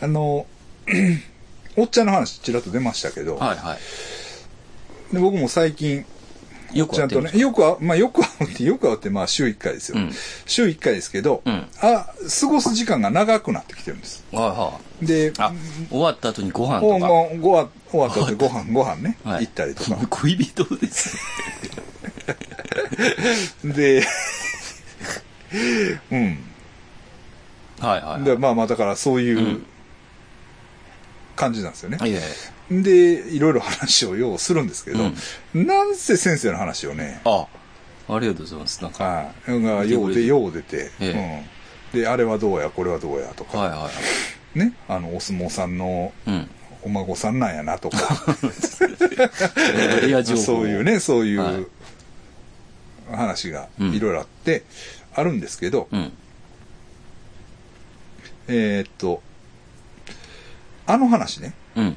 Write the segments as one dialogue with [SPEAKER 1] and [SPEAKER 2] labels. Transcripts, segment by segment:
[SPEAKER 1] あの、 おっちゃんの話ちらっと出ましたけど、
[SPEAKER 2] はいは
[SPEAKER 1] で僕も最近、
[SPEAKER 2] い。よく
[SPEAKER 1] ち
[SPEAKER 2] や
[SPEAKER 1] ゃ
[SPEAKER 2] っ
[SPEAKER 1] ん
[SPEAKER 2] てる
[SPEAKER 1] と
[SPEAKER 2] ん
[SPEAKER 1] ね
[SPEAKER 2] です、
[SPEAKER 1] よくあ、まあよく会うって、 よく会うってまあ週1回ですよ。
[SPEAKER 2] うん
[SPEAKER 1] 週1回ですけど、
[SPEAKER 2] うん
[SPEAKER 1] あ、過ごす時間が長くなってきてるんです。
[SPEAKER 2] はいは
[SPEAKER 1] で、
[SPEAKER 2] い。あ、終わった後にご飯
[SPEAKER 1] お
[SPEAKER 2] とか。
[SPEAKER 1] もうごわ終わった後ご飯、ご飯ね、
[SPEAKER 2] はい
[SPEAKER 1] 行ったり とか。
[SPEAKER 2] 恋人です ね。
[SPEAKER 1] で、うん。
[SPEAKER 2] はいはいはい。
[SPEAKER 1] で、まあまあ、だからそういううん感じなんですよね。
[SPEAKER 2] いやいや
[SPEAKER 1] で、いろいろ話をようするんですけど、
[SPEAKER 2] う
[SPEAKER 1] なんせ先生の話をね、
[SPEAKER 2] あ、ありがとうございます。なんか、
[SPEAKER 1] はい、がようで、よう出て、
[SPEAKER 2] え
[SPEAKER 1] うん。で、あれはどうや、これはどうやとか、
[SPEAKER 2] はいは
[SPEAKER 1] ね、あの、お相撲さんの
[SPEAKER 2] い。うん。
[SPEAKER 1] お孫さんなんやなとか、
[SPEAKER 2] エリア 情報。
[SPEAKER 1] そういう。ね、そうい
[SPEAKER 2] はいう
[SPEAKER 1] 話が
[SPEAKER 2] うん
[SPEAKER 1] いろいろあって、あるんですけど、
[SPEAKER 2] うん。
[SPEAKER 1] えーっと、あの話ね、
[SPEAKER 2] うん。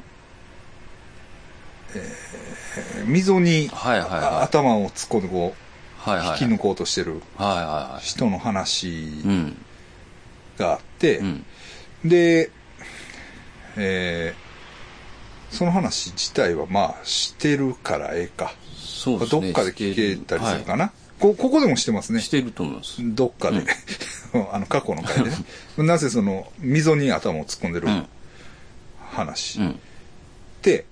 [SPEAKER 1] 溝に、
[SPEAKER 2] はいはい
[SPEAKER 1] あ
[SPEAKER 2] は
[SPEAKER 1] 頭を突っ込んでこう、
[SPEAKER 2] い。はいはい。
[SPEAKER 1] 引き抜こうとしてる
[SPEAKER 2] はいは
[SPEAKER 1] 人の話
[SPEAKER 2] いはい。うん。
[SPEAKER 1] があって、
[SPEAKER 2] うん。
[SPEAKER 1] で、えーその話自体はまあしてるからええか。
[SPEAKER 2] そうです
[SPEAKER 1] ど
[SPEAKER 2] ね。
[SPEAKER 1] っかで聞けたりする
[SPEAKER 2] は
[SPEAKER 1] かな。こここでもしてます
[SPEAKER 2] い
[SPEAKER 1] ね
[SPEAKER 2] し。てると思います。
[SPEAKER 1] どっかで。 あの過去の回 でね。なぜその溝に頭を突っ込んでる
[SPEAKER 2] うん。
[SPEAKER 1] 話っ
[SPEAKER 2] うん。
[SPEAKER 1] て、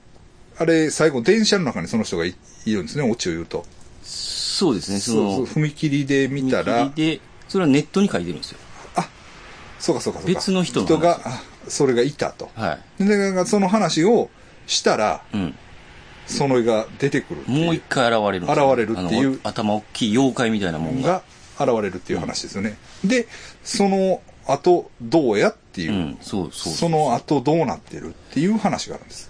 [SPEAKER 1] あれ最後電車の中にその人がいいるんですね、オチを言うと。
[SPEAKER 2] そうですね。そ
[SPEAKER 1] そうそう
[SPEAKER 2] の、
[SPEAKER 1] 踏切で見たら
[SPEAKER 2] 見切、りで、それはネットに書いてるんですよ。
[SPEAKER 1] そうかそうかそうか。
[SPEAKER 2] 別の人の話
[SPEAKER 1] が、あそれがいたと。
[SPEAKER 2] はい。
[SPEAKER 1] で、なんかその話をしたら、
[SPEAKER 2] うん。
[SPEAKER 1] その絵が出てくるっていう。
[SPEAKER 2] もう一回現れるんですよ
[SPEAKER 1] 現れるっていう
[SPEAKER 2] あの頭大きい妖怪みたいなもんが。
[SPEAKER 1] が現れるっていう話ですよね。で、その後どうやっていうう、
[SPEAKER 2] ん、そうそう。
[SPEAKER 1] その後どうなってるっていう話があるんです。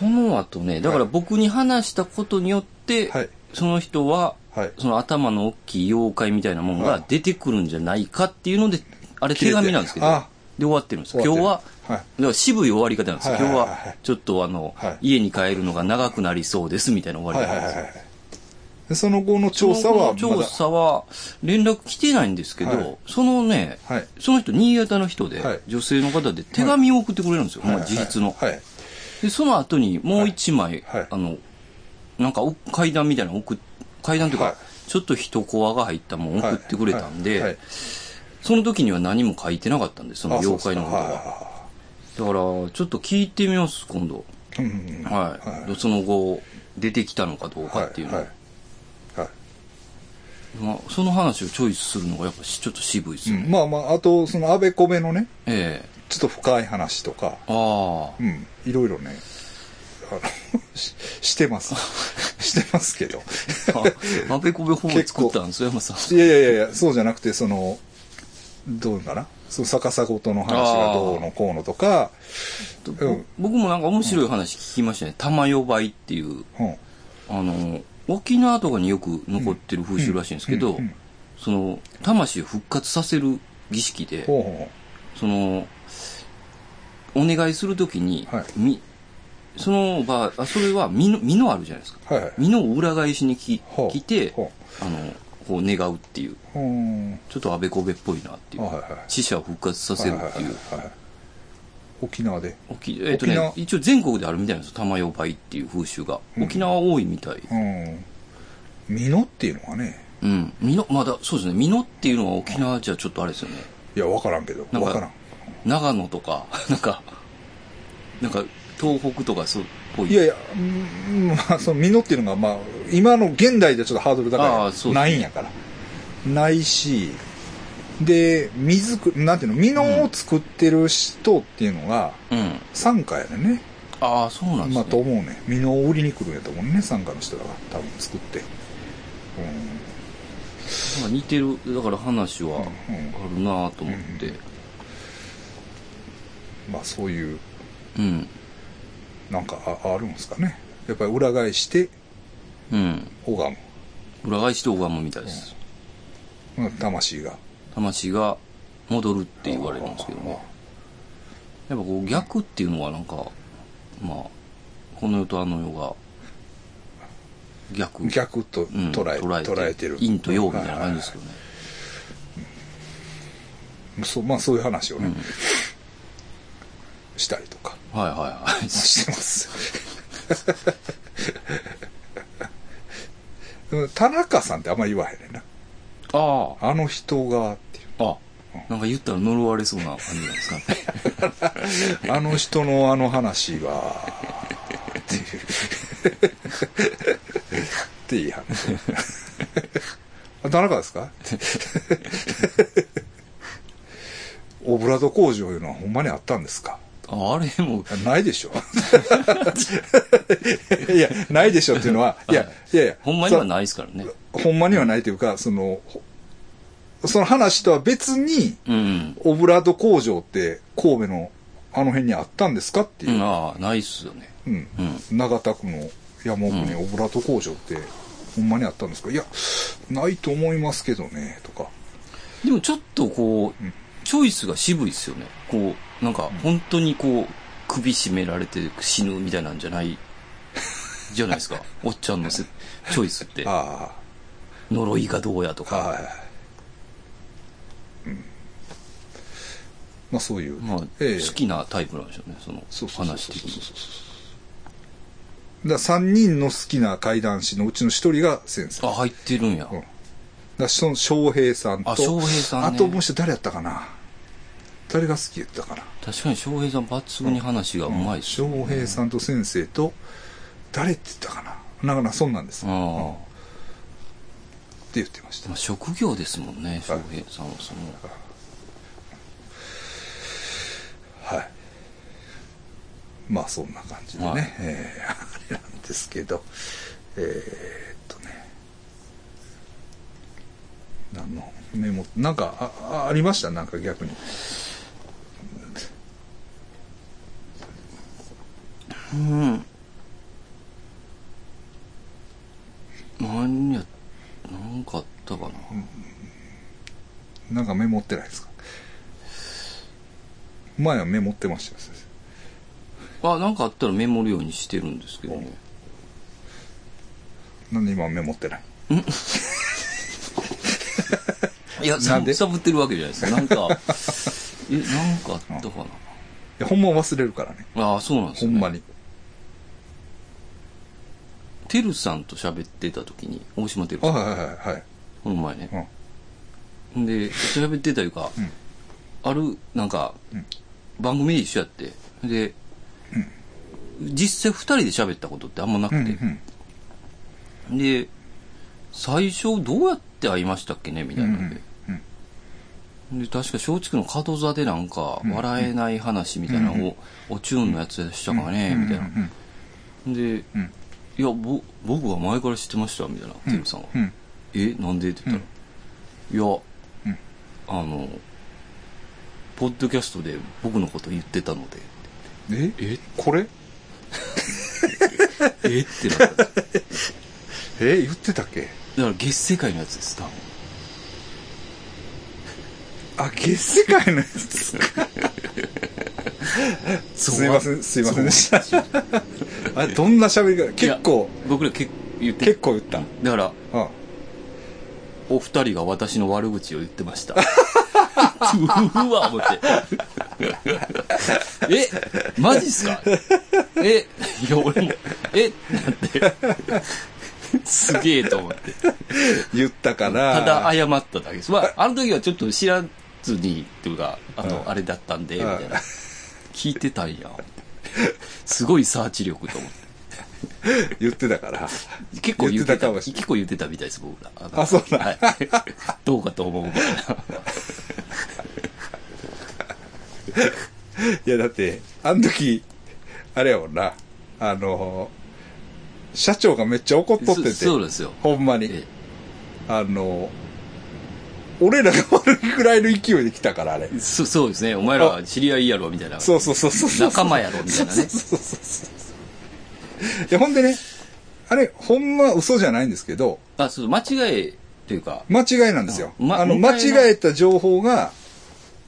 [SPEAKER 2] その後ね、だから僕に話したことによって、
[SPEAKER 1] はい
[SPEAKER 2] その人は、
[SPEAKER 1] はい
[SPEAKER 2] その頭の大きい妖怪みたいなもの
[SPEAKER 1] は
[SPEAKER 2] が
[SPEAKER 1] い
[SPEAKER 2] 出てくるんじゃないかっていうので、あれ
[SPEAKER 1] 切れ
[SPEAKER 2] 手
[SPEAKER 1] て
[SPEAKER 2] 紙なんですけど
[SPEAKER 1] あ、
[SPEAKER 2] で終わってるんです。
[SPEAKER 1] 終わって
[SPEAKER 2] 今日
[SPEAKER 1] る
[SPEAKER 2] は、
[SPEAKER 1] はい
[SPEAKER 2] だから渋い終わり方なんです。
[SPEAKER 1] は
[SPEAKER 2] 今
[SPEAKER 1] い
[SPEAKER 2] 日
[SPEAKER 1] はいはいはい
[SPEAKER 2] は、ちょっとあの、
[SPEAKER 1] はい
[SPEAKER 2] 家に帰るのが長くなりそうですみたいな終わ
[SPEAKER 1] はい
[SPEAKER 2] り
[SPEAKER 1] は
[SPEAKER 2] 方
[SPEAKER 1] い
[SPEAKER 2] なん
[SPEAKER 1] は
[SPEAKER 2] で
[SPEAKER 1] い
[SPEAKER 2] すよ
[SPEAKER 1] は。い。でその後の調査は
[SPEAKER 2] そ
[SPEAKER 1] ま
[SPEAKER 2] の調査は、連絡来てないんですけど、
[SPEAKER 1] はい
[SPEAKER 2] そのね、
[SPEAKER 1] はい
[SPEAKER 2] その人、新潟の人で、
[SPEAKER 1] はい
[SPEAKER 2] 女性の方で手紙を送ってくれるんですよ、
[SPEAKER 1] だ、
[SPEAKER 2] まあ、自筆の、
[SPEAKER 1] はいはい。
[SPEAKER 2] で、その後にもう一枚、
[SPEAKER 1] はいはい
[SPEAKER 2] あの、なんかお階段みたいなの送っ階段というか、
[SPEAKER 1] はい
[SPEAKER 2] ちょっと一コアが入ったもんを
[SPEAKER 1] はい
[SPEAKER 2] 送ってくれたんで、
[SPEAKER 1] はいはい
[SPEAKER 2] その時には何も書いてなかったんです、その
[SPEAKER 1] あそう
[SPEAKER 2] 妖
[SPEAKER 1] です
[SPEAKER 2] 怪のこと
[SPEAKER 1] はいはい
[SPEAKER 2] が。だから、ちょっと聞いてみます、今度。
[SPEAKER 1] はいうんうん
[SPEAKER 2] はい。
[SPEAKER 1] はい
[SPEAKER 2] その後、出てきたのかどうかっていうのを
[SPEAKER 1] はいはいはい
[SPEAKER 2] まあ、その話をチョイスするのがやっぱしちょっと渋いです
[SPEAKER 1] う
[SPEAKER 2] よね。
[SPEAKER 1] んまあまあ、あと、その、安倍こべのね、
[SPEAKER 2] ええ
[SPEAKER 1] ちょっと深い話とか、
[SPEAKER 2] ああ。
[SPEAKER 1] うん、いろいろね、あの、しして ます。してますけど。
[SPEAKER 2] あ安倍こべ本を作ったんですよ、山さん。
[SPEAKER 1] いやいやいやいや、そうじゃなくて、その、どういうのかなその逆さごとの話がどうのこうのとか、うん
[SPEAKER 2] 僕もなんか面白い話聞きましたね。玉呼ばいっていう、
[SPEAKER 1] うん。
[SPEAKER 2] あの、沖縄とかによく残ってる風習らしいんですけど、
[SPEAKER 1] うんうん
[SPEAKER 2] その、魂を復活させる儀式で、
[SPEAKER 1] ほうほ
[SPEAKER 2] その、お願いするときに、
[SPEAKER 1] はい
[SPEAKER 2] みその場、あ、それは身の、身のあるじゃないですか。
[SPEAKER 1] う。はいはい。
[SPEAKER 2] 身の裏返しにき
[SPEAKER 1] ほう
[SPEAKER 2] 来て
[SPEAKER 1] ほ、
[SPEAKER 2] あの、こう願うっていう。
[SPEAKER 1] うん。
[SPEAKER 2] ちょっと安倍こべっぽいなっていう。
[SPEAKER 1] あはいはい
[SPEAKER 2] 死者を復活さ
[SPEAKER 1] は
[SPEAKER 2] せ
[SPEAKER 1] い
[SPEAKER 2] る
[SPEAKER 1] はいは
[SPEAKER 2] っていう。
[SPEAKER 1] いはい。沖縄で。
[SPEAKER 2] 沖えっ、と
[SPEAKER 1] 沖
[SPEAKER 2] ね
[SPEAKER 1] 縄、
[SPEAKER 2] 一応全国であるみたいなんですよ。玉呼ばいっていう風習が。沖縄は多いみたい。
[SPEAKER 1] うん。美濃っていうのがね、
[SPEAKER 2] うん。美濃、まだ、そうですね。美濃っていうのは沖縄じゃちょっとあれですよね。
[SPEAKER 1] いや、わからんけど、
[SPEAKER 2] なん
[SPEAKER 1] わからん。
[SPEAKER 2] 長野とか、 なんか、なんか、東北とかそうっぽい。
[SPEAKER 1] いやいや、うんまあ、その美濃っていうのが、まあ、今の現代じゃちょっとハードル高
[SPEAKER 2] ああそうですね
[SPEAKER 1] い。ないんやから。ないし、で、水く、なんていうの、美濃を作ってる人っていうのが、
[SPEAKER 2] うん。
[SPEAKER 1] 傘下やねんね。
[SPEAKER 2] ああ、そうなんですね。
[SPEAKER 1] まあ、と思うね。美濃を売りに来るんやと思うね、傘下の人らが。多分作って。
[SPEAKER 2] なんか似てる、だから話は
[SPEAKER 1] うんうん
[SPEAKER 2] あるなぁと思って。
[SPEAKER 1] まあ、そういう、
[SPEAKER 2] うん。
[SPEAKER 1] なんかあ、あるんですかね。やっぱり裏返して
[SPEAKER 2] うん。
[SPEAKER 1] 拝
[SPEAKER 2] 裏返しと拝むみたいです。
[SPEAKER 1] む。うん魂が。
[SPEAKER 2] 魂が戻るって言われるんですけどね。やっぱこう逆っていうのはなんか、まあ、この世とあの世が逆。
[SPEAKER 1] 逆と
[SPEAKER 2] うん
[SPEAKER 1] 捉え,、捉えてる。
[SPEAKER 2] 陰と陽みたいな感じです
[SPEAKER 1] は
[SPEAKER 2] け
[SPEAKER 1] い
[SPEAKER 2] どね。
[SPEAKER 1] はいはいそうまあ、そういう話をね、したりとか、
[SPEAKER 2] はいはいはい。
[SPEAKER 1] してます。 でも田中さんってあんま言わへんねんな。
[SPEAKER 2] あ
[SPEAKER 1] あの人がっていう。
[SPEAKER 2] あ。あ、なんか言ったら呪われそうな感じなん ですかね。
[SPEAKER 1] あの人のあの話は、っていう。っていい話。あ田中ですかオブラート工場いうのはほんまにあったんですか
[SPEAKER 2] ああれも、
[SPEAKER 1] ないでしょいや、ないでしょっていうのは、いや、いやいや、
[SPEAKER 2] ほんまにはないですからね。
[SPEAKER 1] そほんまにはないというか、その、ほその話とは別に、
[SPEAKER 2] うん。
[SPEAKER 1] オブラート工場って神戸のあの辺にあったんですかって
[SPEAKER 2] う
[SPEAKER 1] い
[SPEAKER 2] ん、
[SPEAKER 1] う、
[SPEAKER 2] ああ、ないっすよね。
[SPEAKER 1] うん
[SPEAKER 2] うん。
[SPEAKER 1] 長田区の山奥にオブラート工場ってほんまにあったんですかいや、ないと思いますけどね、とか。
[SPEAKER 2] でもちょっとこう、
[SPEAKER 1] うん
[SPEAKER 2] チョイスが渋いっすよね。こう、なんか本当にこう、首絞められて死ぬみたいなんじゃない、じゃな いですか。おっちゃんのせチョイスって。
[SPEAKER 1] あ
[SPEAKER 2] 呪いがどうやと
[SPEAKER 1] あ、はい
[SPEAKER 2] か。。
[SPEAKER 1] うんまあそういう。
[SPEAKER 2] まあ、
[SPEAKER 1] ええ
[SPEAKER 2] 好きなタイプなんでしょうね、その
[SPEAKER 1] そうそうそう
[SPEAKER 2] 話
[SPEAKER 1] そう
[SPEAKER 2] 的
[SPEAKER 1] そう
[SPEAKER 2] に。
[SPEAKER 1] そうそうだから3人の好きな怪談師のうちの1人が先生。
[SPEAKER 2] あ、入ってるんや。
[SPEAKER 1] うんだその翔平さんと、
[SPEAKER 2] あ翔平さんね
[SPEAKER 1] あともう一人誰やったかな誰が好きやったかな
[SPEAKER 2] 確かに翔平さん抜群に話がうまいっす
[SPEAKER 1] 翔
[SPEAKER 2] よね、
[SPEAKER 1] 平さんと先生と、誰って言ったかななんかな、そんなんです。
[SPEAKER 2] ああ
[SPEAKER 1] うんって言ってました
[SPEAKER 2] まあ、。職業ですもんね、翔平さんはその。
[SPEAKER 1] はい。まあそんな感じでね、
[SPEAKER 2] はい
[SPEAKER 1] えーあれなんですけど、えーっとね、何のメモ、なんかああありましたなんか逆に。
[SPEAKER 2] うん。何や、なんかあったかな。
[SPEAKER 1] なんかメモってないですか前はメモってましたよ、先生
[SPEAKER 2] あ、なんかあったらメモるようにしてるんですけどね。
[SPEAKER 1] なんで今はメモってない
[SPEAKER 2] いや、
[SPEAKER 1] な
[SPEAKER 2] さ
[SPEAKER 1] んで
[SPEAKER 2] ぶさぶってるわけじゃないです。なんか、 え、なんかあったか
[SPEAKER 1] いや、ほんま忘れるからね。
[SPEAKER 2] な。ああ、そうなんです
[SPEAKER 1] ほ
[SPEAKER 2] よ、ね。
[SPEAKER 1] んまに。
[SPEAKER 2] てるさんと喋ってた時に、大島てる
[SPEAKER 1] あ、
[SPEAKER 2] さん、
[SPEAKER 1] はいはいはいはい。
[SPEAKER 2] この前ね。
[SPEAKER 1] うん。
[SPEAKER 2] で、喋ってたいうか、
[SPEAKER 1] ん
[SPEAKER 2] ある、なんか、
[SPEAKER 1] ん
[SPEAKER 2] 番組で一緒やって、で、実際二人で喋ったことってあんまな
[SPEAKER 1] う
[SPEAKER 2] く
[SPEAKER 1] ん、う
[SPEAKER 2] て、
[SPEAKER 1] ん。
[SPEAKER 2] で、最初どうやって会いましたっけねみたいなんで。
[SPEAKER 1] うん
[SPEAKER 2] で、確か松竹の角座でなんか、笑えない話みたいなのを、おチューンのやつでしたかねみたいな。で、
[SPEAKER 1] うん
[SPEAKER 2] いや、ぼ、僕は前から知ってました、みたいな、テルさんは。
[SPEAKER 1] うん。
[SPEAKER 2] え、なんでって言ったら、いや、
[SPEAKER 1] うん
[SPEAKER 2] あの、ポッドキャストで僕のこと言ってたので、
[SPEAKER 1] え
[SPEAKER 2] え
[SPEAKER 1] これ
[SPEAKER 2] えってなったんですよ。
[SPEAKER 1] え言ってたっけ
[SPEAKER 2] だから月世界のやつです、多分。
[SPEAKER 1] あ、月世界のやつですか。すいません、すいませんでした。あれ、どんな喋り方結構、
[SPEAKER 2] いや。僕ら結言って
[SPEAKER 1] 結構言った。
[SPEAKER 2] だから、
[SPEAKER 1] あ
[SPEAKER 2] お二人が私の悪口を言ってま した。うわ、思って。え、マジっすかえ、いや、俺も、え、なんて。すげえと思って。
[SPEAKER 1] 言ったから。
[SPEAKER 2] ただ謝っただけです。まあ、あの時はちょっと知らずに、というか、あ
[SPEAKER 1] う
[SPEAKER 2] の、
[SPEAKER 1] ん
[SPEAKER 2] あれだったんで、みた
[SPEAKER 1] う
[SPEAKER 2] い
[SPEAKER 1] ん
[SPEAKER 2] な。聞いてたんや。すごいサーチ力と思って。
[SPEAKER 1] 言ってたから。
[SPEAKER 2] 結構言
[SPEAKER 1] 言
[SPEAKER 2] って
[SPEAKER 1] ってた
[SPEAKER 2] た、
[SPEAKER 1] かもしれない
[SPEAKER 2] 結構言ってたみたいです、僕ら。の
[SPEAKER 1] あそうなん
[SPEAKER 2] はい。どうかと思うみたいな。
[SPEAKER 1] いや、だって、あの時、あれやもんな、あの、社長がめっちゃ怒っとってて、
[SPEAKER 2] そそうですよ。
[SPEAKER 1] ほんまに、
[SPEAKER 2] え
[SPEAKER 1] あの、俺らが悪いぐらいの勢いで来たから、あれ
[SPEAKER 2] え。そそうですね。お前らは知り合いやろ、みたいな。
[SPEAKER 1] そうそうそうそうそう。
[SPEAKER 2] 仲間やろみたいなね
[SPEAKER 1] そうそうそうそう。いや、ほんでね、あれ、ほんま嘘じゃないんですけど、
[SPEAKER 2] あ、そう、間違いというか、
[SPEAKER 1] 間違いなんですよ。
[SPEAKER 2] うんま
[SPEAKER 1] あの、
[SPEAKER 2] 問
[SPEAKER 1] 間
[SPEAKER 2] 題の
[SPEAKER 1] 違えた情報が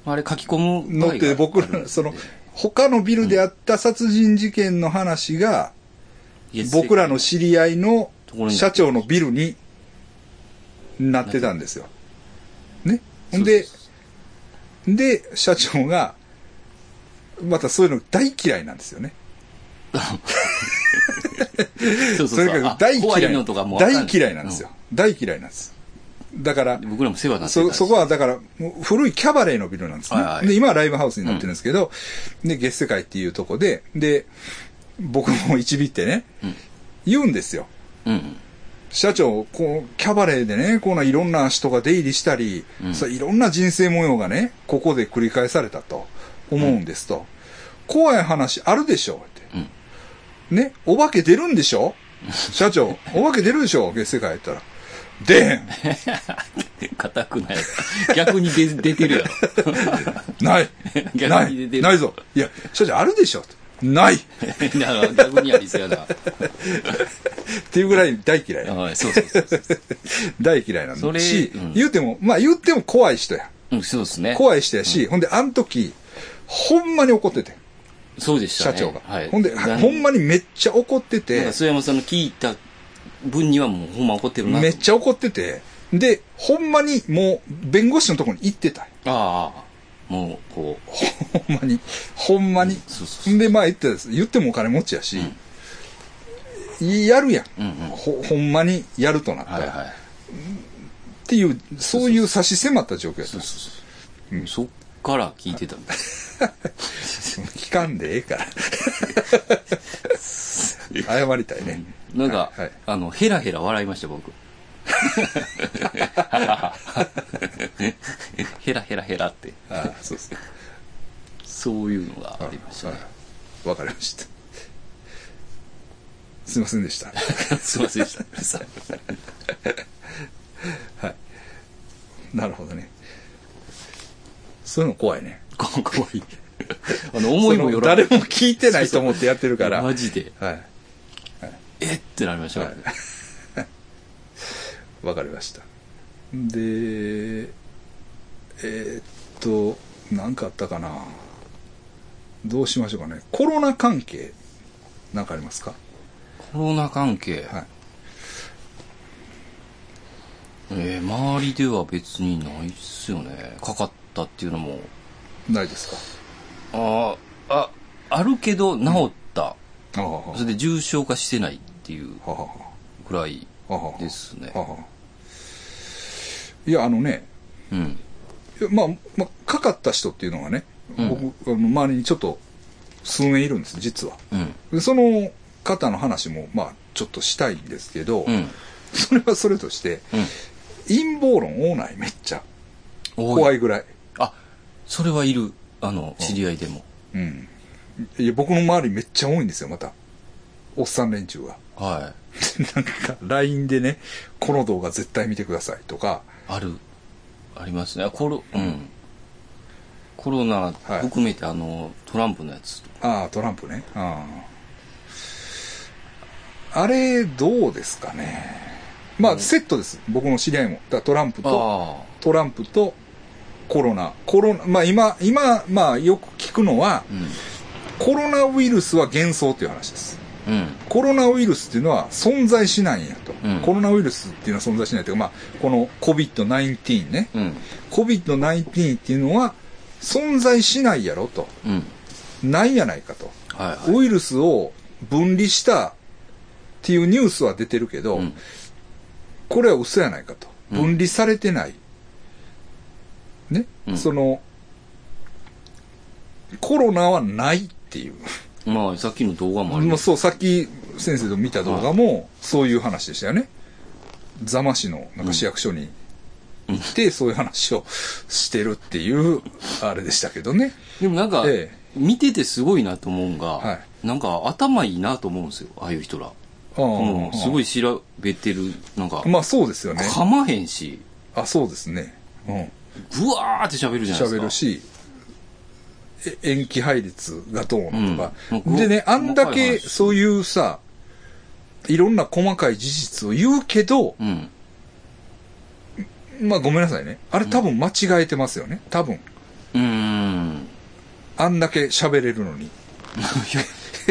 [SPEAKER 2] あれ書き込む場合
[SPEAKER 1] 載
[SPEAKER 2] が
[SPEAKER 1] って、僕
[SPEAKER 2] あるん
[SPEAKER 1] ら、
[SPEAKER 2] で
[SPEAKER 1] その、他のビルであった殺人事件の話が、 僕らの知り合いの
[SPEAKER 2] ところに
[SPEAKER 1] 社長のビルになってたんですよ。ね。ほんで
[SPEAKER 2] そう、
[SPEAKER 1] で、社長が、またそういうの大嫌いなんですよね。
[SPEAKER 2] そう
[SPEAKER 1] そ
[SPEAKER 2] そう
[SPEAKER 1] れ
[SPEAKER 2] そう。
[SPEAKER 1] が
[SPEAKER 2] あ
[SPEAKER 1] 大
[SPEAKER 2] 怖
[SPEAKER 1] 嫌
[SPEAKER 2] い
[SPEAKER 1] い。
[SPEAKER 2] のとかもわか
[SPEAKER 1] 大嫌いなんですよ。。大嫌いなんです。だから
[SPEAKER 2] う、ん僕らも世話になってたん
[SPEAKER 1] そ、
[SPEAKER 2] です
[SPEAKER 1] そこはだから、もう古いキャバレーのビルなんですね。
[SPEAKER 2] はいはい
[SPEAKER 1] で、今はライブハウスになってるんですけど、で、月世界っていうとこで、で、僕も一ビってね、
[SPEAKER 2] うん
[SPEAKER 1] 言うんですよ。
[SPEAKER 2] うん。
[SPEAKER 1] 社長、こう、キャバレーでね、こんないろんな人が出入りしたり、
[SPEAKER 2] うん
[SPEAKER 1] そういろんな人生模様がね、ここで繰り返されたと思うんですと。怖い話あるでしょって。
[SPEAKER 2] うん。
[SPEAKER 1] ね、お化け出るんでしょ社長、お化け出るでしょ月世界やったら。出へん
[SPEAKER 2] 硬くない。逆に出出てるやろ。
[SPEAKER 1] ないな
[SPEAKER 2] 逆に出て
[SPEAKER 1] い
[SPEAKER 2] る
[SPEAKER 1] ないぞいや、社長あるでしょないっ
[SPEAKER 2] なんか逆にありそうやな。
[SPEAKER 1] ていうぐらい大嫌い。
[SPEAKER 2] はい、そうそうそう。
[SPEAKER 1] 大嫌いな
[SPEAKER 2] そ
[SPEAKER 1] んだ
[SPEAKER 2] れ
[SPEAKER 1] し、
[SPEAKER 2] うん
[SPEAKER 1] 言うても、まあ言っても怖い人や。
[SPEAKER 2] うん、そうですね。
[SPEAKER 1] 怖い人やし、ほんで、あの時、ほんまに怒ってて。
[SPEAKER 2] そうでした
[SPEAKER 1] 社
[SPEAKER 2] ね。
[SPEAKER 1] 長が。
[SPEAKER 2] はい。
[SPEAKER 1] ほんで、
[SPEAKER 2] な
[SPEAKER 1] ほんまにめっちゃ怒って
[SPEAKER 2] なん
[SPEAKER 1] て
[SPEAKER 2] か、須山さんの聞いた分にはもうほんま怒ってるなと。
[SPEAKER 1] めっちゃ怒ってて、で、ほんまにもう弁護士のとこに行ってた。
[SPEAKER 2] ああ、もう、こう。
[SPEAKER 1] ほんまに。ほんまに。
[SPEAKER 2] そうそうそう。
[SPEAKER 1] んで、まあ言ってたです。言ってもお金持ちやし、やるやん。
[SPEAKER 2] うんうん。
[SPEAKER 1] ほ、ほんまにやるとなったら。
[SPEAKER 2] はいはい。
[SPEAKER 1] っていう、そういう差し迫った状況やった
[SPEAKER 2] そうそうそう。そっから聞いてたんだ。
[SPEAKER 1] 聞かんでええ から。謝りたいね。
[SPEAKER 2] なんか、
[SPEAKER 1] はいはい
[SPEAKER 2] あの、ヘラヘラ笑いまし た、僕。ヘラヘラヘラって、
[SPEAKER 1] ああ、そうですね。
[SPEAKER 2] そういうのがありましたね。
[SPEAKER 1] はいわかりました。すいませんでした。
[SPEAKER 2] すいませんでした。
[SPEAKER 1] なるほどね。そういうの怖いね。
[SPEAKER 2] こ怖い。あの、思いもよら
[SPEAKER 1] その誰も聞いてないと思ってやってるから。
[SPEAKER 2] マジで、
[SPEAKER 1] はい。
[SPEAKER 2] えってなりましたからね。
[SPEAKER 1] わかりました。で、えーっと、なんかあったかな。どうしましょうかね。コロナ関係、なんかありますか
[SPEAKER 2] コロナ関係、
[SPEAKER 1] はい。
[SPEAKER 2] えー周りでは別にないっすよね。かかったっていうのも。
[SPEAKER 1] ないです
[SPEAKER 2] ああ、あ、あるけど治った。
[SPEAKER 1] かああ、は
[SPEAKER 2] それで重症化してないっていう
[SPEAKER 1] あ、はあ、
[SPEAKER 2] ぐらい
[SPEAKER 1] はあ、はあ
[SPEAKER 2] ですね。
[SPEAKER 1] はあいや、あのね、
[SPEAKER 2] うん。
[SPEAKER 1] いやまあ、まあ、かかった人っていうのがね、
[SPEAKER 2] うん
[SPEAKER 1] 僕、あの周りにちょっと数名いるんです、実は。
[SPEAKER 2] うん。
[SPEAKER 1] でその方の話も、まあ、ちょっとしたいんですけど、
[SPEAKER 2] うん。
[SPEAKER 1] それはそれとして、
[SPEAKER 2] うん。
[SPEAKER 1] 陰謀論多ない、めっちゃ。
[SPEAKER 2] 怖
[SPEAKER 1] 怖
[SPEAKER 2] い。
[SPEAKER 1] いぐらい。
[SPEAKER 2] あ、それはいる。あの、知り合いでも。
[SPEAKER 1] うん。いや、僕の周りめっちゃ多いんですよ、また。おっさん連中が。
[SPEAKER 2] は
[SPEAKER 1] なんか、LINE でね、この動画絶対見てくださいとか、
[SPEAKER 2] い。ある。ありますね。コロ、うん。コロナ
[SPEAKER 1] はい
[SPEAKER 2] 含めて、あの、トランプのやつ。
[SPEAKER 1] ああ、トランプね。あああれ、どうですかね。まあ、セットです。僕の知り合いも。だからトランプと、
[SPEAKER 2] あ
[SPEAKER 1] トランプとコロナ。コロナ、まあ今、今、まあよく聞くのは
[SPEAKER 2] あ。、うん。
[SPEAKER 1] コロナウイルスは幻想という話です。
[SPEAKER 2] うん。
[SPEAKER 1] コロナウイルスっていうのは存在しないんやと。
[SPEAKER 2] うん
[SPEAKER 1] コロナウイルスっていうのは存在しないというか、まあ、この COVID-19 ね。
[SPEAKER 2] うん。
[SPEAKER 1] COVID-19 っていうのは存在しないやろと。
[SPEAKER 2] うん。
[SPEAKER 1] ないやないかと。
[SPEAKER 2] はいはい。
[SPEAKER 1] ウイルスを分離したっていうニュースは出てるけど、
[SPEAKER 2] うん
[SPEAKER 1] これは嘘やないかと。
[SPEAKER 2] うん
[SPEAKER 1] 分離されてない。ね、
[SPEAKER 2] うん
[SPEAKER 1] その、コロナはないっていう。
[SPEAKER 2] まあ、さっきの動画もあ
[SPEAKER 1] もう
[SPEAKER 2] ります。
[SPEAKER 1] そう、さっき先生と見た動画も、そういう話でしたよね。座間市のなんか市役所に行って、そういう話をしてるっていう、あれでしたけどね。
[SPEAKER 2] でもなんか、
[SPEAKER 1] ええ
[SPEAKER 2] 見ててすごいなと思うんが、
[SPEAKER 1] は
[SPEAKER 2] なんか頭いいなと思うんですよ。ああいう人ら。もうすご
[SPEAKER 1] い。
[SPEAKER 2] い調べてる、なんか、
[SPEAKER 1] まあそうですよね。
[SPEAKER 2] 噛まへんし、
[SPEAKER 1] あ、そうですね。うん。
[SPEAKER 2] ぐわーって喋るじゃないですか。
[SPEAKER 1] 喋るし、え延期配列がどうのとか、
[SPEAKER 2] うんもう
[SPEAKER 1] でね、
[SPEAKER 2] ご
[SPEAKER 1] あんだ
[SPEAKER 2] 細かい
[SPEAKER 1] け
[SPEAKER 2] 話
[SPEAKER 1] そういうさ、いろんな細かい事実を言うけど、
[SPEAKER 2] うん。
[SPEAKER 1] まあごめんなさいね。あれ多分間違えてますよね。多分。
[SPEAKER 2] うーん。
[SPEAKER 1] あんだけ喋れるのに。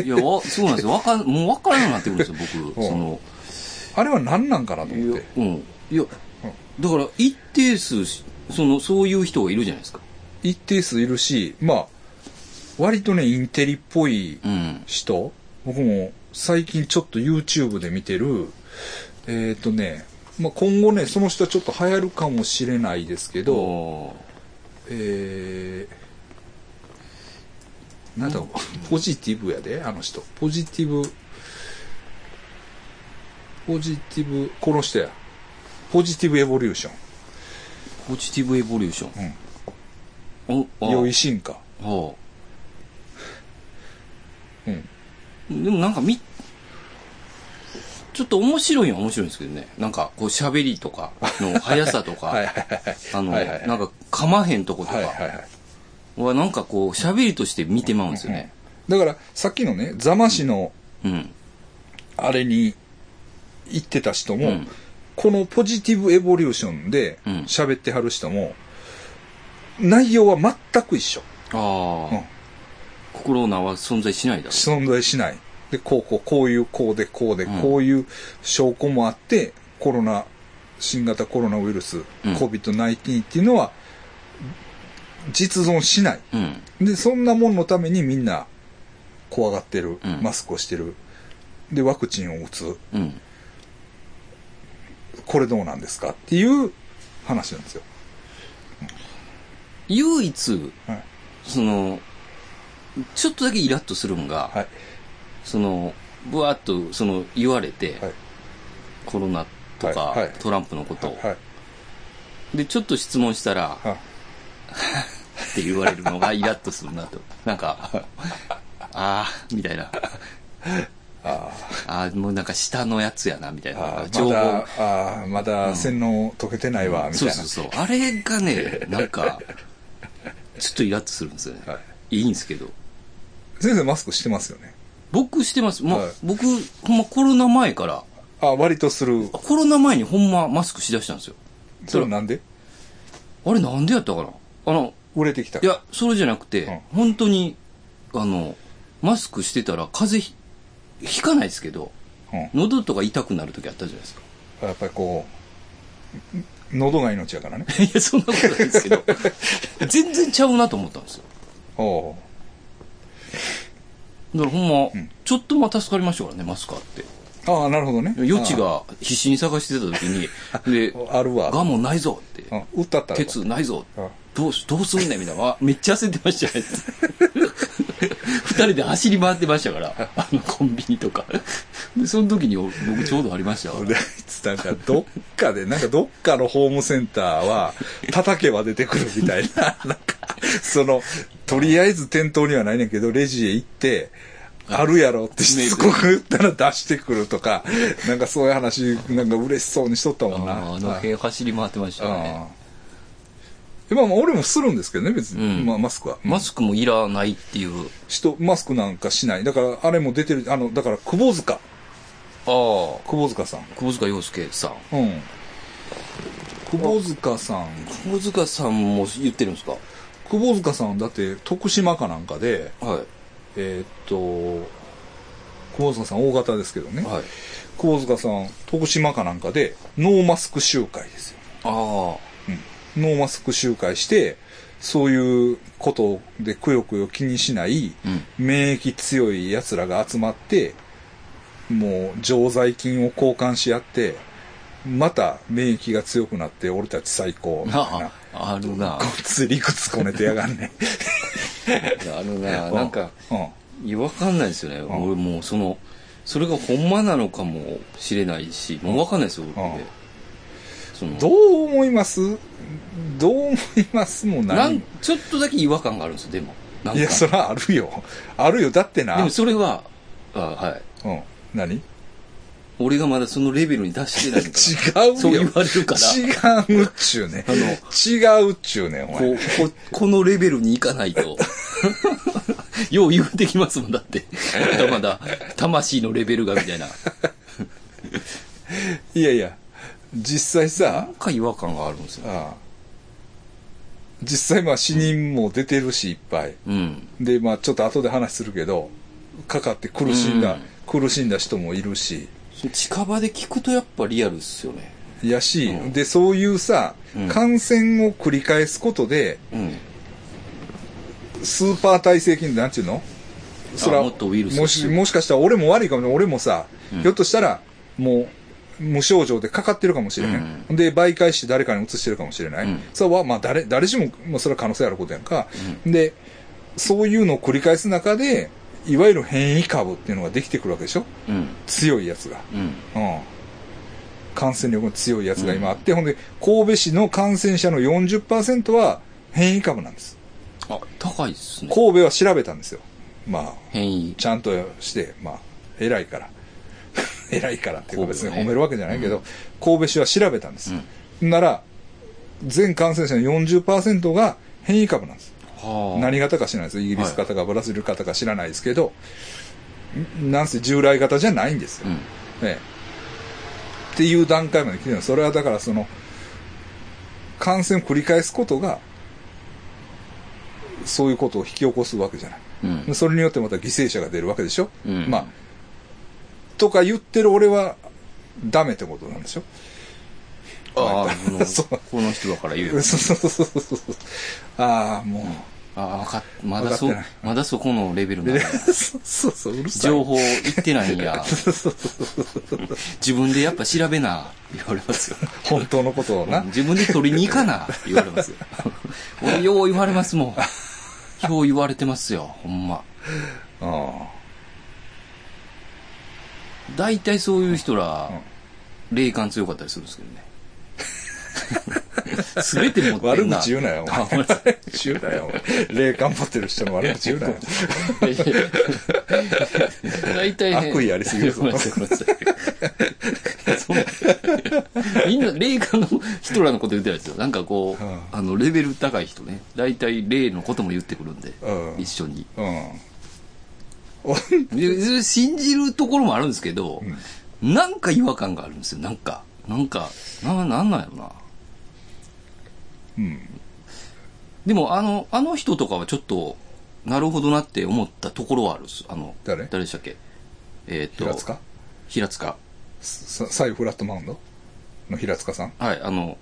[SPEAKER 2] いや、わそうなんですよ。わかん、もうわからなくなってくるんですよ、僕。
[SPEAKER 1] うん
[SPEAKER 2] その、
[SPEAKER 1] あれは何なんかなと
[SPEAKER 2] い
[SPEAKER 1] 思っ
[SPEAKER 2] や
[SPEAKER 1] て。、
[SPEAKER 2] うん。いや、だから一定数し、その、そういう人がいるじゃないですか。
[SPEAKER 1] 一定数いるし、まあ、割とね、インテリっぽい
[SPEAKER 2] うん。
[SPEAKER 1] 人、僕も最近ちょっと YouTube で見てる、えっ、とね、まあ、今後ね、その人はちょっと流行るかもしれないですけど、
[SPEAKER 2] お
[SPEAKER 1] えー、なんだろう、ポジティブやで、あの人。ポジティブ、ポジティブ、この人や。ポジティブエボリューショ
[SPEAKER 2] ーポジティブエボリューション。うん。お
[SPEAKER 1] ン。良い進化。
[SPEAKER 2] は
[SPEAKER 1] うん。
[SPEAKER 2] あ。でもなんかみ、ちょっと面白いは面白いんですけどね。なんか、こう喋りとかの速さと か、
[SPEAKER 1] はいはいはい。
[SPEAKER 2] あの、
[SPEAKER 1] はいはいはい
[SPEAKER 2] なんか噛まへんとこと
[SPEAKER 1] はいはい
[SPEAKER 2] か
[SPEAKER 1] はい。
[SPEAKER 2] はなんかこう喋りとして見てまうんですよね。
[SPEAKER 1] だから、さっきのね、座間市の
[SPEAKER 2] うん。
[SPEAKER 1] あれに行ってた人も、
[SPEAKER 2] うん
[SPEAKER 1] このポジティブエボリューションで
[SPEAKER 2] うん
[SPEAKER 1] 喋ってはる人も、内容は全く一緒。
[SPEAKER 2] ああ、
[SPEAKER 1] うん
[SPEAKER 2] 心の名は存在しないだろ
[SPEAKER 1] 存在しない。で、こうこう、こういう、こうで、こうで、
[SPEAKER 2] うん
[SPEAKER 1] こういう証拠もあって、コロナ、新型コロナウイルス、
[SPEAKER 2] うん
[SPEAKER 1] COVID-19 っていうのは、実存しない。
[SPEAKER 2] う。うん。
[SPEAKER 1] で、そんなもんのためにみんな、怖がってる
[SPEAKER 2] うん。
[SPEAKER 1] マスクをしてる。で、ワクチンを打つ。
[SPEAKER 2] うん。
[SPEAKER 1] これどうなんですかっていう話なんですよ。
[SPEAKER 2] 唯一、
[SPEAKER 1] はい。
[SPEAKER 2] その、ちょっとだけイラッとするんが、
[SPEAKER 1] はい。
[SPEAKER 2] その、ぶわっと、その、言われて、
[SPEAKER 1] はい
[SPEAKER 2] コロナとか、
[SPEAKER 1] はいはい
[SPEAKER 2] トランプのことを、
[SPEAKER 1] はい。
[SPEAKER 2] で、ちょっと質問したら、
[SPEAKER 1] はい。
[SPEAKER 2] って言われるのがイラッとするなと。なんか、あー、みたいな。
[SPEAKER 1] あ
[SPEAKER 2] あー、もうなんか下のやつやな、みたい
[SPEAKER 1] ーあ
[SPEAKER 2] な。
[SPEAKER 1] ー、ま
[SPEAKER 2] 情報。
[SPEAKER 1] だ、あーまだ洗脳解けてないわ、みた
[SPEAKER 2] そ
[SPEAKER 1] いうな。
[SPEAKER 2] そうそう。あれがね、なんか、ちょっとイラッとするんですよね。
[SPEAKER 1] はい
[SPEAKER 2] い、いんですけど。
[SPEAKER 1] 先生マスクしてますよね。
[SPEAKER 2] 僕してます。ま
[SPEAKER 1] はい
[SPEAKER 2] 僕、ほんまコロナ前から、
[SPEAKER 1] あ、割とする。
[SPEAKER 2] コロナ前にほんまマスクしだしたんですよ。
[SPEAKER 1] それはなんで
[SPEAKER 2] あれなんでやったかなあの、
[SPEAKER 1] 売れてきた
[SPEAKER 2] いや、それじゃなくて、
[SPEAKER 1] うん
[SPEAKER 2] 本当に、あの、マスクしてたら風邪ひひかないですけど、
[SPEAKER 1] うん、や
[SPEAKER 2] 喉とか痛くなる時あったじゃないですか。
[SPEAKER 1] っぱりこう、ん喉が命やからね。
[SPEAKER 2] いや、そんなことないですけど、全然ちゃうなと思ったんですよ。
[SPEAKER 1] おう
[SPEAKER 2] だからほんま、
[SPEAKER 1] うん
[SPEAKER 2] ちょっとま助かりましたからね、マスクあって。
[SPEAKER 1] ああ、なるほどね。
[SPEAKER 2] 余地が必死に探してた時に、で、
[SPEAKER 1] ああるわ。
[SPEAKER 2] ガもないぞって、
[SPEAKER 1] うん、打ったったら。
[SPEAKER 2] 鉄ないぞ
[SPEAKER 1] うん
[SPEAKER 2] どうし、どうすんねんみたいな。 あめっちゃ焦ってましたよ。 二人で走り回ってましたから、あのコンビニとか。で、その時に僕ちょうどありましたから
[SPEAKER 1] であいつなんかどっかで、なんかどっかのホームセンターは叩けば出てくるみたいな、 なんか、その、とりあえず店頭にはないねんけど、レジへ行って、あるやろってしつこく言ったら出してくるとか、なんかそういう話、なんか嬉しそうにしとったもんな。
[SPEAKER 2] あの辺走り回ってましたね。
[SPEAKER 1] うんまあまあ俺もするんですけどね、別に。
[SPEAKER 2] うん
[SPEAKER 1] まあマスクは。
[SPEAKER 2] マスクもいらないっていう。
[SPEAKER 1] 人、マスクなんかしない。だから、あれも出てる、あの、だから、窪塚。
[SPEAKER 2] ああ、
[SPEAKER 1] 窪塚さん。
[SPEAKER 2] 窪塚洋介さん。
[SPEAKER 1] うん。窪塚さん。
[SPEAKER 2] 窪塚さんも言ってるんですか
[SPEAKER 1] 窪塚さん、だって、徳島かなんかで、
[SPEAKER 2] は
[SPEAKER 1] えーっと、窪塚さん大型ですけどね
[SPEAKER 2] い。。はい。
[SPEAKER 1] 窪塚さん、徳島かなんかで、ノーマスク集会ですよ。
[SPEAKER 2] あ
[SPEAKER 1] ノーマスク集会して、そういうことでくよくよ気にしない、
[SPEAKER 2] う
[SPEAKER 1] 免疫強い奴らが集まって、もう常在菌を交換し合って、また免疫が強くなって俺たち最高み
[SPEAKER 2] あ。
[SPEAKER 1] たい
[SPEAKER 2] な
[SPEAKER 1] な。
[SPEAKER 2] あ、あるな
[SPEAKER 1] ご。っつい理屈こねてやがんね。
[SPEAKER 2] あるな。なんか、
[SPEAKER 1] うん。
[SPEAKER 2] いや、わかんないですよね。俺もう、その、それがほんまなのかもしれないし、もうわかんないですよ、俺
[SPEAKER 1] うん
[SPEAKER 2] その
[SPEAKER 1] どう思いますどう思いますもな。
[SPEAKER 2] ないんちょっとだけ違和感があるんですよ、でも。なん
[SPEAKER 1] い
[SPEAKER 2] か
[SPEAKER 1] や、そらあるよ。あるよ。だってな。
[SPEAKER 2] で
[SPEAKER 1] う
[SPEAKER 2] も
[SPEAKER 1] ん。
[SPEAKER 2] それは、あはい。
[SPEAKER 1] 何
[SPEAKER 2] 俺がまだそのレベルに達してない のかな。
[SPEAKER 1] 違うよ
[SPEAKER 2] そう言われるから。
[SPEAKER 1] 違うっちゅうね。
[SPEAKER 2] あの
[SPEAKER 1] 違うっちゅうね、お前。
[SPEAKER 2] こうこ、このレベルに行か ないと。よう言うてきますもんだって。まだまだ、魂のレベルがみたいな。
[SPEAKER 1] いやいや、実際さ、
[SPEAKER 2] なんか違和感があるんですよ。
[SPEAKER 1] ああ実際まあ死人も出てるしいっぱい
[SPEAKER 2] うん。
[SPEAKER 1] でまあちょっと後で話するけどかかって苦しんだ、
[SPEAKER 2] うん
[SPEAKER 1] 苦しんだ人もいるし
[SPEAKER 2] 近場で聞くとやっぱリアルっすよね。
[SPEAKER 1] やし、でそういうさ、
[SPEAKER 2] うん
[SPEAKER 1] 感染を繰り返すことで
[SPEAKER 2] うん。
[SPEAKER 1] スーパー耐性菌なんちゅうのそら
[SPEAKER 2] もっとウイルス
[SPEAKER 1] もしもしかしたら俺も悪いかもしれない俺もさ、
[SPEAKER 2] うん
[SPEAKER 1] ひょっとしたらもう無症状でかかってるかもしれへん、で媒介して誰かに移してるかもしれない、
[SPEAKER 2] うん
[SPEAKER 1] それはまあ誰誰しも、まあ、それは可能性あることやんか、でそういうのを繰り返す中でいわゆる変異株っていうのができてくるわけでしょ
[SPEAKER 2] うん。
[SPEAKER 1] 強いやつが、
[SPEAKER 2] うん。
[SPEAKER 1] うん、感染力の強いやつが今あって、ほんで神戸市の感染者の40%は変異株なんです
[SPEAKER 2] あ、高いですね。
[SPEAKER 1] 神戸は調べたんですよ。まあ、
[SPEAKER 2] 変異。
[SPEAKER 1] ちゃんとして、まあ、偉いから。 偉いからっていうか別に
[SPEAKER 2] 神
[SPEAKER 1] 褒
[SPEAKER 2] 戸ね
[SPEAKER 1] めるわけじゃないけど、神戸市は調べたんです。なら、全感染者の40%が変異株なんです。
[SPEAKER 2] はあ。
[SPEAKER 1] 何型か知らないです。イギリス型かブラジル型か知らないですけど、んなんせ従来型じゃないんですよ。
[SPEAKER 2] うん。
[SPEAKER 1] ええ、っていう段階まで来てるのそれはだからその感染を繰り返すことがそういうことを引き起こすわけじゃない
[SPEAKER 2] うん
[SPEAKER 1] で。それによってまた犠牲者が出るわけでしょ、
[SPEAKER 2] うん
[SPEAKER 1] まあとか言ってる俺はダメってことなんでしょ
[SPEAKER 2] ああ、この、
[SPEAKER 1] そう
[SPEAKER 2] この人だから言う
[SPEAKER 1] そう。そうそうそうそうああもう、
[SPEAKER 2] ああ、わかっ、まだそ
[SPEAKER 1] わ
[SPEAKER 2] う
[SPEAKER 1] かって、
[SPEAKER 2] まだそこのレベルなんだ
[SPEAKER 1] そうそうそううるさい
[SPEAKER 2] 情報言ってないんや。
[SPEAKER 1] そうそうそう
[SPEAKER 2] 自分でやっぱ調べな、言われますよ。
[SPEAKER 1] 本当のことをな
[SPEAKER 2] 自分で取りに行 かな、言われますよ。俺、よう言われますもん。よう言われてますよ、ほんま。
[SPEAKER 1] あ
[SPEAKER 2] 大体そういう人ら
[SPEAKER 1] う、
[SPEAKER 2] 霊感強かったりするんですけどね。す べて持
[SPEAKER 1] あ
[SPEAKER 2] って
[SPEAKER 1] 悪
[SPEAKER 2] んな。
[SPEAKER 1] 口言うなよお
[SPEAKER 2] あ
[SPEAKER 1] 前
[SPEAKER 2] ごめんなさい
[SPEAKER 1] 言うなよお前霊感持ってる人の悪口言うなよ
[SPEAKER 2] いやいや大体ね。
[SPEAKER 1] 悪意ありすぎるぞ
[SPEAKER 2] ごめんなさいごめんなさい そんなみんな、霊感の人らのこと言ってないですよ。なんかこう、
[SPEAKER 1] うん
[SPEAKER 2] あの、レベル高い人ね。大体霊のことも言ってくるんで、
[SPEAKER 1] うん
[SPEAKER 2] 一緒に。
[SPEAKER 1] うん
[SPEAKER 2] で信じるところもあるんですけど、なんか違和感があるんですよ。なんか、なんか、な、なんなんやろな。
[SPEAKER 1] うん
[SPEAKER 2] でも、あの、あの人とかはちょっと、なるほどなって思ったところはあるんです。あの、
[SPEAKER 1] 誰
[SPEAKER 2] 誰でしたっけえーっ、と、
[SPEAKER 1] 平塚
[SPEAKER 2] 平塚。
[SPEAKER 1] さサイフラットマウンドの平塚さん
[SPEAKER 2] はい、あの、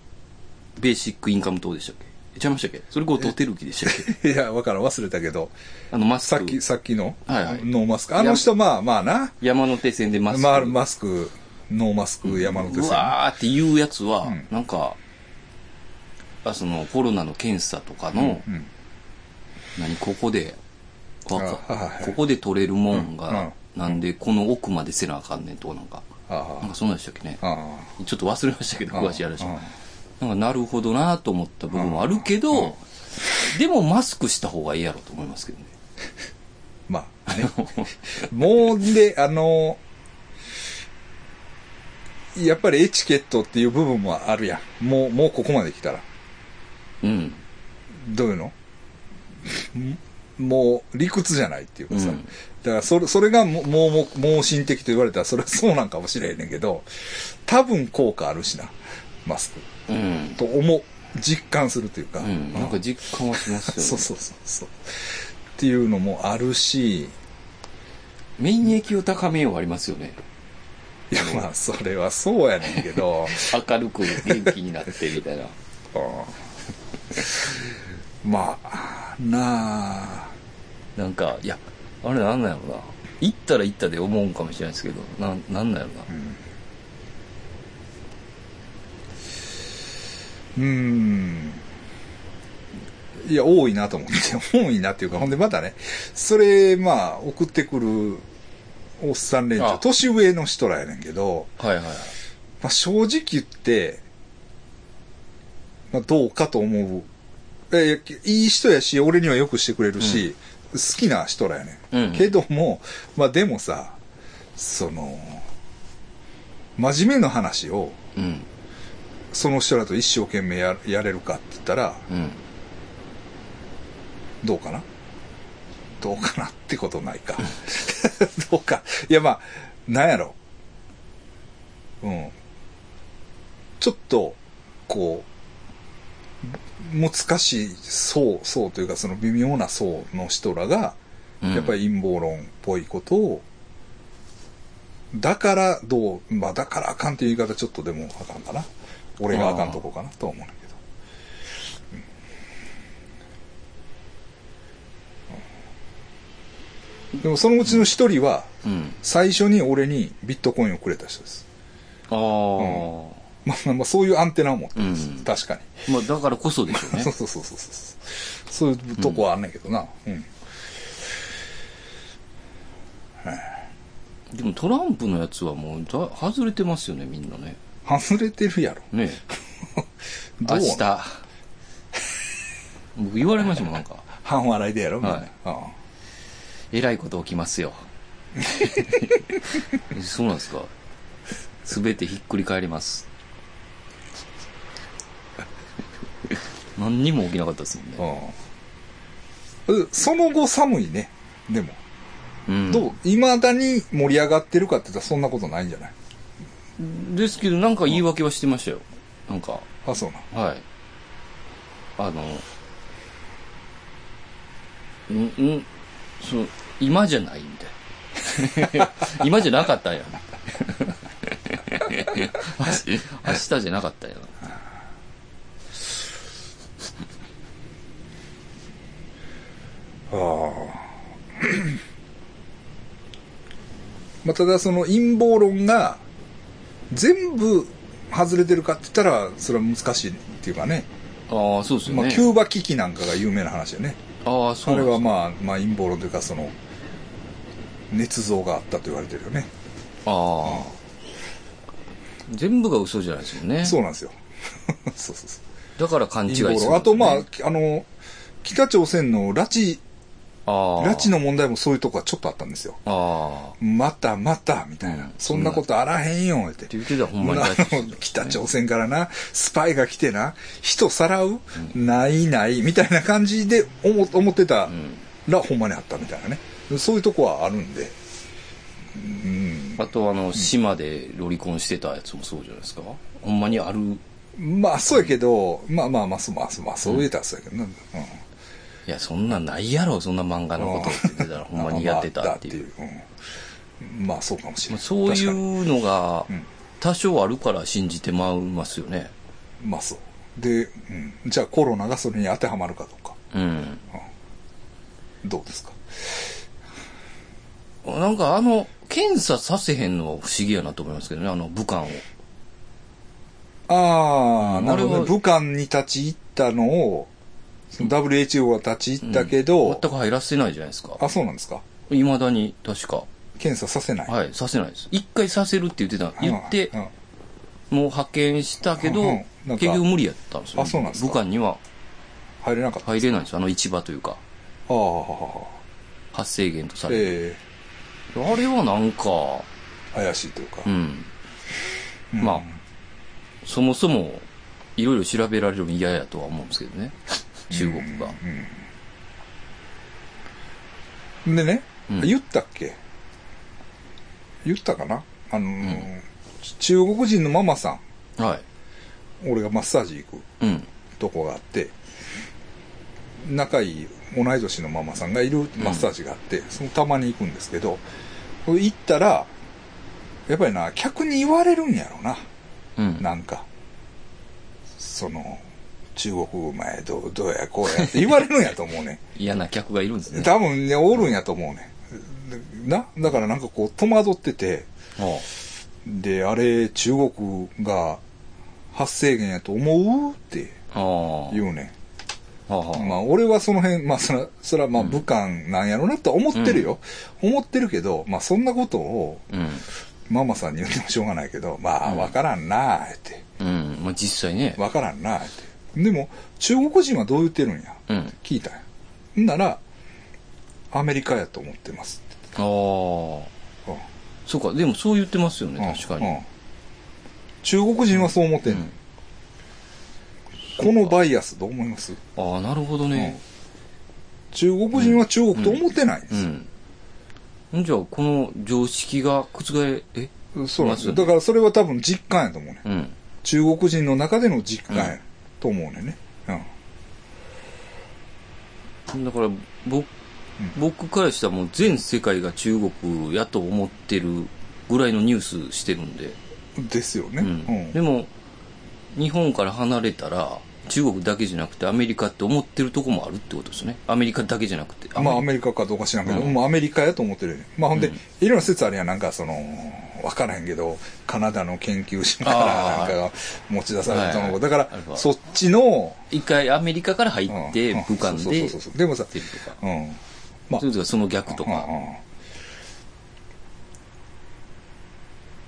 [SPEAKER 2] ベーシックインカム党でしたっけえちゃいましたっけそれこそドテルキでしたっけ
[SPEAKER 1] いや、わからん、忘れたけど、
[SPEAKER 2] あの、マス
[SPEAKER 1] さっ
[SPEAKER 2] ク
[SPEAKER 1] き、。さっきの、
[SPEAKER 2] はいはい
[SPEAKER 1] ノーマスク。あの人、まあまあな、
[SPEAKER 2] 山手線でマスク。
[SPEAKER 1] まあ、マスク、ノーマスク、山手線。
[SPEAKER 2] うわーっていうやつは、
[SPEAKER 1] うん
[SPEAKER 2] なんか、あその、コロナの検査とかの、
[SPEAKER 1] うん。
[SPEAKER 2] 何ここでわか、
[SPEAKER 1] あはい
[SPEAKER 2] ここで取れるもんが、
[SPEAKER 1] うん
[SPEAKER 2] なんでこの奥までせなあかんねんとかなんかなん
[SPEAKER 1] あ
[SPEAKER 2] かそんなんでしたっけね
[SPEAKER 1] あ、あ
[SPEAKER 2] ちょっと忘れましたけど
[SPEAKER 1] あ。
[SPEAKER 2] 詳しい話
[SPEAKER 1] あ
[SPEAKER 2] はなんかなるほどなと思った部分もあるけど、でもマスクした方がいいやろと思いますけどね
[SPEAKER 1] まあ、ね。もう、で、あの、やっぱりエチケットっていう部分もあるやん。もう、もうここまで来たら。
[SPEAKER 2] うん
[SPEAKER 1] どういうのもう理屈じゃないっていうかさ、
[SPEAKER 2] うん
[SPEAKER 1] だからそれそれがももうもう盲信的と言われたらそれはそうなんかもしれへんねんけど多分効果あるしなマスク
[SPEAKER 2] うん、
[SPEAKER 1] と思う実感するというか、
[SPEAKER 2] うん、なんか実感はしますよ、ね、
[SPEAKER 1] そうそうそうそうっていうのもあるし
[SPEAKER 2] 免疫を高めようはありますよね
[SPEAKER 1] いやまあそれはそうやねんけど
[SPEAKER 2] 明るく元気になってみたいな
[SPEAKER 1] うんまあなあ
[SPEAKER 2] なんかいやあれなんなんやろな行ったら行ったで思うんかもしれないですけどなんなんなんやろな、
[SPEAKER 1] うーん。いや、多いなと思って。 多いなっていうか、ほんでまたね、それ、まあ、送ってくるおっさん連
[SPEAKER 2] あ
[SPEAKER 1] 中、年上の人らやねんけど、
[SPEAKER 2] はいはいはい
[SPEAKER 1] まあ、正直言って、まあ、どうかと思う。えーいい人やし、俺にはよくしてくれるし、好きな人らやねん。
[SPEAKER 2] うん
[SPEAKER 1] けども、まあ、でもさ、その、真面目な話を、
[SPEAKER 2] うん
[SPEAKER 1] その人らと一生懸命ややれるかって言ったら、
[SPEAKER 2] うん
[SPEAKER 1] どうかなどうかなってことないか。 どうか。いや、まあ、なんやろ。うん。ちょっと、こう、難しい層、層というか、その微妙な層の人らが、
[SPEAKER 2] うん
[SPEAKER 1] やっぱり陰謀論っぽいことを、だからどう、まあだからあかんっていう言い方ちょっとでもあかんかな。俺があかんとこかなとは思うんだけど。でもそのうちの一人は、
[SPEAKER 2] うん。
[SPEAKER 1] 最初に俺にビットコインをくれた人です。
[SPEAKER 2] ああ。
[SPEAKER 1] まあまあまあ、そういうアンテナを持ってます。
[SPEAKER 2] うん
[SPEAKER 1] 確かに。
[SPEAKER 2] まあ、だから こそでしょう ね
[SPEAKER 1] そう。そうそうそうそう。そういうとこはあんねんけどな。うん。
[SPEAKER 2] でもトランプのやつはもうだ、外れてますよね、みんなね。
[SPEAKER 1] 外れてるやろ。
[SPEAKER 2] ね
[SPEAKER 1] ど
[SPEAKER 2] 明
[SPEAKER 1] う
[SPEAKER 2] 日。僕言われましたもん、なんか。
[SPEAKER 1] 半笑いでやろみんな。
[SPEAKER 2] はい
[SPEAKER 1] あ
[SPEAKER 2] えらいこと起きますよ。 そうなんですか。すべてひっくり返り ます。何にも起きなかったですもん
[SPEAKER 1] あ
[SPEAKER 2] ね。
[SPEAKER 1] うん。うその後寒いね。でも。
[SPEAKER 2] うん、
[SPEAKER 1] どう未だに盛り上がってるかって言ったらそんなことないんじゃない
[SPEAKER 2] ですけど、なんか言い訳はしてましたよ。なんか、
[SPEAKER 1] あ、そうな。
[SPEAKER 2] はい。あの、ん、ん、その、今じゃないみたいな。 今じゃなかったんや。 明日明日じゃなかったんや。
[SPEAKER 1] ああ。まあ、ただその陰謀論が全部外れてるかって言ったらそれは難しいっていうかね。
[SPEAKER 2] ああ、そうですよ
[SPEAKER 1] まあ、
[SPEAKER 2] ね
[SPEAKER 1] キ。ューバ危機なんかが有名な話よね。
[SPEAKER 2] ああ、そう
[SPEAKER 1] あれ
[SPEAKER 2] なんで
[SPEAKER 1] は
[SPEAKER 2] す
[SPEAKER 1] まあ、まあ陰謀論というかその、捏造があったと言われてるよね。
[SPEAKER 2] ああ。全部が嘘じゃないですもんね。
[SPEAKER 1] そうなんですよ。 そうそうそう。
[SPEAKER 2] だから勘違いす
[SPEAKER 1] 陰
[SPEAKER 2] る、
[SPEAKER 1] 謀論。あとま
[SPEAKER 2] あ
[SPEAKER 1] あ、きあの、北朝鮮の拉致、
[SPEAKER 2] あ、
[SPEAKER 1] 拉致の問題もそういうとこがちょっとあったんですよ。
[SPEAKER 2] ああ。っ
[SPEAKER 1] またまた、みたいな、
[SPEAKER 2] うん
[SPEAKER 1] そんなことあらへんよ、言って。
[SPEAKER 2] て言ってたらほんまに
[SPEAKER 1] あ
[SPEAKER 2] 大事
[SPEAKER 1] の北朝鮮からな、スパイが来てな、人さらう、ないない、みたいな感じで思思ってたら、ほんまにあったみたいなね。そういうとこはあるんで。
[SPEAKER 2] あとあの、島でロリコンしてたやつもそうじゃないですか。ほんまにある
[SPEAKER 1] まあ、そうやけど、まあまあまあ、そうまあ、そうまあ、そう言えたらそうやけどな。うん。
[SPEAKER 2] いや、そんなんないやろ、そんな漫画のことって言ってたら、ほんまにやってたっていう。
[SPEAKER 1] まあ。あたっていううんまあ、そうかもしれ
[SPEAKER 2] まあ
[SPEAKER 1] ない。
[SPEAKER 2] そうい
[SPEAKER 1] 確か
[SPEAKER 2] うのが
[SPEAKER 1] ん、
[SPEAKER 2] 多少あるから信じてまいますよね。
[SPEAKER 1] に。まあ、そう。で、うん。じゃあ、コロナがそれに当てはまるかどうか。
[SPEAKER 2] うん。
[SPEAKER 1] どうですか
[SPEAKER 2] なんかあの、検査させへんのは不思議やなと思いますけどね、あの、武漢を。
[SPEAKER 1] ああ、
[SPEAKER 2] うん
[SPEAKER 1] なるほ
[SPEAKER 2] あ
[SPEAKER 1] ど
[SPEAKER 2] れ
[SPEAKER 1] ね。
[SPEAKER 2] は
[SPEAKER 1] 武漢に立ち入ったのを、その WHO が立ち入ったけど、
[SPEAKER 2] 全く入らせてないじゃないですか。
[SPEAKER 1] あ、そうなんですか
[SPEAKER 2] いまだに、確か。
[SPEAKER 1] 検査させない。
[SPEAKER 2] はい、させないです。一回させるって言ってた、言って
[SPEAKER 1] う、ん
[SPEAKER 2] もう派遣したけど
[SPEAKER 1] うんうんなん、か
[SPEAKER 2] 結局無理やったんですよね。
[SPEAKER 1] あそうなんですか
[SPEAKER 2] 武漢には
[SPEAKER 1] 入れなかった。
[SPEAKER 2] 入れないんですよ、あの市場というか、
[SPEAKER 1] ああ、
[SPEAKER 2] 発生源とされて。
[SPEAKER 1] え
[SPEAKER 2] あれはなんか、
[SPEAKER 1] え怪しいというか。
[SPEAKER 2] うん。まあ、そもそも、いろいろ調べられるの嫌やとは思うんですけどね。中国が。
[SPEAKER 1] でね、
[SPEAKER 2] うん
[SPEAKER 1] 言ったっけ言ったかなあのー中国人のママさん、
[SPEAKER 2] はい。
[SPEAKER 1] 俺がマッサージ行く
[SPEAKER 2] うん。
[SPEAKER 1] とこがあって、仲いい同い年のママさんがいるマッサージがあって、そのたまに行くんですけど、これ行ったら、やっぱりな、客に言われるんやろな。
[SPEAKER 2] うん。
[SPEAKER 1] なんか、その、中国前どう、どうやこうやって言われるんやと思う ね。
[SPEAKER 2] 嫌な客がいるんですね。
[SPEAKER 1] 多分ね、おるんやと思うね。な、だからなんかこう戸惑ってて、
[SPEAKER 2] は
[SPEAKER 1] で、あれ、中国が発生源やと思うって
[SPEAKER 2] あ。は
[SPEAKER 1] 言うね。
[SPEAKER 2] あ。は
[SPEAKER 1] まあ、俺はその辺、まあ、そら、そら、まあ、武漢なんやろなとは思ってるよ。思ってるけど、まあ、そんなことを、
[SPEAKER 2] あ。うん。
[SPEAKER 1] ママさんに言ってもしょうがないけど、まあ、わからんなあって。
[SPEAKER 2] うん。まあ実際ね。
[SPEAKER 1] わからんなって。でも、中国人はどう言ってるんや。
[SPEAKER 2] うん。あ
[SPEAKER 1] 聞いたんや。んなら、アメリカやと思ってますって
[SPEAKER 2] あ。
[SPEAKER 1] 言って
[SPEAKER 2] そうか。でもそう言ってますよ
[SPEAKER 1] た。うん
[SPEAKER 2] ね、確か
[SPEAKER 1] う
[SPEAKER 2] に
[SPEAKER 1] ん。中国人はそう思ってんの、
[SPEAKER 2] うん
[SPEAKER 1] このバイアスどう思います、
[SPEAKER 2] ああ、なるほどね。
[SPEAKER 1] 中国人は中国と思ってないんですよ。
[SPEAKER 2] うん。んじゃあ、この常識が覆、え
[SPEAKER 1] そうなんですよ。
[SPEAKER 2] まず
[SPEAKER 1] だからそれは多分実感やと思うね。
[SPEAKER 2] うん。
[SPEAKER 1] 中国人の中での実感やと思うねんね。うん。
[SPEAKER 2] だから僕,、僕からしたらもう全世界が中国やと思ってるぐらいのニュースしてるんで、
[SPEAKER 1] ですよね。
[SPEAKER 2] うんでも日本から離れたら中国だけじゃなくてアメリカって思ってるとこもあるってことですね。アメリカだけじゃなくて。
[SPEAKER 1] まあアメリカかどうか知らんけど、
[SPEAKER 2] うん
[SPEAKER 1] もうアメリカやと思ってるよね。まあほんで、
[SPEAKER 2] うん
[SPEAKER 1] いろいろ説あるやん。なんかその、わからへんけど、カナダの研究者から
[SPEAKER 2] あー
[SPEAKER 1] なんかが持ち出された
[SPEAKER 2] はいは
[SPEAKER 1] の
[SPEAKER 2] い
[SPEAKER 1] だか
[SPEAKER 2] ある
[SPEAKER 1] ら、
[SPEAKER 2] わ
[SPEAKER 1] そっちの、
[SPEAKER 2] 一回アメリカから入
[SPEAKER 1] うん
[SPEAKER 2] って
[SPEAKER 1] うん、
[SPEAKER 2] 武漢
[SPEAKER 1] そう
[SPEAKER 2] で、
[SPEAKER 1] そうそうそうでもさ
[SPEAKER 2] やってるとか。
[SPEAKER 1] うん。まあ
[SPEAKER 2] それとかその逆と
[SPEAKER 1] うん
[SPEAKER 2] か。
[SPEAKER 1] うん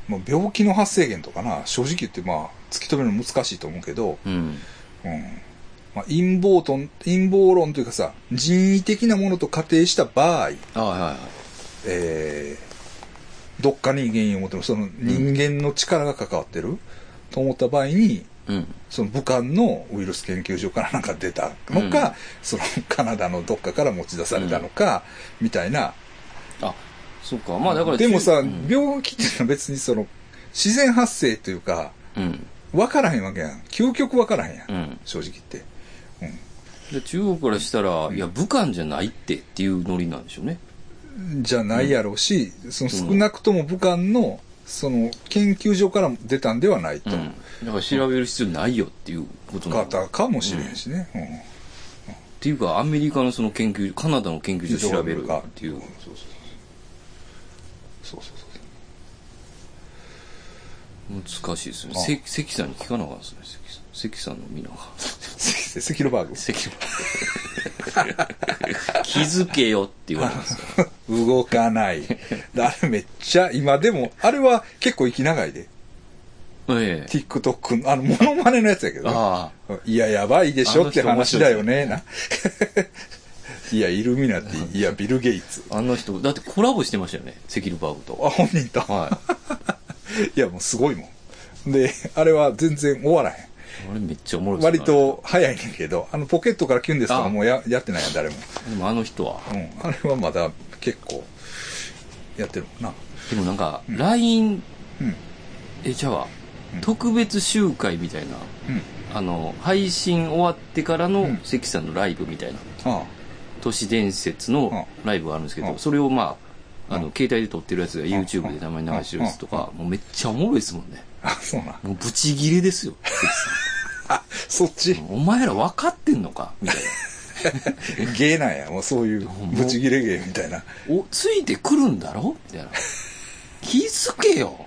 [SPEAKER 1] まあ、病気の発生源とかな、正直言ってまあ、突き止めるの難しいと思うけど、
[SPEAKER 2] うん。
[SPEAKER 1] うん。まあ、陰謀論、陰謀論というかさ、人為的なものと仮定した場合、
[SPEAKER 2] あはいはいはい。
[SPEAKER 1] えーどっかに原因を持ってる、その人間の力が関わってる、と思った場合に、
[SPEAKER 2] うん。
[SPEAKER 1] その武漢のウイルス研究所からなんか出たのか、
[SPEAKER 2] うん
[SPEAKER 1] そのカナダのどっかから持ち出されたのか、みたいな。
[SPEAKER 2] あ、そうか。まあだから。
[SPEAKER 1] でもさ、
[SPEAKER 2] うん。
[SPEAKER 1] 病気っていうのは別にその、自然発生というか、
[SPEAKER 2] うん。
[SPEAKER 1] わからへんわけやん。究極わからへんやん。
[SPEAKER 2] うん
[SPEAKER 1] 正直言って。
[SPEAKER 2] で中国からしたら、いや、武漢じゃないってっていうノリなんでしょうね。
[SPEAKER 1] じゃないやろうし、その少なくとも武漢の、その研究所から出たんではないと。
[SPEAKER 2] うん。だから調べる必要ないよっていうことなの
[SPEAKER 1] 方かもしれんしね。うん
[SPEAKER 2] っていうか、アメリカのその研究、カナダの研究所を調べるっていう。
[SPEAKER 1] そうそうそうそう
[SPEAKER 2] 難しいですね。
[SPEAKER 1] あ
[SPEAKER 2] せ関さんに聞かなかったですね、関さん。関さんの皆が。
[SPEAKER 1] セセキロバーグ
[SPEAKER 2] 関さん。気づけよって言われますか
[SPEAKER 1] 動か ないあれめっちゃ今でもあれは結構息長いで
[SPEAKER 2] ら。ええ。
[SPEAKER 1] TikTok のあのモノマネのやつやけどね
[SPEAKER 2] あ
[SPEAKER 1] いややばいでしょって
[SPEAKER 2] あの
[SPEAKER 1] 話
[SPEAKER 2] 人
[SPEAKER 1] だよねな いやイルミナティいやビル・ゲイツ
[SPEAKER 2] あ。あの人、だってコラボしてましたよね、セキルバーグと。
[SPEAKER 1] あ本人と
[SPEAKER 2] はい。
[SPEAKER 1] いやもうすごいもんであれは全然終わらへん
[SPEAKER 2] あれめっちゃおもろいっす
[SPEAKER 1] 割。
[SPEAKER 2] ね
[SPEAKER 1] と早いねんけどあのポケットからキュンですとか
[SPEAKER 2] あ
[SPEAKER 1] もうややってないやん誰も
[SPEAKER 2] でもあの人は。
[SPEAKER 1] うん、あれはまだ結構やってるもんな。
[SPEAKER 2] でもなんか、LINE、
[SPEAKER 1] うん。
[SPEAKER 2] え、じゃあ、特別集会みたいな、
[SPEAKER 1] うん。
[SPEAKER 2] あの、配信終わってから
[SPEAKER 1] う
[SPEAKER 2] の
[SPEAKER 1] ん
[SPEAKER 2] 関さんのライブみたいな。
[SPEAKER 1] あ
[SPEAKER 2] 都市伝説のライブがあるんですけ
[SPEAKER 1] うん
[SPEAKER 2] ど、それをまあ、あ
[SPEAKER 1] う
[SPEAKER 2] の、
[SPEAKER 1] ん
[SPEAKER 2] 携帯で撮ってるやつが YouTube で名前流してるやつとか、もうめっちゃおもろいですもんね。
[SPEAKER 1] あ。あ、そうなん。
[SPEAKER 2] もうブチギレですよ。
[SPEAKER 1] あ、そっち、
[SPEAKER 2] お前ら分かってんのかみたい
[SPEAKER 1] 芸なんや。もうそういう、ブチギレ芸みたいな。
[SPEAKER 2] な。お、ついてくるんだろみたいな。気づけよ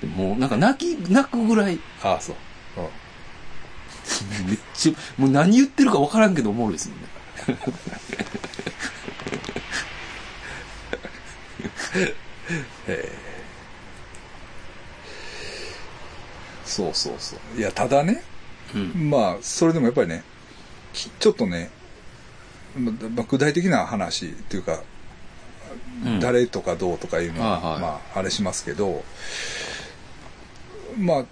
[SPEAKER 2] でもうなんか泣き、泣くぐらい、
[SPEAKER 1] ああ、そう。うん
[SPEAKER 2] めっちゃ、もう何言ってるか分からんけどおもろいですもんね。
[SPEAKER 1] そうそうそう。いや、ただね、
[SPEAKER 2] うん。
[SPEAKER 1] まあ、それでもやっぱりね、きちょっとね、まま具体的な話っていうか、
[SPEAKER 2] うん
[SPEAKER 1] 誰とかどうとかいうのは、
[SPEAKER 2] はいはい
[SPEAKER 1] まあ、あれしますけど、まあ、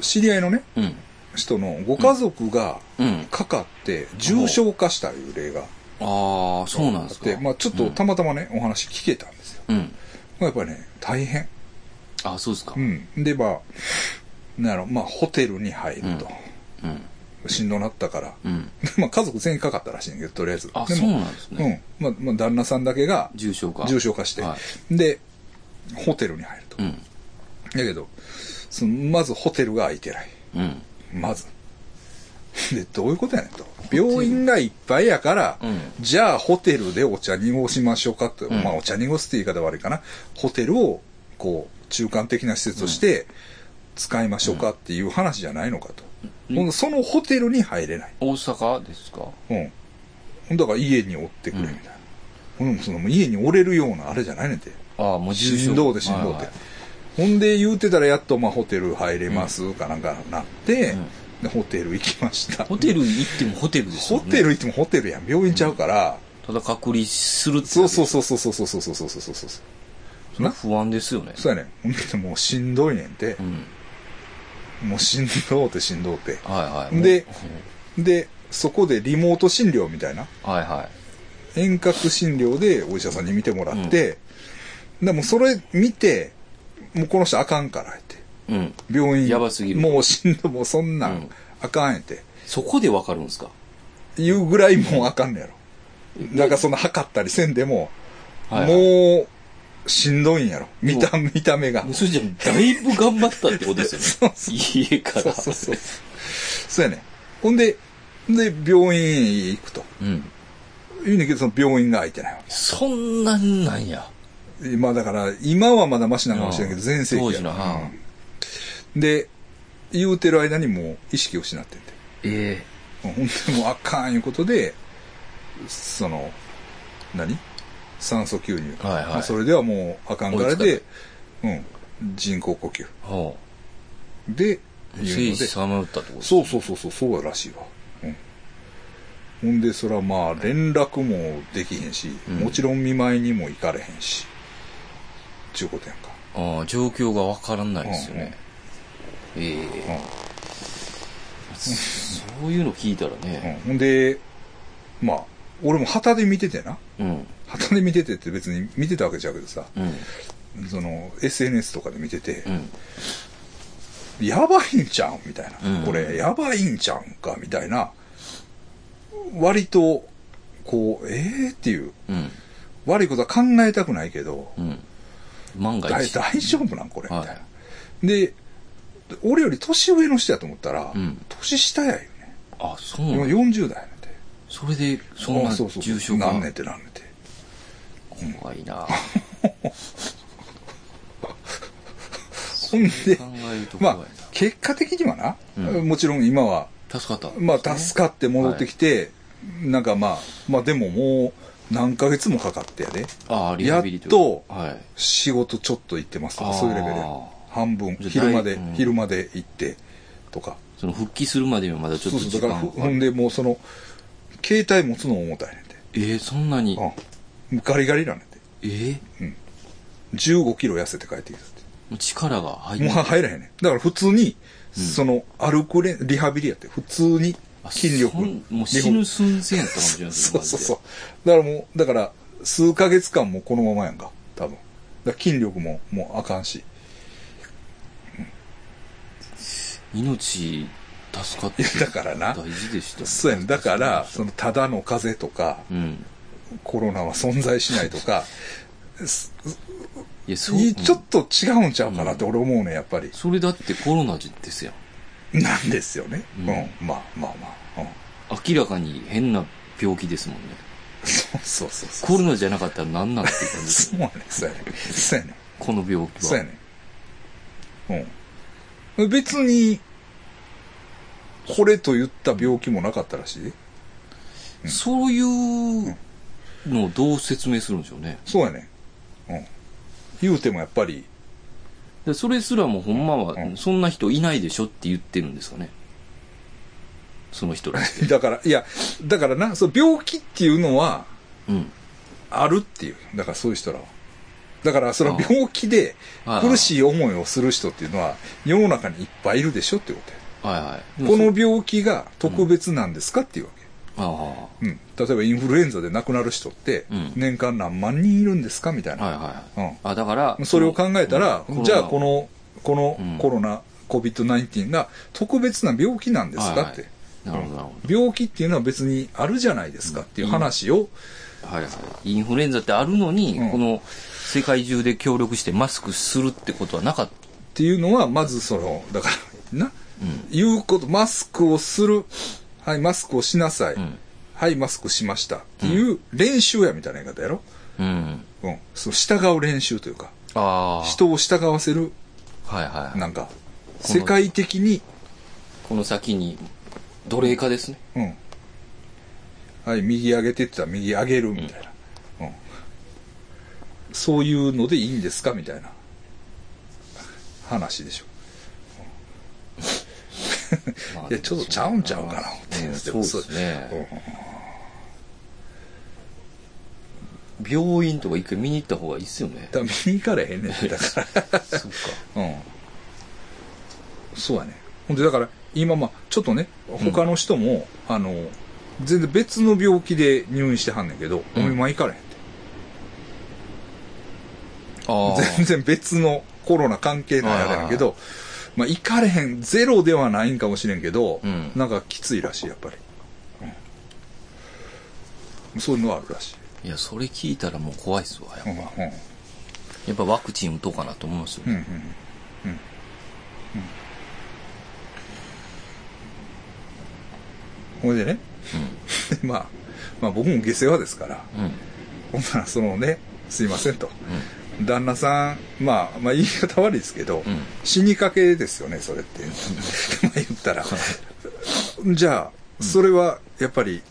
[SPEAKER 1] 知り合いのね、
[SPEAKER 2] うん。
[SPEAKER 1] 人のご家族が
[SPEAKER 2] うん。
[SPEAKER 1] かかって重症化したいう例が
[SPEAKER 2] ああ、そうなん
[SPEAKER 1] あ
[SPEAKER 2] で
[SPEAKER 1] っ
[SPEAKER 2] すか
[SPEAKER 1] て、。まあちょっとたまたまね、お話聞けたんですよ。
[SPEAKER 2] うん。
[SPEAKER 1] まあやっぱりね、大変。
[SPEAKER 2] あそうですか。
[SPEAKER 1] うん。で、まあ、なんやろ、まあホテルに入ると。
[SPEAKER 2] うん。
[SPEAKER 1] しんどなったから。
[SPEAKER 2] うん。
[SPEAKER 1] でまあ家族全員かかったらしいんだけど、とりあえず。
[SPEAKER 2] あ、
[SPEAKER 1] で
[SPEAKER 2] そう
[SPEAKER 1] も
[SPEAKER 2] なんですね。
[SPEAKER 1] うん。まあ、まあ、旦那さんだけが
[SPEAKER 2] 重症化。
[SPEAKER 1] 重症化して。
[SPEAKER 2] は
[SPEAKER 1] で、ホテルに入ると。
[SPEAKER 2] う
[SPEAKER 1] だ
[SPEAKER 2] ん。
[SPEAKER 1] けど、そのまずホテルが空いてない。
[SPEAKER 2] うん。
[SPEAKER 1] まず。 で、どういうことやねんと。病院がいっぱいやから、
[SPEAKER 2] うん
[SPEAKER 1] じゃあホテルでお茶濁しましょうかと。
[SPEAKER 2] ん
[SPEAKER 1] まあお茶濁すって言い方悪いかな。ホテルを、こう、中間的な施設として使いましょうかっていう話じゃないのかと。
[SPEAKER 2] うん
[SPEAKER 1] ほんでそのホテルに入れない。
[SPEAKER 2] 大阪ですか
[SPEAKER 1] うん。ほんだから家におってくれみたいな。ほんでもそのもう家におれるようなあれじゃないねんて。
[SPEAKER 2] ああ、もう重症
[SPEAKER 1] しんどうでしんどう
[SPEAKER 2] は
[SPEAKER 1] って
[SPEAKER 2] いは
[SPEAKER 1] ほ
[SPEAKER 2] い。
[SPEAKER 1] んで言うてたらやっとまあホテル入れますかなんかなって、でホテル行きました。
[SPEAKER 2] ホテル行ってもホテルです
[SPEAKER 1] ホ
[SPEAKER 2] よね。
[SPEAKER 1] テル行ってもホテルやん。病院ちゃうから。
[SPEAKER 2] ただ隔離するって。
[SPEAKER 1] そうそううそうそうそうそうそうそうそうそうそう。
[SPEAKER 2] それは不安ですよね。
[SPEAKER 1] そうやねん。ほんでもうしんどいねんて
[SPEAKER 2] う。ん。
[SPEAKER 1] もうしんどうてしんどうて。
[SPEAKER 2] はいはい。
[SPEAKER 1] で
[SPEAKER 2] も
[SPEAKER 1] で、そこでリモート診療みたいな。
[SPEAKER 2] う、はいはい。
[SPEAKER 1] 遠隔診療でお医者さんに見てもらって。でもそれ見て、もうこの人あかんからって。
[SPEAKER 2] うん。
[SPEAKER 1] 病院。
[SPEAKER 2] やばすぎる
[SPEAKER 1] もうしんどいもうそんな
[SPEAKER 2] うん
[SPEAKER 1] んあかんやて。
[SPEAKER 2] そこでわかるんですか
[SPEAKER 1] いうぐらいもうあかんねやろ。なんかその測ったりせんでも、
[SPEAKER 2] はいはい
[SPEAKER 1] もうしんどいんやろ。見た、見た目が
[SPEAKER 2] もう。それじゃ、だいぶ頑張ったってことですよ ね。
[SPEAKER 1] そ
[SPEAKER 2] 家から。
[SPEAKER 1] そうそうそう。そうやね。ほんで、で、病院へ行くと。
[SPEAKER 2] うん。
[SPEAKER 1] 言うねんけど、その病院が空いてないわ
[SPEAKER 2] そんなんなんや。
[SPEAKER 1] け。まあだから、今はまだマシなのかもしれないけど、
[SPEAKER 2] うん
[SPEAKER 1] 全盛期
[SPEAKER 2] 当
[SPEAKER 1] や
[SPEAKER 2] 時の、うん
[SPEAKER 1] うんで、言うてる間にもう意識を失ってんて。
[SPEAKER 2] え
[SPEAKER 1] うんほんでもうあかんいうことで、その、何酸素吸入。
[SPEAKER 2] はいはい
[SPEAKER 1] まあそれではもうあかんから
[SPEAKER 2] 追い
[SPEAKER 1] で、うん、人工呼吸。
[SPEAKER 2] えは
[SPEAKER 1] で、
[SPEAKER 2] あ。
[SPEAKER 1] いう
[SPEAKER 2] 生
[SPEAKER 1] ので
[SPEAKER 2] 死さまよったってこと
[SPEAKER 1] そうそうそうそう、そうやらしいわ。うん。ほんで、そらまあ、連絡もできへんし、
[SPEAKER 2] うん
[SPEAKER 1] もちろん見舞いにも行かれへんし、ちゅうことやんか。
[SPEAKER 2] ああ、状況がわからないですよね。え
[SPEAKER 1] う
[SPEAKER 2] え
[SPEAKER 1] ん
[SPEAKER 2] そういうの聞いたらね。
[SPEAKER 1] うん。ほんで、まあ、俺も旗で見ててな。
[SPEAKER 2] うん。
[SPEAKER 1] 旗で見ててって別に見てたわけちゃうけどさ、
[SPEAKER 2] うん。
[SPEAKER 1] その、SNS とかで見てて
[SPEAKER 2] う、ん。
[SPEAKER 1] やばいんちゃうんみたいな。
[SPEAKER 2] うん
[SPEAKER 1] これ、やばいんちゃうんかみたいな。割と、こう、ええっていう、
[SPEAKER 2] うん。
[SPEAKER 1] 悪いことは考えたくないけど、
[SPEAKER 2] うん。万が
[SPEAKER 1] 大
[SPEAKER 2] 一。
[SPEAKER 1] 大丈夫なんこれ、みたい
[SPEAKER 2] は
[SPEAKER 1] な。
[SPEAKER 2] い。
[SPEAKER 1] で、俺より年上の人やと思ったら、
[SPEAKER 2] うん
[SPEAKER 1] 年下やよね。
[SPEAKER 2] あ、そうな
[SPEAKER 1] 今
[SPEAKER 2] の
[SPEAKER 1] 40代やねんて。
[SPEAKER 2] それで、そん
[SPEAKER 1] あ
[SPEAKER 2] な
[SPEAKER 1] そうそう
[SPEAKER 2] 重症化。
[SPEAKER 1] なんねんてなんねんて。
[SPEAKER 2] 怖いな
[SPEAKER 1] ほんで
[SPEAKER 2] そう考えると怖い
[SPEAKER 1] ま
[SPEAKER 2] な。
[SPEAKER 1] あ、結果的にはな、
[SPEAKER 2] うん
[SPEAKER 1] もちろん今は、
[SPEAKER 2] 助かった。
[SPEAKER 1] まあ、助かって戻ってきて、なんかまあ、まあでももう何ヶ月もかかってやで、
[SPEAKER 2] ああ、リハビリいうかはい。
[SPEAKER 1] 仕事ちょっと行ってますとか、
[SPEAKER 2] あー
[SPEAKER 1] そういうレベルや。半分、
[SPEAKER 2] じゃあ
[SPEAKER 1] 昼まで、
[SPEAKER 2] うん
[SPEAKER 1] 昼まで行って、とか。
[SPEAKER 2] その復帰するまでにはまだちょっ
[SPEAKER 1] そ
[SPEAKER 2] と
[SPEAKER 1] うそ
[SPEAKER 2] 時
[SPEAKER 1] う、だから
[SPEAKER 2] 間
[SPEAKER 1] ほ
[SPEAKER 2] が
[SPEAKER 1] ほんでもうその、携帯持つの重たいねんて。
[SPEAKER 2] えー、そんなに。
[SPEAKER 1] うん。ガリガリなんねんて。
[SPEAKER 2] えー、
[SPEAKER 1] 15キロ痩せて帰ってきたって。
[SPEAKER 2] もう力が入
[SPEAKER 1] もう
[SPEAKER 2] る。
[SPEAKER 1] 入らへんねん。だから普通に、その、歩くれ、リハビリやって、普通に
[SPEAKER 2] あ
[SPEAKER 1] 筋力。
[SPEAKER 2] そんもう死ぬ寸前やったかもしれない
[SPEAKER 1] そうそうそう。だからもう、だから、数ヶ月間もこのままやんか、多分。だから筋力も、もうあかんし。
[SPEAKER 2] 命、助かっ
[SPEAKER 1] い
[SPEAKER 2] て
[SPEAKER 1] や、だからな。
[SPEAKER 2] 大事でしたね。
[SPEAKER 1] そうやねん。だから、その、ただの風邪とか、
[SPEAKER 2] うん。
[SPEAKER 1] コロナは存在しないとか、す
[SPEAKER 2] いや、そう。
[SPEAKER 1] ちょっと違うんちゃうかなって俺思うねん、やっぱり。
[SPEAKER 2] それだってコロナですやん。
[SPEAKER 1] なんですよね。う
[SPEAKER 2] うん
[SPEAKER 1] ん。まあまあまあ。うん。
[SPEAKER 2] 明らかに変な病気ですもんね。
[SPEAKER 1] そうそうそうそう。
[SPEAKER 2] コロナじゃなかったら何なんていう感じです
[SPEAKER 1] そうやねん。そうやねん。 そうやねん。
[SPEAKER 2] この病気は。
[SPEAKER 1] そうやねん。うん。別に、これと言った病気もなかったらしいで。
[SPEAKER 2] そういうのをどう説明するんでしょうね。
[SPEAKER 1] そうやねん。うん。言うてもやっぱり、
[SPEAKER 2] でそれすらもほんまは
[SPEAKER 1] う、ん
[SPEAKER 2] そんな人いないでしょって言ってるんですかね。その人らって。
[SPEAKER 1] だから、いや、だからな、そう、病気っていうのは、
[SPEAKER 2] うん。
[SPEAKER 1] あるっていう。だからそういう人らは。だから、その
[SPEAKER 2] ああ
[SPEAKER 1] 病気で
[SPEAKER 2] ああ
[SPEAKER 1] 苦しい思いをする人っていうのは、世の中にいっぱいいるでしょってことや
[SPEAKER 2] はいはい。
[SPEAKER 1] こ
[SPEAKER 2] でも
[SPEAKER 1] の病気が特別なんですかっていうわけ。
[SPEAKER 2] そ、あ
[SPEAKER 1] うん。例えばインフルエンザで亡くなる人って
[SPEAKER 2] うん、
[SPEAKER 1] 年間何万人いるんですかみたい
[SPEAKER 2] あ、
[SPEAKER 1] な。
[SPEAKER 2] はいはいはい。
[SPEAKER 1] うん
[SPEAKER 2] あ、だから、
[SPEAKER 1] それを考えたら、
[SPEAKER 2] うん
[SPEAKER 1] じゃあこ、の、こ
[SPEAKER 2] うん
[SPEAKER 1] のコロナ、COVID-19 が特別な病気なんですかって。
[SPEAKER 2] コロナはいはいなるほどなるほ
[SPEAKER 1] 病気っていうのは別にあるじゃないですかっていう話を、
[SPEAKER 2] ど。はいはい。インフルエンザってあるのに、
[SPEAKER 1] うん
[SPEAKER 2] この世界中で協力してマスクするってことはなかっ
[SPEAKER 1] っていうのは、まずその、だから、な、
[SPEAKER 2] うん
[SPEAKER 1] 言うこと、マスクをする、はい、マスクをしなさい、
[SPEAKER 2] た。うん。
[SPEAKER 1] はい、マスクしましたっていう練習やみたいな言い方やろ。
[SPEAKER 2] うん。
[SPEAKER 1] うん。そう、従う練習というか、
[SPEAKER 2] ああ。
[SPEAKER 1] 人を従わせる、
[SPEAKER 2] はいはい。
[SPEAKER 1] なんか、世界的に、
[SPEAKER 2] この先に、奴隷化ですね。
[SPEAKER 1] うん。はい、右上げてって言ったら右上げるみたいな。うん。そういうのでいいんですかみたいな話でしょ。
[SPEAKER 2] まあ
[SPEAKER 1] いや、ちょっとちゃうんちゃうかな思 って、
[SPEAKER 2] うんそうです
[SPEAKER 1] うん
[SPEAKER 2] ね。病院とか一回見に行った方がいいっす よね。
[SPEAKER 1] だから見に行かれへんねんてだから。
[SPEAKER 2] そうか。
[SPEAKER 1] うん。そうやね。ほんで、だから、今、まあ、ちょっとね、他の人も、あの、全然別の病気で入院してはんねんけど、
[SPEAKER 2] うん
[SPEAKER 1] お見舞い行かれへんって。
[SPEAKER 2] ああ。
[SPEAKER 1] 全然別のコロナ関係ないあれやけど、まあ、行かれへん、ゼロではないんかもしれんけど、
[SPEAKER 2] うん
[SPEAKER 1] なんかきついらしい、やっぱり。うん、そういうのはあるらしい。
[SPEAKER 2] いや、それ聞いたらもう怖いっすわ。やっぱ
[SPEAKER 1] うん、う
[SPEAKER 2] やっぱワクチン打とうかなと思いますよね。
[SPEAKER 1] ん、うん、うん。うんほいでね、で まあ、まあ僕も下世話ですから、
[SPEAKER 2] うん。うん。
[SPEAKER 1] ほんならそのね、すいませんと。旦那さん、まあ、まあ言い方悪いですけど、
[SPEAKER 2] ん
[SPEAKER 1] 死にかけですよね、それって。 まあ言ったら、じゃあ、それはやっぱり、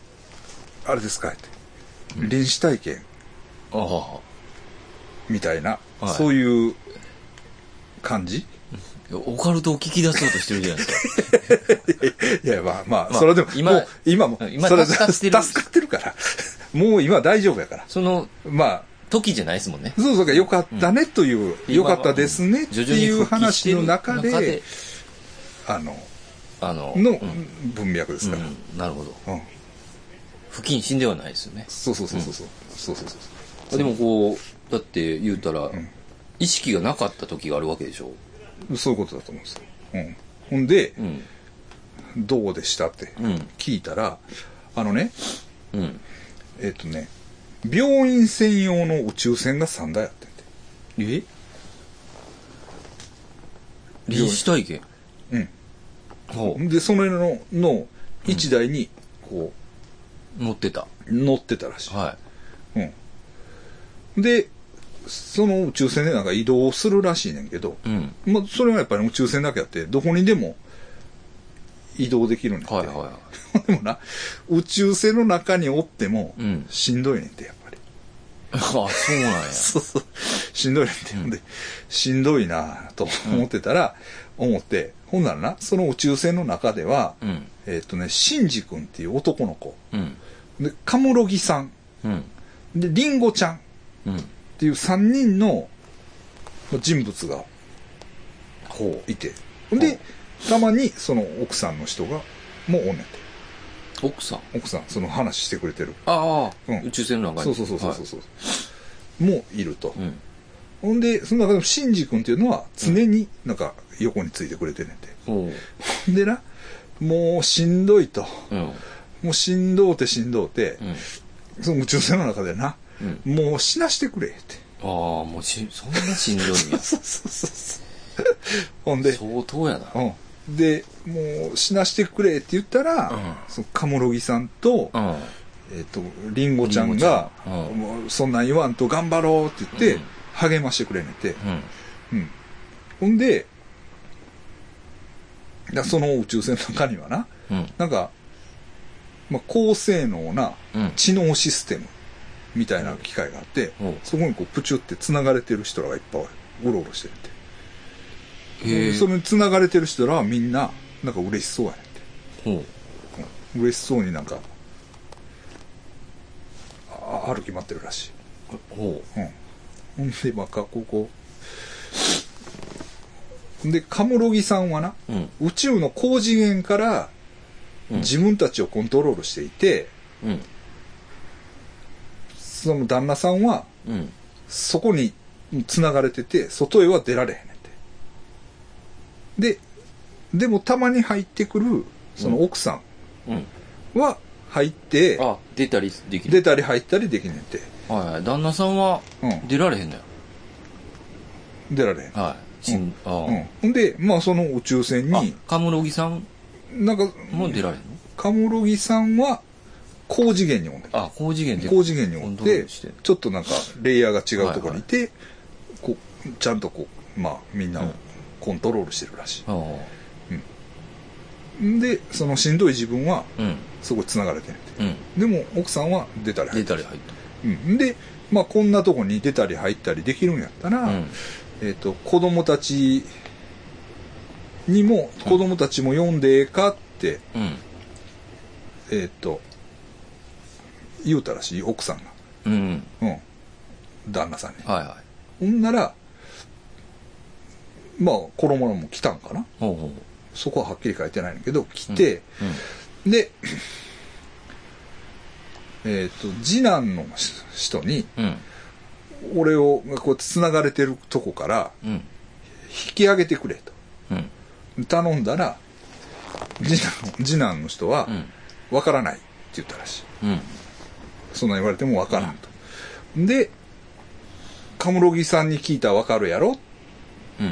[SPEAKER 1] あれですかって。臨死体験
[SPEAKER 2] ああ。
[SPEAKER 1] みたいな、
[SPEAKER 2] はい
[SPEAKER 1] そういう感じ
[SPEAKER 2] いやオカルトを聞き出そうとしてるじゃないですか。
[SPEAKER 1] いや、まあまあ、
[SPEAKER 2] まあ
[SPEAKER 1] それでも、
[SPEAKER 2] 今
[SPEAKER 1] もう今も、
[SPEAKER 2] 今
[SPEAKER 1] それ
[SPEAKER 2] 助かってる
[SPEAKER 1] 助かってるから、 もう今大丈夫やから。
[SPEAKER 2] その
[SPEAKER 1] まあ、
[SPEAKER 2] 時じゃないですもんね。
[SPEAKER 1] そうそうか、よかったねという、よかったですねって
[SPEAKER 2] 今はうん徐々に
[SPEAKER 1] いう
[SPEAKER 2] 復帰して
[SPEAKER 1] 話
[SPEAKER 2] る
[SPEAKER 1] の中で、あの、
[SPEAKER 2] あの、
[SPEAKER 1] の
[SPEAKER 2] うん
[SPEAKER 1] 文脈ですから。うん
[SPEAKER 2] うんなるほど。不謹慎ではないですよね。
[SPEAKER 1] そうそうそうそうそう。そうそうそう
[SPEAKER 2] あでもこう、だって言うたら、
[SPEAKER 1] ん
[SPEAKER 2] 意識がなかった時があるわけでしょ。
[SPEAKER 1] そう。そういうことだと思うんですよ。うん。ほんで
[SPEAKER 2] う、ん。
[SPEAKER 1] どうでしたって
[SPEAKER 2] うん。
[SPEAKER 1] 聞いたら、あのね、
[SPEAKER 2] うん。
[SPEAKER 1] えっ、とね、病院専用の宇宙船が3台あってんて。
[SPEAKER 2] え臨死体験
[SPEAKER 1] うん。
[SPEAKER 2] ほ
[SPEAKER 1] で、そののの1台に、こ
[SPEAKER 2] う。乗ってた。
[SPEAKER 1] う、乗ってたらしい。
[SPEAKER 2] は
[SPEAKER 1] うん。で、その宇宙船でなんか移動するらしいねんけど、
[SPEAKER 2] い。うん。
[SPEAKER 1] まあ、それはやっぱり宇宙船だけあって、どこにでも移動できるねんて。
[SPEAKER 2] は いはいは
[SPEAKER 1] でもな、宇宙船の中におっても
[SPEAKER 2] い。う、ん。
[SPEAKER 1] しんどいねんて、やっぱり。
[SPEAKER 2] あ、そうなんや。
[SPEAKER 1] そうそう。 しんどいねんて、ほんで、しんどいなぁと思ってたら、思って、ほんならな、その宇宙船の中では、
[SPEAKER 2] うん。
[SPEAKER 1] えっ、とね、シンジ君っていう男の子。
[SPEAKER 2] うん。
[SPEAKER 1] で、カムロギさん。
[SPEAKER 2] うん。
[SPEAKER 1] で、リンゴちゃんっ
[SPEAKER 2] うん。
[SPEAKER 1] ていう3人のまあ人物が
[SPEAKER 2] ほ
[SPEAKER 1] いて。で、たまにその奥さんの人が、もうおんねんて。
[SPEAKER 2] う。奥さん。
[SPEAKER 1] 奥さん、その話してくれてる。
[SPEAKER 2] ああ、
[SPEAKER 1] うん
[SPEAKER 2] 宇宙船の中
[SPEAKER 1] そ
[SPEAKER 2] に。
[SPEAKER 1] うそうそうそうそう
[SPEAKER 2] は
[SPEAKER 1] そう。もういると。
[SPEAKER 2] いうん。
[SPEAKER 1] ほんで、その中でも、シンジ君っていうのは、常になんか、横についてくれてるんで。
[SPEAKER 2] ほ
[SPEAKER 1] ほんでな、もうしんどいと。
[SPEAKER 2] う。うん。
[SPEAKER 1] もうしんどうてしんどうて
[SPEAKER 2] う、ん。
[SPEAKER 1] その宇宙船の中でな、
[SPEAKER 2] うん。
[SPEAKER 1] もう死なしてくれって。
[SPEAKER 2] ああ、もうし、そんなしんどいんや。
[SPEAKER 1] そうそうそうそう。ほん で、
[SPEAKER 2] 相当やな。
[SPEAKER 1] うん。で、もう死なしてくれって言ったら、
[SPEAKER 2] うん
[SPEAKER 1] そのカモロギさんと、
[SPEAKER 2] うん。
[SPEAKER 1] えっ、と、リンゴちゃんが、
[SPEAKER 2] リンゴちゃんうん
[SPEAKER 1] もうそんなん言わんと頑張ろうって言って、
[SPEAKER 2] うん
[SPEAKER 1] 励ましてくれねて。
[SPEAKER 2] うん。
[SPEAKER 1] うん。ほんで、だその宇宙船の中にはな、
[SPEAKER 2] うん。
[SPEAKER 1] なんか、まあ、高性能な
[SPEAKER 2] うん。
[SPEAKER 1] 知能システムみたいな機械があって、
[SPEAKER 2] ほう。
[SPEAKER 1] そこにこうプチュって繋がれてる人らがいっぱいおろおろしてるって。
[SPEAKER 2] へえ。
[SPEAKER 1] それに繋がれてる人らはみんな、なんか嬉しそうやねんって。
[SPEAKER 2] ほう。
[SPEAKER 1] うん嬉しそうになんか、あ歩き回ってるらしい。
[SPEAKER 2] ほ
[SPEAKER 1] うん。ほんで、まあ、かこうこう。で、カモロギさんはな、
[SPEAKER 2] う。うん。
[SPEAKER 1] 宇宙の高次元から
[SPEAKER 2] うん
[SPEAKER 1] 自分たちをコントロールしていて、
[SPEAKER 2] うん。
[SPEAKER 1] その旦那さんは
[SPEAKER 2] うん。
[SPEAKER 1] そこに繋がれてて、外へは出られへんねんて。で、でもたまに入ってくる、その奥さ
[SPEAKER 2] うん。
[SPEAKER 1] んは入って、
[SPEAKER 2] あ、出たりできる。
[SPEAKER 1] 出たり入ったりできんねんて。
[SPEAKER 2] はいはい。旦那さんは
[SPEAKER 1] うん
[SPEAKER 2] 出られへんのよ。
[SPEAKER 1] 出られへん。
[SPEAKER 2] はい。しん、ああ。
[SPEAKER 1] うん。ほんで、まあその宇宙船
[SPEAKER 2] あ
[SPEAKER 1] に、、
[SPEAKER 2] カムロギさん
[SPEAKER 1] なんか、
[SPEAKER 2] も出られへんの
[SPEAKER 1] カモロギさんは高次元におんねん。
[SPEAKER 2] あ、高次元で。
[SPEAKER 1] 高次元にお
[SPEAKER 2] コン
[SPEAKER 1] っ
[SPEAKER 2] トロー
[SPEAKER 1] て
[SPEAKER 2] ルして
[SPEAKER 1] ちょっとなんかレイヤーが違うところにいて、こうちゃんとこうまあみんな
[SPEAKER 2] う
[SPEAKER 1] を
[SPEAKER 2] ん
[SPEAKER 1] コントロールしてるらし
[SPEAKER 2] ああ。
[SPEAKER 1] い、んでそのしんどい自分は
[SPEAKER 2] うん。
[SPEAKER 1] そこに繋がれてる
[SPEAKER 2] うん。
[SPEAKER 1] でも奥さんは出たり入
[SPEAKER 2] 出
[SPEAKER 1] った
[SPEAKER 2] り入っ
[SPEAKER 1] り、うん、で、まあ、こんなとこに出たり入ったりできるんやったら、
[SPEAKER 2] た。うん。
[SPEAKER 1] えっと子供たちにも子供たちも読んでええかって、
[SPEAKER 2] うん。
[SPEAKER 1] えっと言うたらしい奥さんが、
[SPEAKER 2] うん。
[SPEAKER 1] うん、旦那さんに
[SPEAKER 2] はいはい。
[SPEAKER 1] ほんなら、まあ、衣も来たんかな。
[SPEAKER 2] ほうほう。
[SPEAKER 1] そこははっきり書いてないんだけど、来て、で、えっ、と、次男の人に、
[SPEAKER 2] うん。うん。
[SPEAKER 1] 俺を、こうやって繋がれてるとこから、
[SPEAKER 2] うん。
[SPEAKER 1] 引き上げてくれと。
[SPEAKER 2] うん。
[SPEAKER 1] 頼んだら、次男次男の人は
[SPEAKER 2] う、ん。
[SPEAKER 1] わからないって言ったらしい。
[SPEAKER 2] うん。
[SPEAKER 1] そんな言われてもわからんと。で、カムロギさんに聞いたらわかるやろ
[SPEAKER 2] うん。
[SPEAKER 1] っ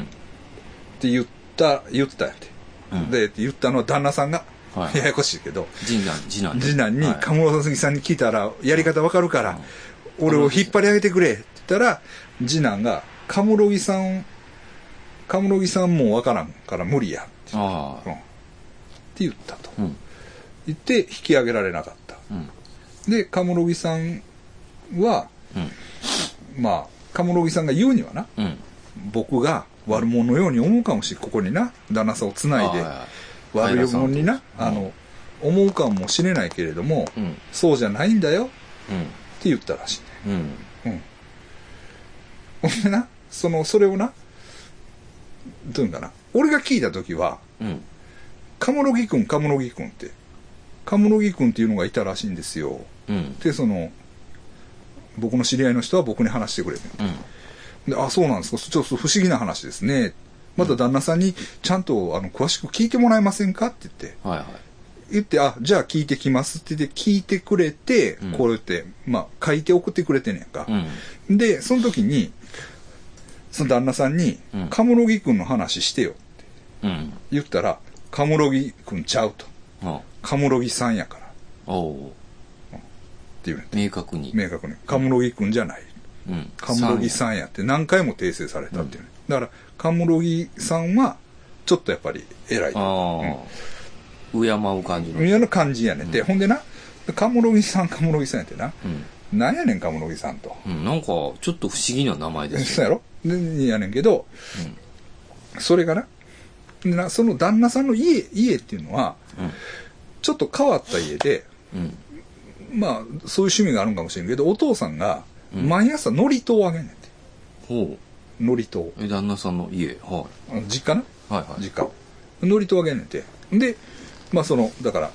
[SPEAKER 1] て言った、言ってたんやて。
[SPEAKER 2] うん
[SPEAKER 1] で、って言ったのは旦那さんが、
[SPEAKER 2] はい
[SPEAKER 1] ややこしいけど、
[SPEAKER 2] 次男、次男で。
[SPEAKER 1] 次男に、
[SPEAKER 2] はい
[SPEAKER 1] カムロサスギさんに聞いたら、やり方わかるから、俺を引っ張り上げてくれって言ったら、次男が、カムロギさん、カムロギさんもうわからんから無理やって,、
[SPEAKER 2] あ
[SPEAKER 1] う
[SPEAKER 2] あ
[SPEAKER 1] ん、って言ったと。。
[SPEAKER 2] うん。
[SPEAKER 1] 言って、引き上げられなかった。
[SPEAKER 2] うん。
[SPEAKER 1] で、カムロギさんは、
[SPEAKER 2] うん。
[SPEAKER 1] まあ、カムロギさんが言うにはな、
[SPEAKER 2] うん。
[SPEAKER 1] 僕が悪者のように思うかもしれんここにな旦那さんをつないで
[SPEAKER 2] ああ
[SPEAKER 1] 悪い者にな、
[SPEAKER 2] うん
[SPEAKER 1] あの思うかもしれないけれども、
[SPEAKER 2] うん。
[SPEAKER 1] そうじゃないんだよ
[SPEAKER 2] うん。
[SPEAKER 1] って言ったらし
[SPEAKER 2] うん。
[SPEAKER 1] いねうんほんでなそのそれをなどういうんかな俺が聞いた時は
[SPEAKER 2] うん。
[SPEAKER 1] 「カムロギ君カムロギ君」って「カムロギ君」っていうのがいたらしいんですよ
[SPEAKER 2] うん。
[SPEAKER 1] でその僕の知り合いの人は僕に話してくれて
[SPEAKER 2] うん。
[SPEAKER 1] で、あ、そうなんですか。ちょっと不思議な話ですね。また旦那さんにちゃんとあの詳しく聞いてもらえませんかって言って、
[SPEAKER 2] はいはい。
[SPEAKER 1] 言って、あ、じゃあ聞いてきますって言って聞いてくれて、
[SPEAKER 2] うん
[SPEAKER 1] こうやって、まあ書いて送ってくれてんねやんか
[SPEAKER 2] う。ん。
[SPEAKER 1] で、その時に、その旦那さんに
[SPEAKER 2] うん、
[SPEAKER 1] カムロギ君の話してよって
[SPEAKER 2] うん。
[SPEAKER 1] 言ったら、カムロギ君ちゃうと。
[SPEAKER 2] あ
[SPEAKER 1] カムロギさんやからって
[SPEAKER 2] おお
[SPEAKER 1] 言うねんて
[SPEAKER 2] ー明確に。
[SPEAKER 1] 明確に。カムロギ君じゃない。
[SPEAKER 2] うん。
[SPEAKER 1] カムロギさんやって何回も訂正されたっていうね、だからカムロギさんはちょっとやっぱり偉い
[SPEAKER 2] ああ。敬う感じの。
[SPEAKER 1] みたいな感じやねんて、ほんでなカムロギさんカムロギさんやってな
[SPEAKER 2] うん。
[SPEAKER 1] なんやねんカムロギさんと、
[SPEAKER 2] うん。なんか、ちょっと不思議な名前です
[SPEAKER 1] そうやろでやねんけど、それがなでなその旦那さんの家家っていうのはちょっと変わった家で
[SPEAKER 2] うん。うん。
[SPEAKER 1] まあそういう趣味があるんかもしれんけどお父さんが
[SPEAKER 2] うん
[SPEAKER 1] 毎朝祝詞をあげんねんて
[SPEAKER 2] ほ
[SPEAKER 1] 祝詞を
[SPEAKER 2] う。え、旦那さんの家。は。
[SPEAKER 1] あの実家ない
[SPEAKER 2] はいはい。
[SPEAKER 1] 実家祝詞をあげんねんてでまあそのだから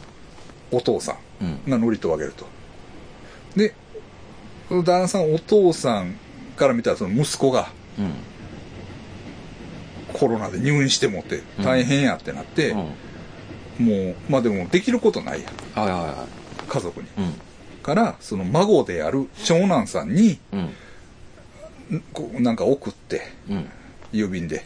[SPEAKER 1] お父さ
[SPEAKER 2] うん
[SPEAKER 1] ん。が祝詞をあげるとでその旦那さんお父さんから見たらその息子が
[SPEAKER 2] うん。
[SPEAKER 1] コロナで入院してもって
[SPEAKER 2] うん
[SPEAKER 1] 大変やってなって、
[SPEAKER 2] うん。
[SPEAKER 1] もうまあでもできることないやん
[SPEAKER 2] はいはいは
[SPEAKER 1] 家族に
[SPEAKER 2] い。
[SPEAKER 1] からその孫である長男さんに
[SPEAKER 2] うん。うん。
[SPEAKER 1] んこうなんか送って
[SPEAKER 2] うん。
[SPEAKER 1] 郵便で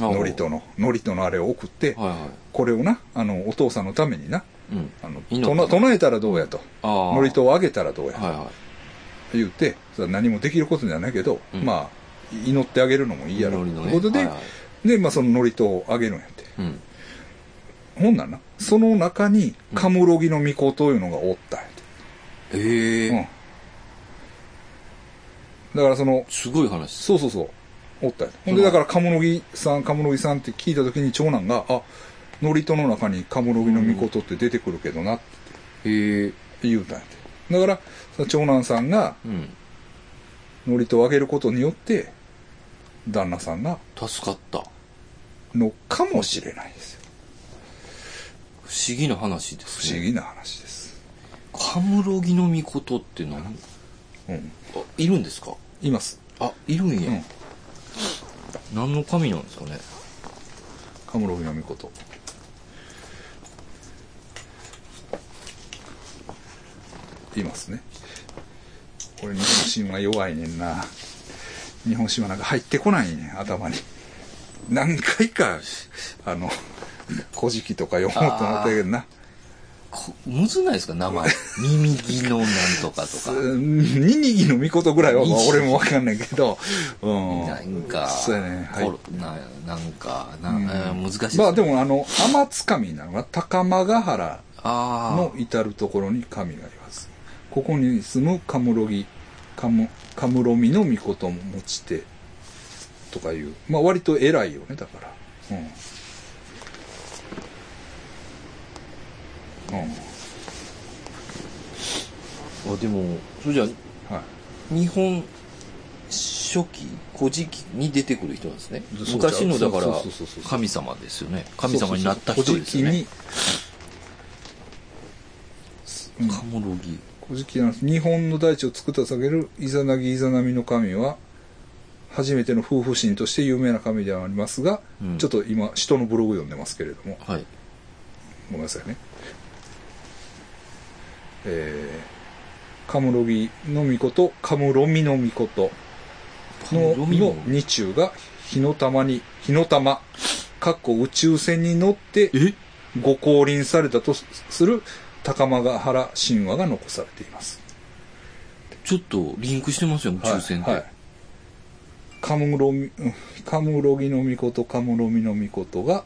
[SPEAKER 2] あ
[SPEAKER 1] 祝詞の祝詞のあれを送って
[SPEAKER 2] はいは。
[SPEAKER 1] これをなあのお父さんのためにない
[SPEAKER 2] うん。
[SPEAKER 1] あの
[SPEAKER 2] 祈って
[SPEAKER 1] 唱唱えたらどうやと
[SPEAKER 2] ああ。
[SPEAKER 1] 祝詞をあげたらどうや
[SPEAKER 2] はいは
[SPEAKER 1] 言うてそれは何もできることじゃないけど、
[SPEAKER 2] うん
[SPEAKER 1] まあ祈ってあげるのもい
[SPEAKER 2] い。
[SPEAKER 1] いやろ
[SPEAKER 2] 祈
[SPEAKER 1] とい
[SPEAKER 2] りの
[SPEAKER 1] う
[SPEAKER 2] ね
[SPEAKER 1] ことで、
[SPEAKER 2] はいはい
[SPEAKER 1] で、まあ、その祝詞をあげるんやって
[SPEAKER 2] うん。
[SPEAKER 1] ほんなんなその中に
[SPEAKER 2] うん
[SPEAKER 1] カムロギの巫女というのがおったんや
[SPEAKER 2] ええ
[SPEAKER 1] て、うんだからその
[SPEAKER 2] すごい話です。
[SPEAKER 1] そうそうそうおったんやてほん
[SPEAKER 2] そ
[SPEAKER 1] でだ
[SPEAKER 2] の
[SPEAKER 1] からカムロギさんカムロギさんって聞いた時に長男が「あ祝詞の中にカムロギの巫女って出てくるけどな」って
[SPEAKER 2] ええ
[SPEAKER 1] 言うたんやてだからその長男さんが
[SPEAKER 2] うん。
[SPEAKER 1] 祝詞をあげることによって旦那さんが「
[SPEAKER 2] 助かった。
[SPEAKER 1] のかもしれないですよ
[SPEAKER 2] 不思議な話で
[SPEAKER 1] 不
[SPEAKER 2] す
[SPEAKER 1] 思
[SPEAKER 2] ね。
[SPEAKER 1] 議な話です、
[SPEAKER 2] カムロギの御事って何
[SPEAKER 1] うん、
[SPEAKER 2] あ、いるんですか
[SPEAKER 1] います、
[SPEAKER 2] あ、いるんや。
[SPEAKER 1] うん、
[SPEAKER 2] 何の神なんですかね。
[SPEAKER 1] カムロギの御事いますね俺日本神話弱いねんな日本神話なんか入ってこないねん頭に何回かあの 「古事記」とか読もうと思ったけどな
[SPEAKER 2] こむずないですか名 前。耳木のなんとかとか。
[SPEAKER 1] うんニニギの御事ぐらいはまあ俺もわかんないけど、うん、
[SPEAKER 2] なんか、
[SPEAKER 1] そうやねはい
[SPEAKER 2] コロななんか、な
[SPEAKER 1] うん
[SPEAKER 2] えー難しいですね。
[SPEAKER 1] まあでもあの天津神なのが高間ヶ原
[SPEAKER 2] あ
[SPEAKER 1] の至る所に神がいますここに住むカムロギカムカムロミの御事も持ちてとかいうまあ割と偉いよねだからうんうん
[SPEAKER 2] あ。あ、でも、それじゃあ
[SPEAKER 1] はい
[SPEAKER 2] 日本初期古事記に出てくる人なんですね
[SPEAKER 1] そうそう
[SPEAKER 2] 昔のだから
[SPEAKER 1] そうそうそうそう
[SPEAKER 2] 神様ですよね神様になった人ですよ
[SPEAKER 1] 古
[SPEAKER 2] ね
[SPEAKER 1] 事記に
[SPEAKER 2] カモロギ
[SPEAKER 1] 古事記なんです日本の大地を作ったとされるイザナギイザナミの神は初めての夫婦神として有名な神ではありますが、
[SPEAKER 2] うん
[SPEAKER 1] ちょっと今人のブログ読んでますけれども
[SPEAKER 2] はい
[SPEAKER 1] ごめんなさいねえー、カムロギの御事カムロミの御事の
[SPEAKER 2] 神の
[SPEAKER 1] の二中が火の玉に火の玉かっこ宇宙船に乗って
[SPEAKER 2] え
[SPEAKER 1] ご降臨されたとする高間ヶ原神話が残されています。
[SPEAKER 2] ちょっとリンクしてますよ、抽選で。
[SPEAKER 1] はいはいカムロミ、うんカムロギの御子とカムロミの御子とが、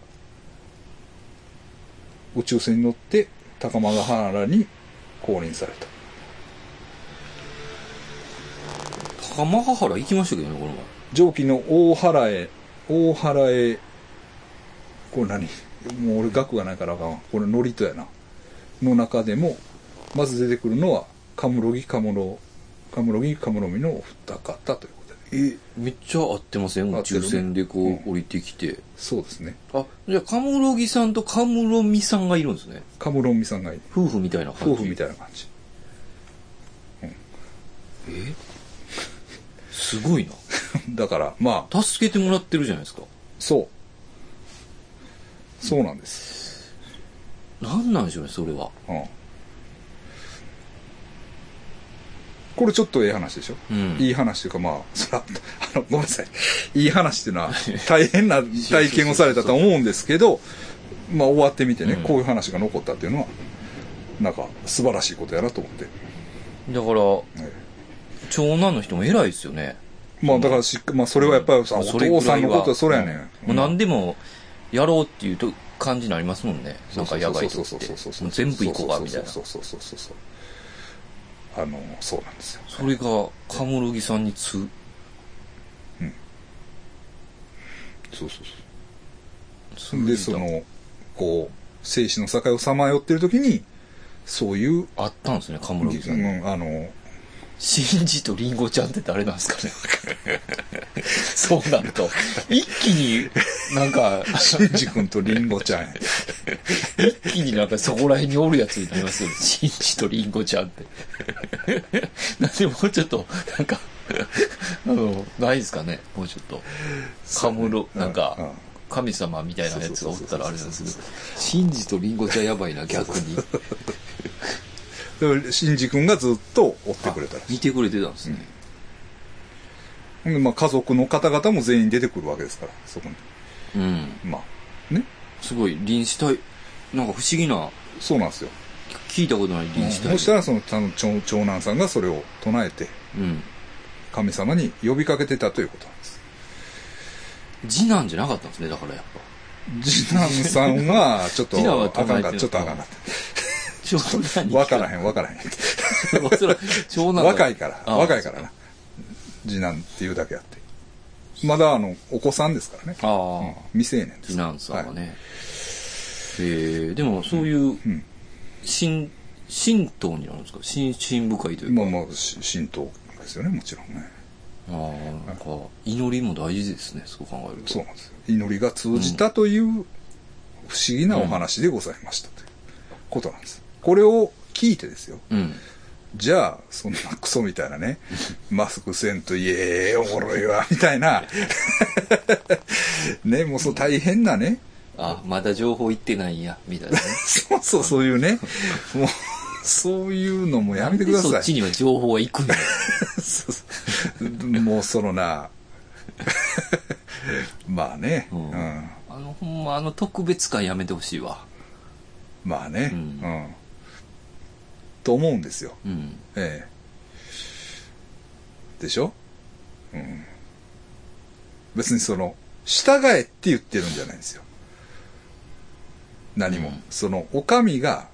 [SPEAKER 1] 宇宙船に乗って高間ヶ原に降臨された。
[SPEAKER 2] 高間ヶ原行きましたけどね、この前。
[SPEAKER 1] 上記の大原へ、大原へ、これ何もう俺額がないからあかんわこれノリとやな。の中でも、まず出てくるのは、カムロギ、カムロ、カムロギ、カムロミのお二方ということで。
[SPEAKER 2] え、めっちゃ合ってません
[SPEAKER 1] 合ってる
[SPEAKER 2] 抽選でこう、
[SPEAKER 1] うん
[SPEAKER 2] 降りてきて。
[SPEAKER 1] そうですね。
[SPEAKER 2] あ、じゃあ、カムロギさんとカムロミさんがいるんですね。
[SPEAKER 1] カムロミさんがいる。
[SPEAKER 2] 夫婦みたいな感じ。
[SPEAKER 1] 夫婦みたいな感じ。
[SPEAKER 2] えすごい
[SPEAKER 1] だから、まあ、
[SPEAKER 2] な。助けてもらってるじゃないですか。
[SPEAKER 1] そう。そうなんです。
[SPEAKER 2] なんなんでしょうね、それは。
[SPEAKER 1] うん。これちょっとええ話でしょ、
[SPEAKER 2] うん。
[SPEAKER 1] いい話というか、まあ、そら、 あの、ごめんなさい。いい話っていうのは、大変 な体験をされたと思うんですけど、まあ、終わってみてね、
[SPEAKER 2] うん
[SPEAKER 1] こういう話が残ったっていうのは、なんか、素晴らしいことやなと思って。
[SPEAKER 2] だから、
[SPEAKER 1] え
[SPEAKER 2] 長男の人も偉いですよね。
[SPEAKER 1] えまあ、だからしっか、まあ、それはやっぱりさ、お
[SPEAKER 2] それぐらい
[SPEAKER 1] 父
[SPEAKER 2] は
[SPEAKER 1] さんのことはそれやねん。
[SPEAKER 2] もう何でもやろうっていうと感じになりますもんね。なんか野外と
[SPEAKER 1] そう
[SPEAKER 2] か
[SPEAKER 1] そ
[SPEAKER 2] っ
[SPEAKER 1] うそうそう
[SPEAKER 2] て。
[SPEAKER 1] そう
[SPEAKER 2] もう全部行こうか、みたいな。
[SPEAKER 1] そうそうそうそうそうそうあのそうなんですよ
[SPEAKER 2] それが、カムロギさんにつ、
[SPEAKER 1] そうそうそ
[SPEAKER 2] つ
[SPEAKER 1] うでそのこう生死の境をさまよってる時にそういう、
[SPEAKER 2] あったんですね、カ
[SPEAKER 1] う
[SPEAKER 2] ムロギさん。
[SPEAKER 1] ん、あの
[SPEAKER 2] シンジとリンゴちゃんって誰なんですかね そうなると、一気に、なん か、
[SPEAKER 1] シンジ君とリンゴちゃん や
[SPEAKER 2] 一気になんかそこら辺におるやつになりますよね。 シンジとリンゴちゃんって。なんでもうちょっと、なんか、あの、ないですかねもうちょっと。カムロ、
[SPEAKER 1] う
[SPEAKER 2] なん
[SPEAKER 1] んう
[SPEAKER 2] か
[SPEAKER 1] ん、
[SPEAKER 2] 神様みたいなやつがおったらあれなんです
[SPEAKER 1] そうそうそう
[SPEAKER 2] けど、シンジとリンゴちゃんやばいな、逆に。
[SPEAKER 1] だからシンジ君がずっと追ってくれたらしい
[SPEAKER 2] 見てくれてたんですね。
[SPEAKER 1] ほんでまあ、家族の方々も全員出てくるわけですからそこに
[SPEAKER 2] うん。
[SPEAKER 1] まあね
[SPEAKER 2] すごい、臨死体、なんか不思議な、
[SPEAKER 1] そうなんですよ
[SPEAKER 2] 聞いたことない臨死体。
[SPEAKER 1] そしたらその多分長長男さんがそれを唱えて
[SPEAKER 2] うん。
[SPEAKER 1] 神様に呼びかけてたということなんです
[SPEAKER 2] 次男じゃなかったんですね、だからやっぱ。
[SPEAKER 1] 次男さんは、ちょっと、
[SPEAKER 2] 次男は
[SPEAKER 1] あか
[SPEAKER 2] 唱えてる
[SPEAKER 1] んかった、ちょっとあかんかった。
[SPEAKER 2] 長男 に。
[SPEAKER 1] わからへん、わからへん。
[SPEAKER 2] おそらく長男が
[SPEAKER 1] 若いから、
[SPEAKER 2] あ
[SPEAKER 1] 若いからな。次男っていうだけあって。まだ、あの、お子さんですからね。
[SPEAKER 2] ああ、
[SPEAKER 1] うん未成年です。
[SPEAKER 2] 次男さんはね。
[SPEAKER 1] は
[SPEAKER 2] えーでもそういう、
[SPEAKER 1] ん
[SPEAKER 2] 神、神道になるんですか神、神深いと
[SPEAKER 1] い。
[SPEAKER 2] いうか。
[SPEAKER 1] まあまあ、し神道ですよね、もちろんね。
[SPEAKER 2] あーなんか、祈りも大事ですね、そう考えると。
[SPEAKER 1] そうなんですよ。祈りが通じたという、不思議なお話でございました、ということなんです。これを聞いてですよ。
[SPEAKER 2] うん。
[SPEAKER 1] じゃあ、そんなクソみたいな ね、マスクせんといええ、おもろいわ、みたいな。 ね、もうそう大変なね。
[SPEAKER 2] あ、まだ情報言ってないんや、みたいなね。
[SPEAKER 1] そうそう、そういうね。もう、そういうのもやめてくだ
[SPEAKER 2] そ
[SPEAKER 1] さ
[SPEAKER 2] っち
[SPEAKER 1] い。
[SPEAKER 2] には情報は行くんや。
[SPEAKER 1] そうそう もうそのな、まあね、う
[SPEAKER 2] うん
[SPEAKER 1] ん。
[SPEAKER 2] あの、ほんま、あの特別感やめてほしいわ。
[SPEAKER 1] まあね、う、
[SPEAKER 2] うんん
[SPEAKER 1] と思うんですよ。
[SPEAKER 2] うん。
[SPEAKER 1] ええ。でしょうん。別にその、従えって言ってるんじゃないんですよ。何も。
[SPEAKER 2] うん
[SPEAKER 1] その、お上が、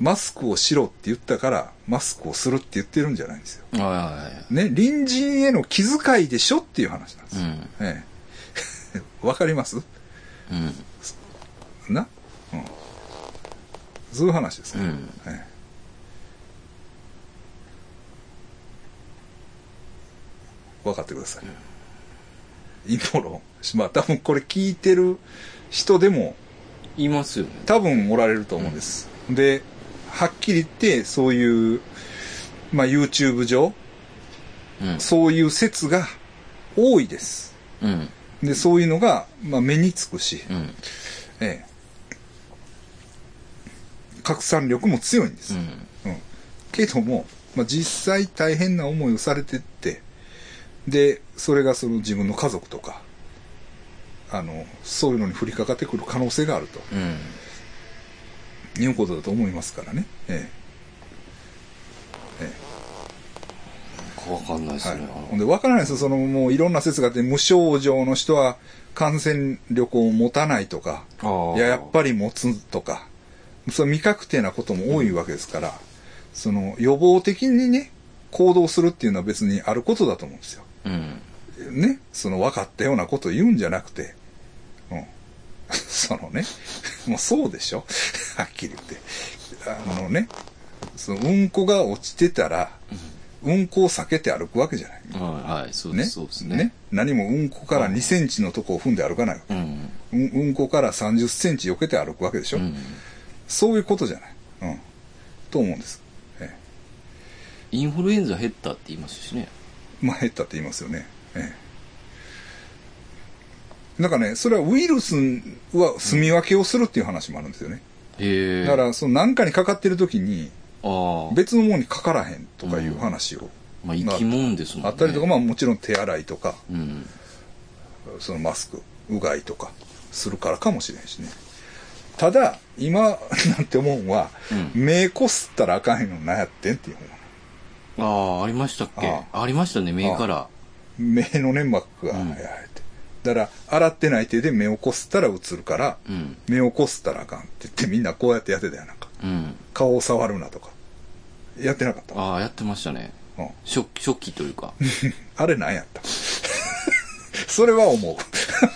[SPEAKER 1] マスクをしろって言ったから、マスクをするって言ってるんじゃないんですよ。
[SPEAKER 2] はいはいはい。
[SPEAKER 1] ね、隣人への気遣いでしょっていう話なんです。
[SPEAKER 2] うん。
[SPEAKER 1] ええ。 わかります
[SPEAKER 2] うん。
[SPEAKER 1] な、うん、そういう話ですから、
[SPEAKER 2] うん
[SPEAKER 1] ええ分かってください、陰謀論まあ多分これ聞いてる人でも
[SPEAKER 2] いますよね。
[SPEAKER 1] 多分おられると思うんです、ではっきり言ってそういう、まあ、YouTube 上
[SPEAKER 2] うん。
[SPEAKER 1] そういう説が多いです
[SPEAKER 2] うん。
[SPEAKER 1] でそういうのが、まあ、目につくし、
[SPEAKER 2] うん。
[SPEAKER 1] ええ、拡散力も強いんです、
[SPEAKER 2] うん。
[SPEAKER 1] うんけども、まあ、実際大変な思いをされてってでそれがその自分の家族とかあの、そういうのに降りかかってくる可能性があると
[SPEAKER 2] うん。
[SPEAKER 1] いうことだと思いますからね。え
[SPEAKER 2] わかんないで
[SPEAKER 1] え。は
[SPEAKER 2] す
[SPEAKER 1] い
[SPEAKER 2] ね。。
[SPEAKER 1] ほんで、わからないですよ。その、もういろんな説があって、無症状の人は感染力を持たないとか、
[SPEAKER 2] ああ
[SPEAKER 1] いや、やっぱり持つとか、その未確定なことも多いわけですから、その予防的にね、行動するっていうのは別にあることだと思うんですよ。
[SPEAKER 2] うん。
[SPEAKER 1] ね、その分かったようなことを言うんじゃなくて、うん。 そのね、もうそうでしょ はっきり言って。あのね、そのうんこが落ちてたら、うんこを避けて歩くわけじゃない。
[SPEAKER 2] はい、はい、そうで
[SPEAKER 1] ね。
[SPEAKER 2] す。そうですね。
[SPEAKER 1] 何もうんこから2センチのとこを踏んで歩かないわけ。
[SPEAKER 2] うん。
[SPEAKER 1] うんうんこから30センチ避けて歩くわけでしょ、
[SPEAKER 2] うん。
[SPEAKER 1] そういうことじゃない。うん。と思うんです。え
[SPEAKER 2] インフルエンザ減ったって言いますしね。
[SPEAKER 1] え、まあ、減ったって言いますよね。ええ。なんかね、それはウイルスは住み分けをするっていう話もあるんですよね。
[SPEAKER 2] へえ。
[SPEAKER 1] だから、その何かにかかってる時に、
[SPEAKER 2] ああ。
[SPEAKER 1] 別のものにかからへんとかいう話を、
[SPEAKER 2] まあ、生き物ですもんね。
[SPEAKER 1] あったりとか、まあもちろん手洗いとか、
[SPEAKER 2] うん。
[SPEAKER 1] そのマスク、うがいとかするからかもしれんしね。ただ、今 なんて思うんは、
[SPEAKER 2] う
[SPEAKER 1] 目こすったらあかんのなんやってんっていう思う。
[SPEAKER 2] ああ、ありましたっけ
[SPEAKER 1] あ
[SPEAKER 2] ありましたね、目から。
[SPEAKER 1] 目の粘膜が、
[SPEAKER 2] うん
[SPEAKER 1] はいはいってだから洗ってない手で目をこすったらうつるから、
[SPEAKER 2] うん。
[SPEAKER 1] 目をこすったらあかんって言ってみんなこうやってやってたよなんか
[SPEAKER 2] うん。
[SPEAKER 1] 顔を触るなとかやってなかったあ,、
[SPEAKER 2] ああ、やってましたね。
[SPEAKER 1] うん、
[SPEAKER 2] 初期、初期というか。
[SPEAKER 1] あれ何やった それは思う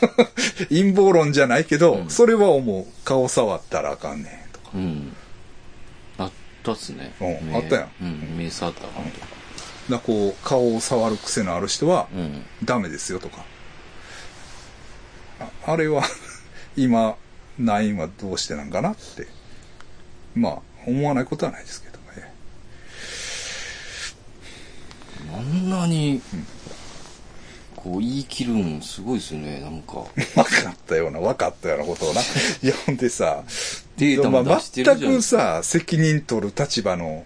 [SPEAKER 1] 陰謀論じゃないけど、
[SPEAKER 2] うん
[SPEAKER 1] それは思う顔触ったらあかんねんとか
[SPEAKER 2] うん。あったっすね。
[SPEAKER 1] うん
[SPEAKER 2] 目
[SPEAKER 1] あったやん
[SPEAKER 2] うん。目触ったらあかんとか。
[SPEAKER 1] だからこう顔を触る癖のある人は
[SPEAKER 2] うん。
[SPEAKER 1] ダメですよとかああれは 今ないんはどうしてなんかなってまあ思わないことはないですけどね
[SPEAKER 2] あんなに、こう言い切るんすごいですね、なんか。
[SPEAKER 1] 分かったような分かったような ことをないやほんでさ
[SPEAKER 2] データも
[SPEAKER 1] まあ
[SPEAKER 2] 出してるじゃん
[SPEAKER 1] 全くさ責任取る立場の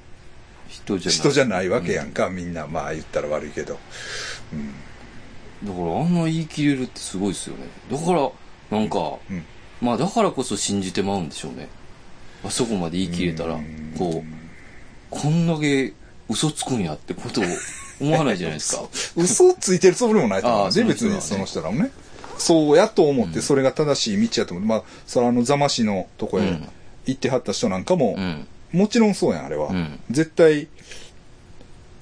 [SPEAKER 2] 人じゃない。
[SPEAKER 1] 人じゃないわけやんか、みんなまあ言ったら悪いけど
[SPEAKER 2] だからあんな言い切れるってすごいですよね。だから、なんか、
[SPEAKER 1] うん
[SPEAKER 2] まあだからこそ信じてまうんでしょうね。あそこまで言い切れたら
[SPEAKER 1] うん、
[SPEAKER 2] こう、こんだけ嘘つくんやってことを思わないじゃな いですか。
[SPEAKER 1] 嘘ついてるつもりもないと思
[SPEAKER 2] あ
[SPEAKER 1] う
[SPEAKER 2] あ
[SPEAKER 1] で
[SPEAKER 2] その
[SPEAKER 1] 別
[SPEAKER 2] 人はね
[SPEAKER 1] にその人らもねそうやと思ってそれが正しい道やと思って、まあそれはあの座間市のとこ
[SPEAKER 2] う
[SPEAKER 1] へ
[SPEAKER 2] ん
[SPEAKER 1] 行ってはった人なんかも、
[SPEAKER 2] うん。
[SPEAKER 1] もちろんそうやん、あれは。
[SPEAKER 2] うん
[SPEAKER 1] 絶対、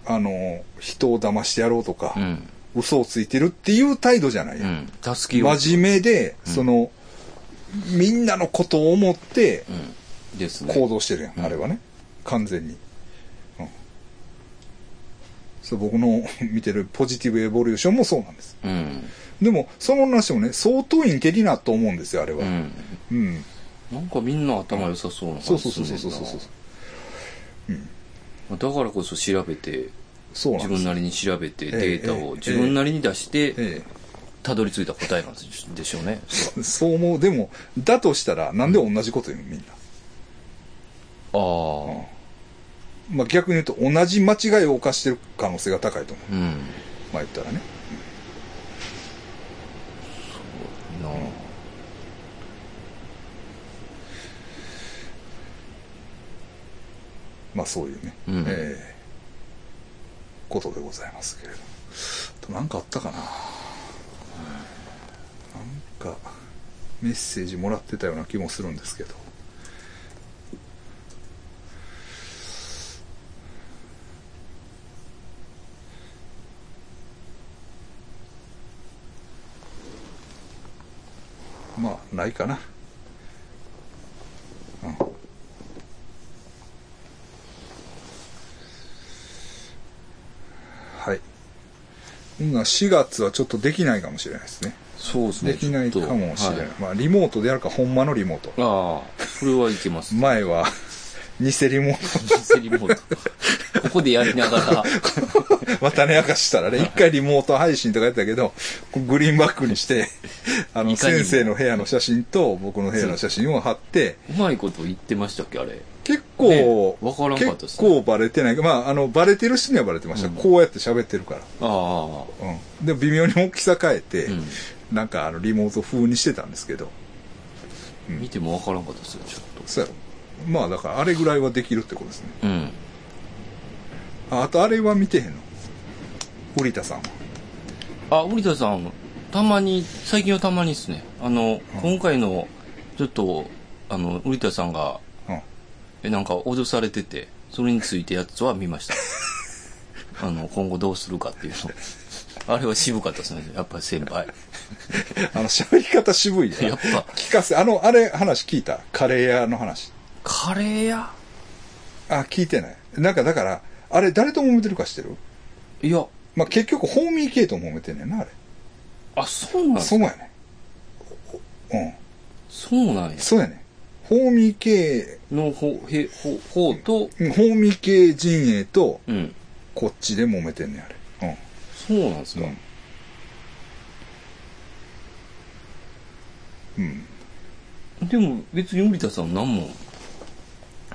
[SPEAKER 1] あの、人を騙してやろうとか、
[SPEAKER 2] うん。
[SPEAKER 1] 嘘をついてるっていう態度じゃないや。
[SPEAKER 2] うんん。助けよう。
[SPEAKER 1] 真面目で、その、みんなのことを思って
[SPEAKER 2] うん。ですね。
[SPEAKER 1] 行動してるやん、
[SPEAKER 2] うん
[SPEAKER 1] あれはね。完全に。うん。そう、僕の 見てるポジティブエボリューションもそうなんです。
[SPEAKER 2] うん。
[SPEAKER 1] でも、その話もね、相当インテリなと思うんですよ、あれは。
[SPEAKER 2] う
[SPEAKER 1] うん。
[SPEAKER 2] ん。なんかみんな頭良さそうな
[SPEAKER 1] そ
[SPEAKER 2] 感
[SPEAKER 1] うそ
[SPEAKER 2] じ
[SPEAKER 1] うそ
[SPEAKER 2] する
[SPEAKER 1] うんそう
[SPEAKER 2] だ
[SPEAKER 1] そうそう。
[SPEAKER 2] なだからこそ調べて、
[SPEAKER 1] そうな
[SPEAKER 2] 自
[SPEAKER 1] んです
[SPEAKER 2] 分。なりに調べて、
[SPEAKER 1] ええ
[SPEAKER 2] データ
[SPEAKER 1] ええ
[SPEAKER 2] を自分なりに出して、
[SPEAKER 1] ええ。
[SPEAKER 2] たどり着いた答えなんでしょうね。
[SPEAKER 1] そう思う。でも、だとしたら、なんで同じこと言うのみんな。
[SPEAKER 2] ああ。
[SPEAKER 1] まあ、逆に言うと、同じ間違いを犯してる可能性が高いと思う。
[SPEAKER 2] うん。
[SPEAKER 1] まあ、言ったらね。
[SPEAKER 2] なあ
[SPEAKER 1] まあ、そういうね。
[SPEAKER 2] うん
[SPEAKER 1] ええことでございますけれど。あと、なんかあったかな。なんか、メッセージもらってたような気もするんですけど。まあ、ないかな。はい。ほんなら4月はちょっとできないかもしれないですね。
[SPEAKER 2] そうですね。
[SPEAKER 1] できないかもしれない。
[SPEAKER 2] ちょっ
[SPEAKER 1] まあ、リモートでやるか、ほんまのリモート。
[SPEAKER 2] とはいああ、それはいけ ます。
[SPEAKER 1] 前は、 偽リモー
[SPEAKER 2] 偽リモート。ここでやりなが
[SPEAKER 1] ト、またね明か したらね、一回リモート配信とかやったけど、こうグリーンバックに して、あの、
[SPEAKER 2] いかにも
[SPEAKER 1] 先生の部屋の写真と僕の部屋の写真を貼って、
[SPEAKER 2] ら、うまいこと言ってましたっけ、あれ。
[SPEAKER 1] 結構、
[SPEAKER 2] ねわからんかったで
[SPEAKER 1] 結
[SPEAKER 2] すね
[SPEAKER 1] 構バレてない。まあ、あの、バレてる人にはバレてました。
[SPEAKER 2] うん
[SPEAKER 1] こうやって喋ってるから。
[SPEAKER 2] ああ。
[SPEAKER 1] うん。でも微妙に大きさ変えて、
[SPEAKER 2] うん。
[SPEAKER 1] なんかあのリモート風にしてたんですけど
[SPEAKER 2] 見てもわからんかったですよ、ちょっと。
[SPEAKER 1] そうやろまあだからあれぐらいはできるってことですね
[SPEAKER 2] うん。
[SPEAKER 1] ああとあれは見てへんの堀田さんは
[SPEAKER 2] あ、織田さん、たまに、最近はたまにですね。あの、今回の、ちょっと、あの、織田さんが、
[SPEAKER 1] うん
[SPEAKER 2] え、なんか脅されてて、それについてやつは見ま した。あの、今後どうするかっていうの。あれは渋かったですね。やっぱり先輩。
[SPEAKER 1] あの喋り方渋いで
[SPEAKER 2] やっぱ、
[SPEAKER 1] 聞かせあのあれ話聞いたカレー屋の話
[SPEAKER 2] カレー屋
[SPEAKER 1] あ聞いてないなんかだからあれ誰と揉めてるか知ってる
[SPEAKER 2] いや、
[SPEAKER 1] まあ結局ホーミー系と揉めてんねんなあれ
[SPEAKER 2] あ、そうなん
[SPEAKER 1] そうやねうん
[SPEAKER 2] そうなんや。
[SPEAKER 1] そうやねホーミー系
[SPEAKER 2] の、ほ、へ、ほ、ほうと、
[SPEAKER 1] うんホーミー系陣営と
[SPEAKER 2] うん。
[SPEAKER 1] こっちで揉めてんねんあれうん
[SPEAKER 2] そうなんですか。
[SPEAKER 1] うん。
[SPEAKER 2] でも、別に織田さん何も、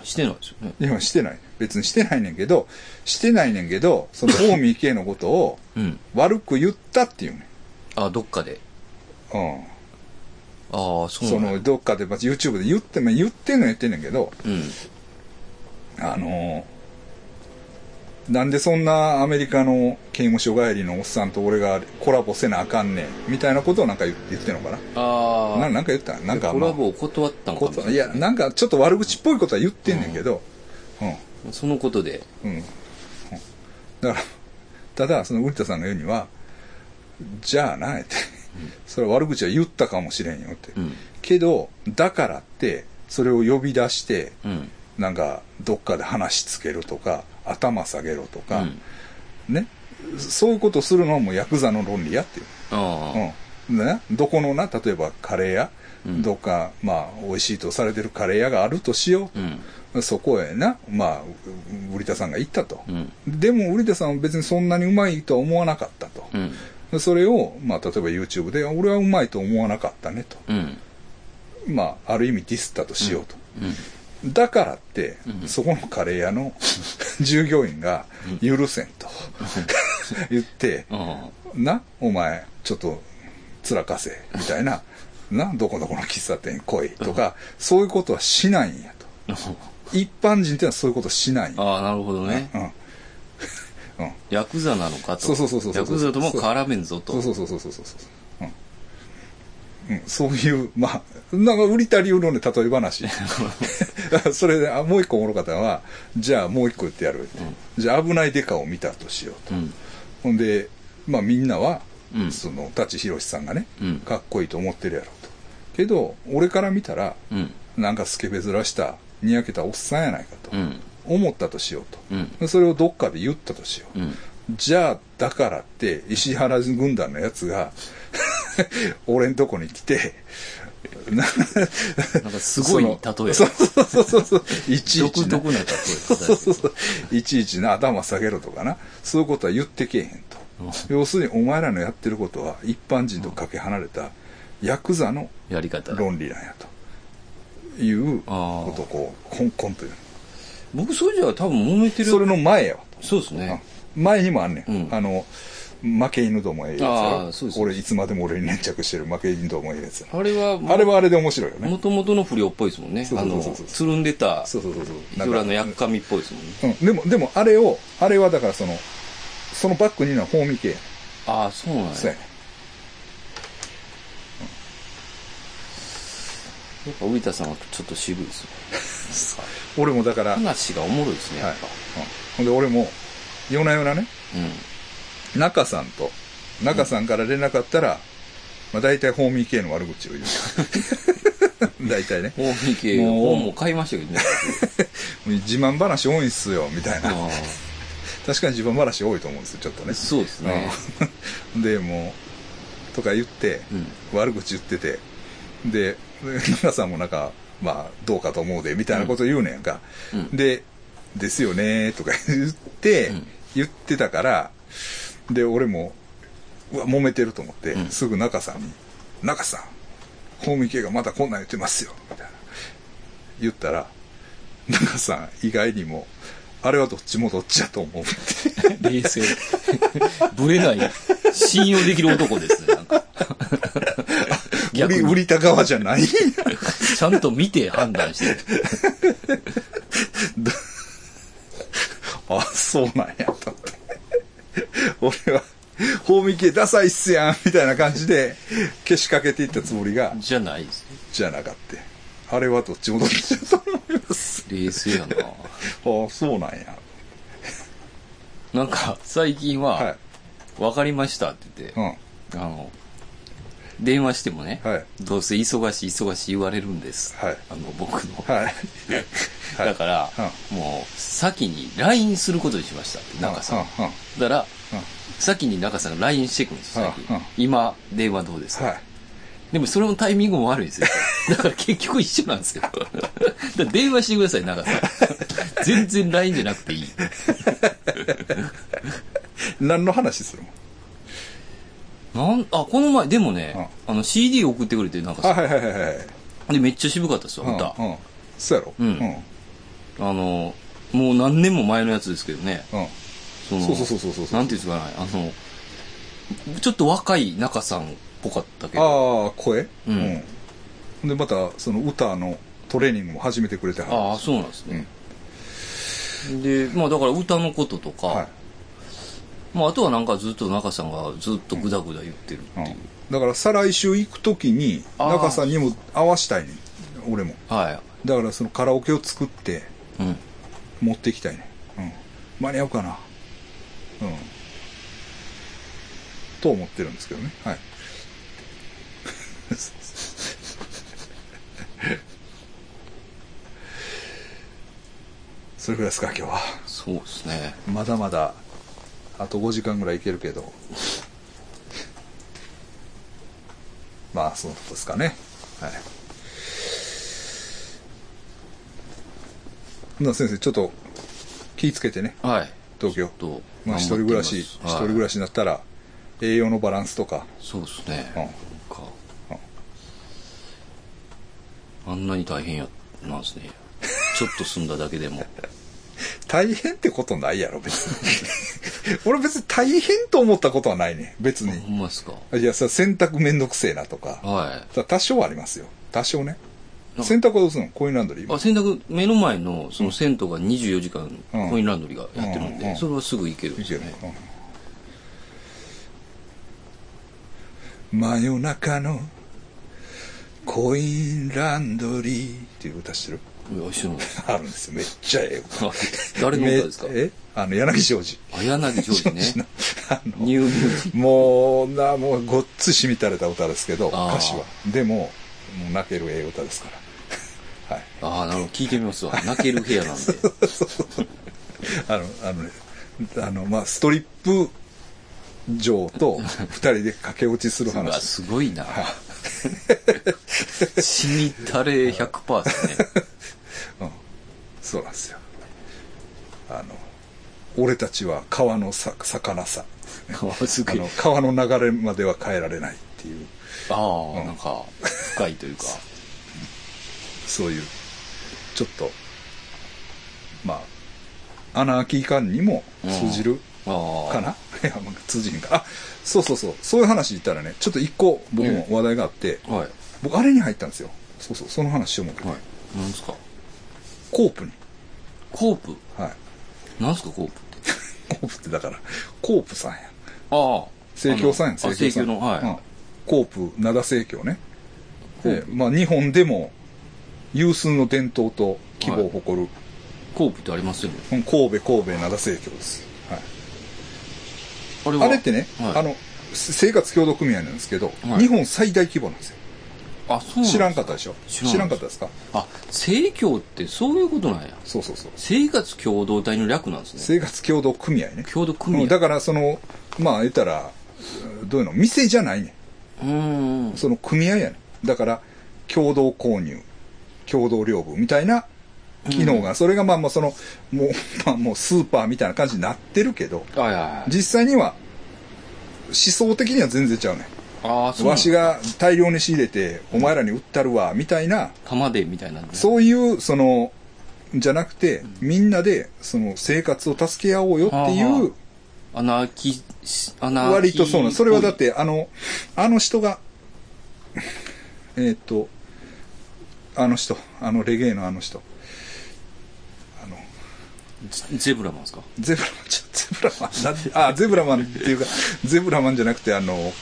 [SPEAKER 2] してないですよね。
[SPEAKER 1] いや、してない。別にしてないねんけど、してないねんけど、その、ホーミー系のことを
[SPEAKER 2] うん。
[SPEAKER 1] 悪く言ったっていうね
[SPEAKER 2] あ、どっかで。
[SPEAKER 1] ん。
[SPEAKER 2] ああ、
[SPEAKER 1] う
[SPEAKER 2] そ
[SPEAKER 1] ん。
[SPEAKER 2] うな
[SPEAKER 1] そ
[SPEAKER 2] んや
[SPEAKER 1] の、どっかで、まあ YouTube で言って、まあ言ってんのは言ってんねんけど、
[SPEAKER 2] うん。
[SPEAKER 1] あのーなんでそんなアメリカの刑務所帰りのおっさんと俺がコラボせなあかんねん、みたいなことをなんか言言ってんのか
[SPEAKER 2] あ
[SPEAKER 1] な
[SPEAKER 2] あ。
[SPEAKER 1] ななんか言ったなんか、
[SPEAKER 2] コラ
[SPEAKER 1] ま
[SPEAKER 2] ボを断った
[SPEAKER 1] あ
[SPEAKER 2] ん
[SPEAKER 1] こ
[SPEAKER 2] かもしれ
[SPEAKER 1] と
[SPEAKER 2] ない
[SPEAKER 1] や、なんかちょっと悪口っぽいことは言ってんねんけど、うん
[SPEAKER 2] そのことで。
[SPEAKER 1] うん。うんだから、ただ、その瓜田さんが言うには、じゃあな、って。それは悪口は言ったかもしれんよって。
[SPEAKER 2] うん。
[SPEAKER 1] けど、だからって、それを呼び出して、
[SPEAKER 2] うん。
[SPEAKER 1] なんか、どっかで話つけるとか、頭下げろと
[SPEAKER 2] う
[SPEAKER 1] か、
[SPEAKER 2] ん。
[SPEAKER 1] ね。そういうことするのはもうヤクザの論理やっていう。
[SPEAKER 2] ああ。
[SPEAKER 1] うん。ね、どこのな、例えばカレー屋、
[SPEAKER 2] うん
[SPEAKER 1] どっか、まあ、美味しいとされてるカレー屋があるとしよ
[SPEAKER 2] うん。
[SPEAKER 1] う。そこへな、まあ、う瓜田さんが行ったと。
[SPEAKER 2] うん。
[SPEAKER 1] でも、売田さんは別にそんなにうまいとは思わなかったと。
[SPEAKER 2] うん。
[SPEAKER 1] それを、まあ、例えば YouTube で、俺はうまいと思わなかったねと。
[SPEAKER 2] うん。
[SPEAKER 1] まあ、ある意味ディスったとしようと。
[SPEAKER 2] うん。
[SPEAKER 1] だからって、
[SPEAKER 2] うん
[SPEAKER 1] そこのカレー屋の 従業員が、許せんと言って、
[SPEAKER 2] あ
[SPEAKER 1] な、お前、ちょっと、辛かせ、みたいな、な、どこどこの喫茶店来いとか、そういうことはしないんやと。
[SPEAKER 2] あ。
[SPEAKER 1] 一般人ってのはそういうことしないんや。
[SPEAKER 2] ああ、なるほどね
[SPEAKER 1] う。ん。うん。
[SPEAKER 2] ヤクザなのかと。
[SPEAKER 1] そうそうそうそうそう
[SPEAKER 2] ヤクザとも絡めんぞと。
[SPEAKER 1] そうそうそうそうそうそうそう、うんうん、そういうまあなんか売りた理由のね例え 話それであもう一個おもろかったのはじゃあもう一個言ってやるって、じゃあ危ないデカを見たとしようと、
[SPEAKER 2] うん。
[SPEAKER 1] ほんでまあみんなは、
[SPEAKER 2] うん
[SPEAKER 1] その舘ひろしさんがね、
[SPEAKER 2] うん
[SPEAKER 1] かっこいいと思ってるやろうとけど俺から見たら
[SPEAKER 2] うん。
[SPEAKER 1] なんかスケベずらしたにやけたおっさんやないかと、
[SPEAKER 2] うん。
[SPEAKER 1] 思ったとしようと
[SPEAKER 2] うん。
[SPEAKER 1] でそれをどっかで言ったとしよう、
[SPEAKER 2] うん。
[SPEAKER 1] じゃあ、だからって、石原軍団のやつが、 俺んとこに来て、な
[SPEAKER 2] なんか すごい例えや。
[SPEAKER 1] そのそうそうそうそうそう、いちいちな
[SPEAKER 2] 独特、な例え。
[SPEAKER 1] そうそうそう、いちいちな頭下げろとかな、そういうことは言ってけえへんと。要するに、お前らのやってることは、一般人とかけ離れた、ヤクザの
[SPEAKER 2] やり方。
[SPEAKER 1] 論理なんやと。いう
[SPEAKER 2] あー
[SPEAKER 1] ことをこう、コンコンという。
[SPEAKER 2] 僕、それじゃあ多分揉めてる。
[SPEAKER 1] それの前やわ。
[SPEAKER 2] そうですね。
[SPEAKER 1] 前にもあんねん、
[SPEAKER 2] うん
[SPEAKER 1] あの負け犬どもええやつや
[SPEAKER 2] あ
[SPEAKER 1] ろ
[SPEAKER 2] あそうです
[SPEAKER 1] 俺いつまでも俺に粘着してる負け犬どもええやつや
[SPEAKER 2] あれは、
[SPEAKER 1] あれはあれで面白いよ
[SPEAKER 2] も
[SPEAKER 1] ね
[SPEAKER 2] ともとの不良っぽいですもんね。
[SPEAKER 1] そう
[SPEAKER 2] あ
[SPEAKER 1] そう
[SPEAKER 2] の、
[SPEAKER 1] そうそう
[SPEAKER 2] つるんでた、
[SPEAKER 1] そうそうそうそう
[SPEAKER 2] イゾラのやっかみっぽいですもんね。
[SPEAKER 1] うん、でもでもあれをあれはだからそのそのバックにいるのはホーミー系や
[SPEAKER 2] ああ、そうなんや。
[SPEAKER 1] そうやね
[SPEAKER 2] やっぱ、ウ田さんはちょっと渋いですね。
[SPEAKER 1] 俺もだから、はい
[SPEAKER 2] 話がおもろいですね、
[SPEAKER 1] う
[SPEAKER 2] や
[SPEAKER 1] ん
[SPEAKER 2] っぱ。、
[SPEAKER 1] ほんで俺も夜な夜なね中さんと中さんから連絡あったら、まあ、大体ホーミー系の悪口を言う 大体ね
[SPEAKER 2] うん。大見系、
[SPEAKER 1] もう
[SPEAKER 2] 本も買いました けどね。
[SPEAKER 1] 自慢話多いんすよみたいな
[SPEAKER 2] あ
[SPEAKER 1] 確かに自慢話多いと思うんですよちょっとね
[SPEAKER 2] あそうですね。
[SPEAKER 1] うん でもうとか言って、
[SPEAKER 2] うん。
[SPEAKER 1] 悪口言っててで奈さんもなんかまあどうかと思うでみたいなこと言うねんやんか、
[SPEAKER 2] うん
[SPEAKER 1] で「ですよね」とか言って、
[SPEAKER 2] うん
[SPEAKER 1] 言ってたからで俺もうわ揉めてると思って、
[SPEAKER 2] うん
[SPEAKER 1] すぐ中さんに「中さん法務系がまたこんなん言ってますよ」みたいな言ったら中さん意外にも「あれはどっちもどっちやと思う」って
[SPEAKER 2] 冷静。ぶれない、信用できる男ですね、なんか。
[SPEAKER 1] 売
[SPEAKER 2] 逆
[SPEAKER 1] り、
[SPEAKER 2] に
[SPEAKER 1] 売りた側じゃない。
[SPEAKER 2] ちゃんと見て判断して。
[SPEAKER 1] あ、そうなんや、と思って。俺は、法味系ダサいっすやん、みたいな感じで、消しかけていったつもりが、
[SPEAKER 2] じゃないですね。
[SPEAKER 1] じゃなかった。あれはどっちもどっちだと思います。
[SPEAKER 2] 冷静やな。
[SPEAKER 1] あ、そうなんや。
[SPEAKER 2] なんか、最近
[SPEAKER 1] は
[SPEAKER 2] は、わかりましたって言っ
[SPEAKER 1] い。う
[SPEAKER 2] て、
[SPEAKER 1] ん。
[SPEAKER 2] あの、電話してもね、
[SPEAKER 1] はい
[SPEAKER 2] どうせ忙しい忙しい言われるんです。
[SPEAKER 1] はい
[SPEAKER 2] あの、僕の。
[SPEAKER 1] はい。はい
[SPEAKER 2] だから、
[SPEAKER 1] う
[SPEAKER 2] もう、先に LINE することにしましたって、中さん。
[SPEAKER 1] うんうん
[SPEAKER 2] だから、
[SPEAKER 1] うん
[SPEAKER 2] 先に中さんが LINE してくるんですよ、最近。
[SPEAKER 1] うんうん
[SPEAKER 2] 今、電話どうですか、
[SPEAKER 1] はい。
[SPEAKER 2] でもそれのタイミングも悪 いですよ。だから結局一緒なんですよ。だから電話してください、中さ ん。全然 LINE じゃなくていい。
[SPEAKER 1] 何の話するの
[SPEAKER 2] なん、あ、この前、でもね、あの CD 送ってくれて、中
[SPEAKER 1] あ、
[SPEAKER 2] さ
[SPEAKER 1] はいはいはいはい。
[SPEAKER 2] ん。で、めっちゃ渋かったですよ、歌。
[SPEAKER 1] うん。うん。そうやろ
[SPEAKER 2] うんあの、もう何年も前のやつですけどね。
[SPEAKER 1] うん。
[SPEAKER 2] その
[SPEAKER 1] そうそうそうそうそう
[SPEAKER 2] なんていうんですかね、あの、ちょっと若い中さんっぽかったけ
[SPEAKER 1] あ
[SPEAKER 2] ど。
[SPEAKER 1] あ、声
[SPEAKER 2] うん
[SPEAKER 1] うん。で、また、その歌のトレーニングも始めてくれてはる。
[SPEAKER 2] ああそうなんですね、でまあだから歌のこととか、
[SPEAKER 1] はい。
[SPEAKER 2] まあ、あとはなんかずっと中さんがずっとグダグダ言ってるって
[SPEAKER 1] う
[SPEAKER 2] い
[SPEAKER 1] ん
[SPEAKER 2] う、
[SPEAKER 1] だから再来週行く時に
[SPEAKER 2] あー
[SPEAKER 1] 中さんにも合わしたいねん俺も
[SPEAKER 2] は
[SPEAKER 1] だからそのカラオケを作って
[SPEAKER 2] い、うん、
[SPEAKER 1] 持ってきたいねん、うん、間に合うかなうんと思ってるんですけどねはい それぐらいですか今日は
[SPEAKER 2] そうですね
[SPEAKER 1] まだまだあと5時間ぐらいいけるけど まあそうですかねはいほな先生ちょっと気ぃつけてね
[SPEAKER 2] はい
[SPEAKER 1] 東京
[SPEAKER 2] ちょっと
[SPEAKER 1] まあ一人暮らし一人暮
[SPEAKER 2] らし
[SPEAKER 1] らしになったら栄養のバランスとか
[SPEAKER 2] そうですね、
[SPEAKER 1] うん
[SPEAKER 2] なんか、あんなに大変やなんで すねちょっと済んだだけでも
[SPEAKER 1] 大変ってことないやろ別 に俺別に大変と思ったことはないね別
[SPEAKER 2] ほ
[SPEAKER 1] に
[SPEAKER 2] んまですか
[SPEAKER 1] いやさ洗濯めんどくせえなとか
[SPEAKER 2] は
[SPEAKER 1] だ多少はありますよ。多少ね。
[SPEAKER 2] なんか
[SPEAKER 1] 洗濯はどうするのコインランドリ
[SPEAKER 2] いあ
[SPEAKER 1] ー
[SPEAKER 2] 洗濯目の前のその銭湯が24時間コインランドリーがやってるんで、
[SPEAKER 1] うんうん
[SPEAKER 2] それはすぐ行けるんで
[SPEAKER 1] いけ
[SPEAKER 2] すよ
[SPEAKER 1] る
[SPEAKER 2] ね、
[SPEAKER 1] の、うん真夜中のコインランドリーっていう歌してる
[SPEAKER 2] いや一緒なんです
[SPEAKER 1] あるんですよ。めっちゃええよ。
[SPEAKER 2] 誰の歌です か
[SPEAKER 1] めえあの、柳ジョージ。
[SPEAKER 2] あ柳ジョージ ね。
[SPEAKER 1] あの
[SPEAKER 2] ニューミュージッ
[SPEAKER 1] もう、な、もう、ごっつしみたれた歌ですけど、
[SPEAKER 2] あー
[SPEAKER 1] 歌詞は。でも、もう泣けるええ歌ですから。はい。
[SPEAKER 2] ク。ああ、なるほど。聞いてみますわ。泣ける部屋なんで。
[SPEAKER 1] あの、あのね、あの、まあ、ストリップ嬢と二人で駆け落ちする
[SPEAKER 2] うわ
[SPEAKER 1] 話。
[SPEAKER 2] すごいな。死にたれ100%ですね。
[SPEAKER 1] そうなんですよ。あの、俺たちは川のさ魚さ。
[SPEAKER 2] すご
[SPEAKER 1] あ
[SPEAKER 2] い
[SPEAKER 1] の、。川の流れまでは変えられないっていう、
[SPEAKER 2] ああ、なんか、深いというか。
[SPEAKER 1] そういう、ちょっと、まあ、アナーキー感にも通じる
[SPEAKER 2] あ
[SPEAKER 1] かな、 いや、まあ通じひんか。あ、そうそうそう。そういう話言ったらね、ちょっと一個僕も話題があって、
[SPEAKER 2] あ。はい。
[SPEAKER 1] 僕あれに入ったんですよそうそうその話しよう思って、
[SPEAKER 2] はい。なんですか
[SPEAKER 1] コープに
[SPEAKER 2] コープ
[SPEAKER 1] はい
[SPEAKER 2] なんですかコープって。
[SPEAKER 1] コープってだからコープさんや
[SPEAKER 2] ああ。
[SPEAKER 1] 生協さんや
[SPEAKER 2] あのあ
[SPEAKER 1] 生協
[SPEAKER 2] 生
[SPEAKER 1] さ
[SPEAKER 2] 協
[SPEAKER 1] ん
[SPEAKER 2] の、
[SPEAKER 1] うん
[SPEAKER 2] は
[SPEAKER 1] コープ灘生協ね
[SPEAKER 2] コー
[SPEAKER 1] で
[SPEAKER 2] プ
[SPEAKER 1] まあ日本でも有数の伝統と規模を誇る、
[SPEAKER 2] い。コープってありますよね。
[SPEAKER 1] うん神戸神戸灘生協です、はい
[SPEAKER 2] あれは
[SPEAKER 1] あれってね、
[SPEAKER 2] はい
[SPEAKER 1] あのせ生活協同組合なんですけど、
[SPEAKER 2] はい
[SPEAKER 1] 日本最大規模なんですよ
[SPEAKER 2] あ、そう
[SPEAKER 1] 知らん
[SPEAKER 2] ん
[SPEAKER 1] かったでしょ
[SPEAKER 2] 知らん
[SPEAKER 1] 知らんかったですか
[SPEAKER 2] あ、生協ってそういうことなんや。
[SPEAKER 1] そうそうそう
[SPEAKER 2] 生活共同体の略なんですね。
[SPEAKER 1] 生活協同組合ね
[SPEAKER 2] 共同組
[SPEAKER 1] う
[SPEAKER 2] 合。
[SPEAKER 1] んだからそのまあ言ったらどういうの店じゃないね
[SPEAKER 2] うーん
[SPEAKER 1] ん。その組合やねんだから共同購入共同領分みたいな機能が、それがまあまあそのもう,、 まあ、もうスーパーみたいな感じになってるけど
[SPEAKER 2] はいはいはい。
[SPEAKER 1] 実際には思想的には全然ちゃうね
[SPEAKER 2] ああ、そ
[SPEAKER 1] ん
[SPEAKER 2] うな
[SPEAKER 1] わ
[SPEAKER 2] ん
[SPEAKER 1] しが大量に仕入れてお前らに売ったるわみたいな
[SPEAKER 2] 玉でみたいなんで。
[SPEAKER 1] そういうそのじゃなくてみんなでその生活を助け合おうよってい
[SPEAKER 2] はあは
[SPEAKER 1] う
[SPEAKER 2] アナーキ、アナーキ。
[SPEAKER 1] 割とそうなのそれはだっ。てあのあの人がえーっと、あの人、あのレゲエのあの人、あの、
[SPEAKER 2] ゼゼブラマンですか
[SPEAKER 1] ゼブラマン、ちょゼブラマンなんて、あ、ゼブラマンっていうか、ゼブラマンじゃなくて、あの、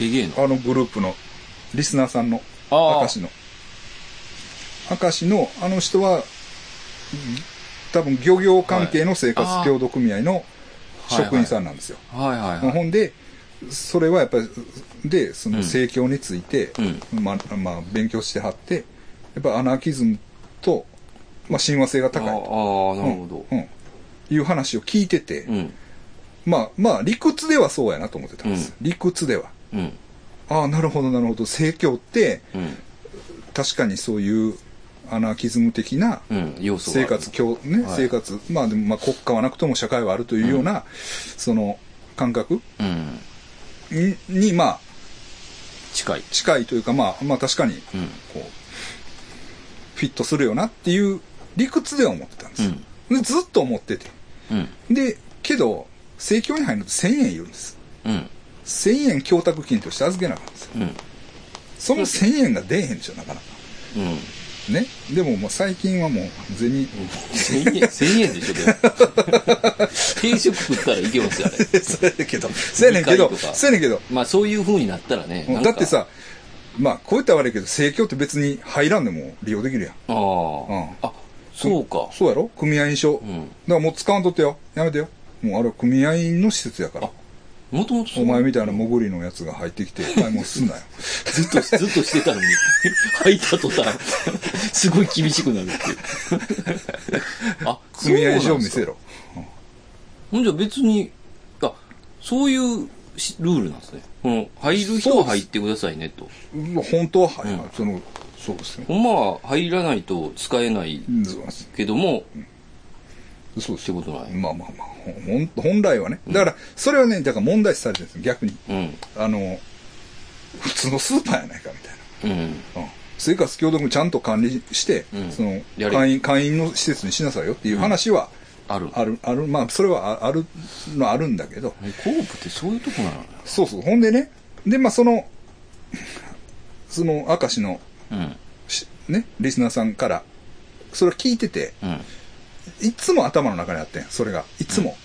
[SPEAKER 2] レゲエの
[SPEAKER 1] あのグループの、リスナーさんの、
[SPEAKER 2] あー
[SPEAKER 1] 明石の。明石の、あの人は、うん多分漁業関係の生
[SPEAKER 2] はいあ
[SPEAKER 1] 活
[SPEAKER 2] ー
[SPEAKER 1] 協同組合の職員さんなんですよ。
[SPEAKER 2] はいはい
[SPEAKER 1] まあ
[SPEAKER 2] はい。
[SPEAKER 1] ほんで、それはやっぱり、で、その政教について、
[SPEAKER 2] う
[SPEAKER 1] まあ、まあ、勉強してはって、やっぱアナーキズムと、まあ、親和性が
[SPEAKER 2] ああー、
[SPEAKER 1] 高いと。
[SPEAKER 2] なるほど。
[SPEAKER 1] うん。うんいう話を聞いてて、
[SPEAKER 2] うん。
[SPEAKER 1] まあ、まあ、理屈ではそうやなと思ってたんです。理屈では。
[SPEAKER 2] うん。
[SPEAKER 1] ああ、なるほど、なるほど。政教って、
[SPEAKER 2] うん。
[SPEAKER 1] 確かにそういうアナーキズム的な
[SPEAKER 2] うん。要素があ
[SPEAKER 1] 生
[SPEAKER 2] る
[SPEAKER 1] 活、教ね、
[SPEAKER 2] はい
[SPEAKER 1] 生活、まあでもまあ国家はなくとも社会はあるというような、その感覚
[SPEAKER 2] うん。
[SPEAKER 1] にに、まあ、
[SPEAKER 2] 近い。
[SPEAKER 1] 近いというか、まあ、まあ確かに、
[SPEAKER 2] うん。
[SPEAKER 1] こう、フィットするよなっていう理屈では思ってたんですよ。でずっと思ってて。
[SPEAKER 2] うん。
[SPEAKER 1] で、けど、政教に入ると1000円いるんです。
[SPEAKER 2] うん。
[SPEAKER 1] 1000円供託金として預けなかったんですよ。
[SPEAKER 2] うん。
[SPEAKER 1] その1000円が出えへんでしょ、なかなか。
[SPEAKER 2] うん。
[SPEAKER 1] ね。でも、もう最近はもう、銭、
[SPEAKER 2] 1000円、千円でしょ、でも。定食食ったらいけますよ、あれ。
[SPEAKER 1] そうやけど、そうやねんけど、
[SPEAKER 2] 二回とか
[SPEAKER 1] そうやねんけど、
[SPEAKER 2] まあ、そういう風になったらね。なんか
[SPEAKER 1] だって。さ、まあ、こういったら悪いけど、政教って別に入らんでも利用できるやん。
[SPEAKER 2] ああ、
[SPEAKER 1] ん
[SPEAKER 2] あ、そうか。
[SPEAKER 1] そうやろ組合員証。
[SPEAKER 2] ん
[SPEAKER 1] だからもう使わんとってよ。やめてよ。もうあれは組合員の施設やから
[SPEAKER 2] あ。もともとそう
[SPEAKER 1] お前みたいな潜りのやつが入ってきて、買い物すん なよ。
[SPEAKER 2] ずっと、ずっとしてたのに、入った途端、 すごい厳しくなるっていう。あ、そ う
[SPEAKER 1] 組合
[SPEAKER 2] な
[SPEAKER 1] 員
[SPEAKER 2] んですか
[SPEAKER 1] 証見せろ。
[SPEAKER 2] ほんじゃ別に、あ、そういうしルールなんですね。この、入る人は入ってくださいねと。
[SPEAKER 1] うん本当は、はいはいその、そうですね。
[SPEAKER 2] ほんまは入らないと使えない
[SPEAKER 1] うんそうです
[SPEAKER 2] けども、
[SPEAKER 1] そうで
[SPEAKER 2] っ
[SPEAKER 1] す
[SPEAKER 2] て
[SPEAKER 1] よ。
[SPEAKER 2] ことない。
[SPEAKER 1] まあまあまあ、ほん本来はね。だから、それはね、だから問題視されてるんですよ、逆に。
[SPEAKER 2] うん。
[SPEAKER 1] あの、普通のスーパーやないか、みたいな。う
[SPEAKER 2] うん。
[SPEAKER 1] ん生活協同組ちゃんと管理して、
[SPEAKER 2] うん
[SPEAKER 1] その
[SPEAKER 2] やれ
[SPEAKER 1] 会員会員の施設にしなさいよっていう話は
[SPEAKER 2] ある。
[SPEAKER 1] ある、あるまあそれはああるのはあるんだけど
[SPEAKER 2] えコープってそういうとこなの
[SPEAKER 1] そうそうほんでねでまあそのその明石の
[SPEAKER 2] うん。
[SPEAKER 1] しねリスナーさんからそれを聞いてて
[SPEAKER 2] うん。
[SPEAKER 1] いつも頭の中にあってんそれがいつも、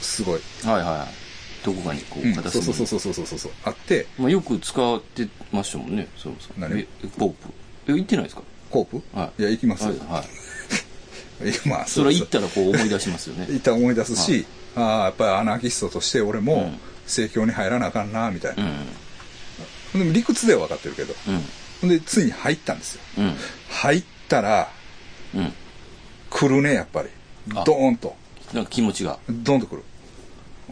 [SPEAKER 1] すごい、
[SPEAKER 2] はいはい。どこかにこ
[SPEAKER 1] うん
[SPEAKER 2] う、片
[SPEAKER 1] そう
[SPEAKER 2] 隅に
[SPEAKER 1] そうそうそうそうそうそうあって
[SPEAKER 2] まあ、よく使ってましたもんね、それもさ。
[SPEAKER 1] 何
[SPEAKER 2] えコープ。え、行ってないですか
[SPEAKER 1] コープ、
[SPEAKER 2] はい
[SPEAKER 1] や行きます
[SPEAKER 2] は
[SPEAKER 1] よ、
[SPEAKER 2] い。は
[SPEAKER 1] い
[SPEAKER 2] い。
[SPEAKER 1] やまあ
[SPEAKER 2] それは行ったらこう思い出しますよね。
[SPEAKER 1] 一旦思い出すし、ああやっぱりアナーキストとして俺
[SPEAKER 2] う
[SPEAKER 1] も
[SPEAKER 2] ん
[SPEAKER 1] 政教に入らなあかんなみたいうな、
[SPEAKER 2] ん。
[SPEAKER 1] でも理屈では分かってるけど
[SPEAKER 2] うん。
[SPEAKER 1] ほんでついに入ったんですよ
[SPEAKER 2] うん。
[SPEAKER 1] 入ったら
[SPEAKER 2] うん。
[SPEAKER 1] 来るねやっぱりド
[SPEAKER 2] あ
[SPEAKER 1] ーンと
[SPEAKER 2] なんか気持ちが。
[SPEAKER 1] ドーンと来る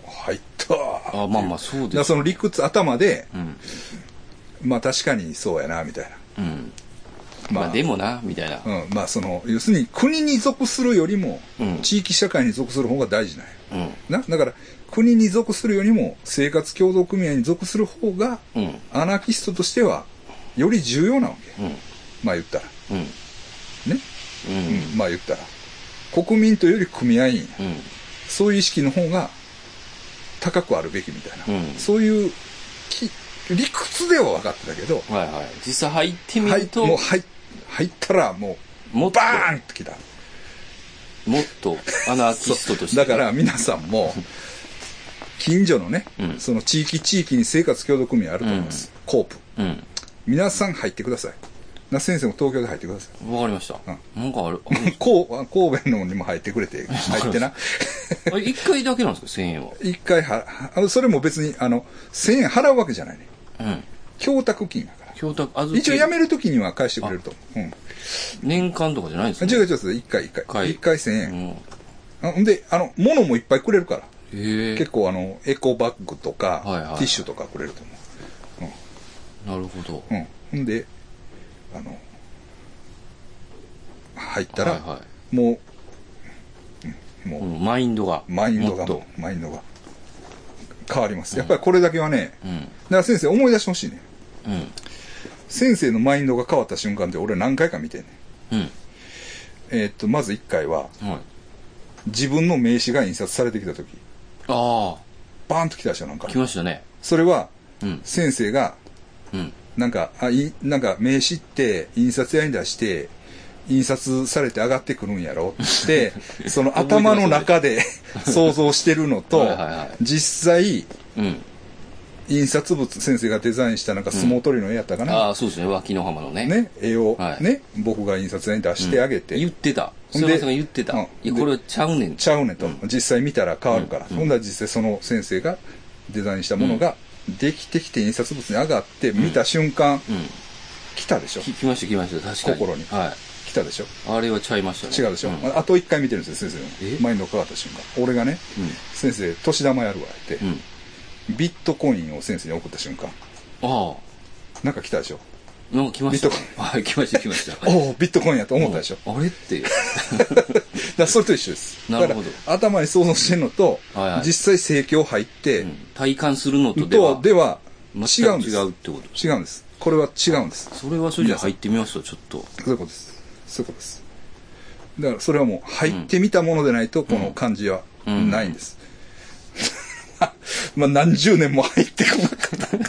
[SPEAKER 1] 入ったー
[SPEAKER 2] あまあまあ、そう
[SPEAKER 1] だから
[SPEAKER 2] です。
[SPEAKER 1] その理屈頭で
[SPEAKER 2] うん。
[SPEAKER 1] まあ確かにそうやなみたいな
[SPEAKER 2] うん。
[SPEAKER 1] ま
[SPEAKER 2] ま
[SPEAKER 1] あ
[SPEAKER 2] あ、でもな、みたいな。
[SPEAKER 1] うん、まあその要するに国に属するよりも
[SPEAKER 2] うん
[SPEAKER 1] 地域社会に属する方が大事なんや
[SPEAKER 2] うん。
[SPEAKER 1] なだから国に属するよりも生活協同組合に属する方が
[SPEAKER 2] うん。
[SPEAKER 1] アナキストとしてはより重要なわけ、
[SPEAKER 2] うん。
[SPEAKER 1] まあ言ったら
[SPEAKER 2] うん。
[SPEAKER 1] ね、
[SPEAKER 2] うん。
[SPEAKER 1] うんまあ言ったら国民というより組合員
[SPEAKER 2] うん。
[SPEAKER 1] そういう意識の方が高くあるべきみたいな、
[SPEAKER 2] うん
[SPEAKER 1] そういうき理屈では分かってたけど、
[SPEAKER 2] はいはい。実際入ってみ
[SPEAKER 1] は
[SPEAKER 2] る
[SPEAKER 1] い、
[SPEAKER 2] と、
[SPEAKER 1] もう入入ったらも
[SPEAKER 2] も
[SPEAKER 1] う
[SPEAKER 2] っと、
[SPEAKER 1] バーンってきた
[SPEAKER 2] もっとアナーキストとして。
[SPEAKER 1] だか、ら皆さんも近所のね、
[SPEAKER 2] うん
[SPEAKER 1] その地域地域に生活協同組合あると思います、コープ
[SPEAKER 2] うん。
[SPEAKER 1] 皆さん入ってください那須先生も東京で入ってください
[SPEAKER 2] わかりました。なんかある、あるんです
[SPEAKER 1] こうあ神戸のにも入ってくれ て、入ってな。
[SPEAKER 2] かあれ、一回だけなんですか、千円は。
[SPEAKER 1] 一回は、あそれも別に、あの、1000円払うわけじゃないね。
[SPEAKER 2] うん。
[SPEAKER 1] 供託金だから。
[SPEAKER 2] 供託、預け
[SPEAKER 1] 一応やめるときには返してくれると思う。うん。
[SPEAKER 2] 年間とかじゃないんです
[SPEAKER 1] あ
[SPEAKER 2] ね
[SPEAKER 1] 違う違う違う、一回一
[SPEAKER 2] は
[SPEAKER 1] 回。
[SPEAKER 2] い
[SPEAKER 1] 一回1000
[SPEAKER 2] う
[SPEAKER 1] 円。
[SPEAKER 2] ん。へ
[SPEAKER 1] あほんで、あの、物もいっぱいくれるから。
[SPEAKER 2] え
[SPEAKER 1] 結構あの、エコバッグとか、
[SPEAKER 2] はいはいはい
[SPEAKER 1] ティッシュとかくれると思
[SPEAKER 2] なるほど。
[SPEAKER 1] う。うん。ほんで、あの、入ったら、
[SPEAKER 2] はいは
[SPEAKER 1] もう、うん
[SPEAKER 2] い。こ
[SPEAKER 1] も
[SPEAKER 2] のマインドが。
[SPEAKER 1] う、マインド
[SPEAKER 2] も
[SPEAKER 1] が
[SPEAKER 2] っと、
[SPEAKER 1] マインドが変わります。やっぱりこれだけはね、
[SPEAKER 2] うん。
[SPEAKER 1] だから先生思い出してほしいね
[SPEAKER 2] うん。
[SPEAKER 1] 先生のマインドが変わった瞬間で俺何回か見てんね
[SPEAKER 2] うん。
[SPEAKER 1] えーっとまず1回は
[SPEAKER 2] はい。
[SPEAKER 1] 自分の名刺が印刷されてきた時
[SPEAKER 2] あ
[SPEAKER 1] バーンと来たでしょなんか
[SPEAKER 2] あ、来ましたね。
[SPEAKER 1] それは
[SPEAKER 2] うん。
[SPEAKER 1] 先生が
[SPEAKER 2] うん。
[SPEAKER 1] なんか、あいなんか名刺って印刷屋に出して、印刷されて上がってくるんやろって、 その頭の中で想像してるのと、
[SPEAKER 2] はいはいはい
[SPEAKER 1] 実際、
[SPEAKER 2] うん。
[SPEAKER 1] 印刷物、先生がデザインしたなんか相撲取りの絵やったかな、
[SPEAKER 2] ああ、そうですね。脇の浜のね。
[SPEAKER 1] ね、絵を、
[SPEAKER 2] はい
[SPEAKER 1] ね、僕が印刷屋に出してあげて、
[SPEAKER 2] 言ってた。
[SPEAKER 1] ほん
[SPEAKER 2] 菅
[SPEAKER 1] で
[SPEAKER 2] 原さんが言ってた。
[SPEAKER 1] うん
[SPEAKER 2] いや、これちゃうねん。
[SPEAKER 1] ちゃうねと、実際見たら変わるから、
[SPEAKER 2] うん
[SPEAKER 1] ほんだら実際その先生がデザインしたものができてきて印刷物に上がって見た瞬間、
[SPEAKER 2] うん。
[SPEAKER 1] 来たでしょ
[SPEAKER 2] き来ました、来ました。確かに。
[SPEAKER 1] 心に
[SPEAKER 2] は
[SPEAKER 1] 来たでしょ
[SPEAKER 2] い。あれはちゃいましたね。
[SPEAKER 1] 違うでしょ、
[SPEAKER 2] ん
[SPEAKER 1] あと一回見てるんですよ先生
[SPEAKER 2] え
[SPEAKER 1] の前に乗っかかった瞬間俺がね、
[SPEAKER 2] うん
[SPEAKER 1] 先生年玉やるわって、
[SPEAKER 2] うん。
[SPEAKER 1] ビットコインを先生に送った瞬間
[SPEAKER 2] あ
[SPEAKER 1] なんか来たでしょ
[SPEAKER 2] あ。なんか来ましたね
[SPEAKER 1] ビッ。
[SPEAKER 2] はい、来ました、来ました。
[SPEAKER 1] おおビットコインやと思ったでしょ、
[SPEAKER 2] あれって。
[SPEAKER 1] だからそれと一緒です
[SPEAKER 2] なるほ
[SPEAKER 1] だ
[SPEAKER 2] ど
[SPEAKER 1] から頭に想像してるのと、
[SPEAKER 2] はいはい
[SPEAKER 1] 実際生協入って、
[SPEAKER 2] うん体感するのとで
[SPEAKER 1] と
[SPEAKER 2] は
[SPEAKER 1] はでは違
[SPEAKER 2] 全
[SPEAKER 1] うん
[SPEAKER 2] く
[SPEAKER 1] です
[SPEAKER 2] 違うってこと。
[SPEAKER 1] 違うんですこれは違うんです
[SPEAKER 2] それはそれじゃ入ってみますと、ちょっと。
[SPEAKER 1] そういうことです。そういうことです。だからそれはもう入ってみたものでないと、この感じはないんです。 まあ何十年も入ってこなか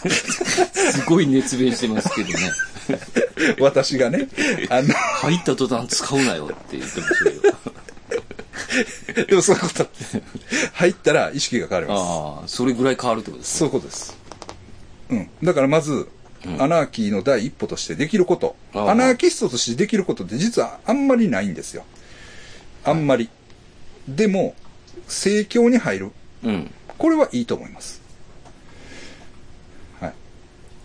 [SPEAKER 1] っ
[SPEAKER 2] すごい熱弁してますけどね。
[SPEAKER 1] た。私が ね。あの、
[SPEAKER 2] 入った途端使うなよって言ってましたけど。
[SPEAKER 1] でもそういうことです。入ったら意識が変わります。
[SPEAKER 2] ああ、それぐらい変わるってことです。
[SPEAKER 1] そういうことです。うん。だからまず、アナーキーの第一歩としてできること。
[SPEAKER 2] あー
[SPEAKER 1] アナーキストとしてできることって実はあんまりないんですよ。あんまり。でも、政教に入る。
[SPEAKER 2] うん。
[SPEAKER 1] これはいいと思います。はい。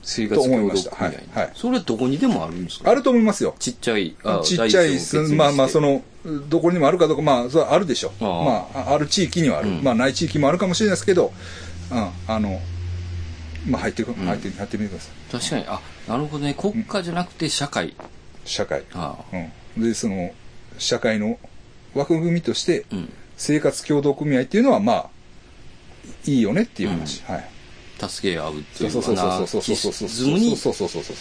[SPEAKER 2] 生活協力みたい
[SPEAKER 1] と思いました
[SPEAKER 2] な。
[SPEAKER 1] はいはい
[SPEAKER 2] それはどこにでもあるんですか
[SPEAKER 1] あると思いますよ。
[SPEAKER 2] ちっちゃい、あ
[SPEAKER 1] ちっちゃ
[SPEAKER 2] 大
[SPEAKER 1] い、
[SPEAKER 2] 小を別に
[SPEAKER 1] まあまあ、
[SPEAKER 2] して
[SPEAKER 1] その、どこにもあるかどうか、まあ、それはあるでしょう。
[SPEAKER 2] ああ
[SPEAKER 1] まあ、あある地域にはある。
[SPEAKER 2] うん
[SPEAKER 1] まあ、ない地域もあるかもしれないですけど、うん、あの、まあ、入ってく、入って、入ってみてください。
[SPEAKER 2] 確かに、あ、なるほどね。国家じゃなくて社会。
[SPEAKER 1] 社会。
[SPEAKER 2] あ
[SPEAKER 1] うん。で、その、社会の枠組みとして、
[SPEAKER 2] あ、うん。
[SPEAKER 1] 生活協同組合っていうのは、まあ、いいよねっていう話。はい。
[SPEAKER 2] 助け合うって
[SPEAKER 1] そ
[SPEAKER 2] いうう
[SPEAKER 1] そうそうそうそうそうそうそう
[SPEAKER 2] ズムに
[SPEAKER 1] そうそうそうそ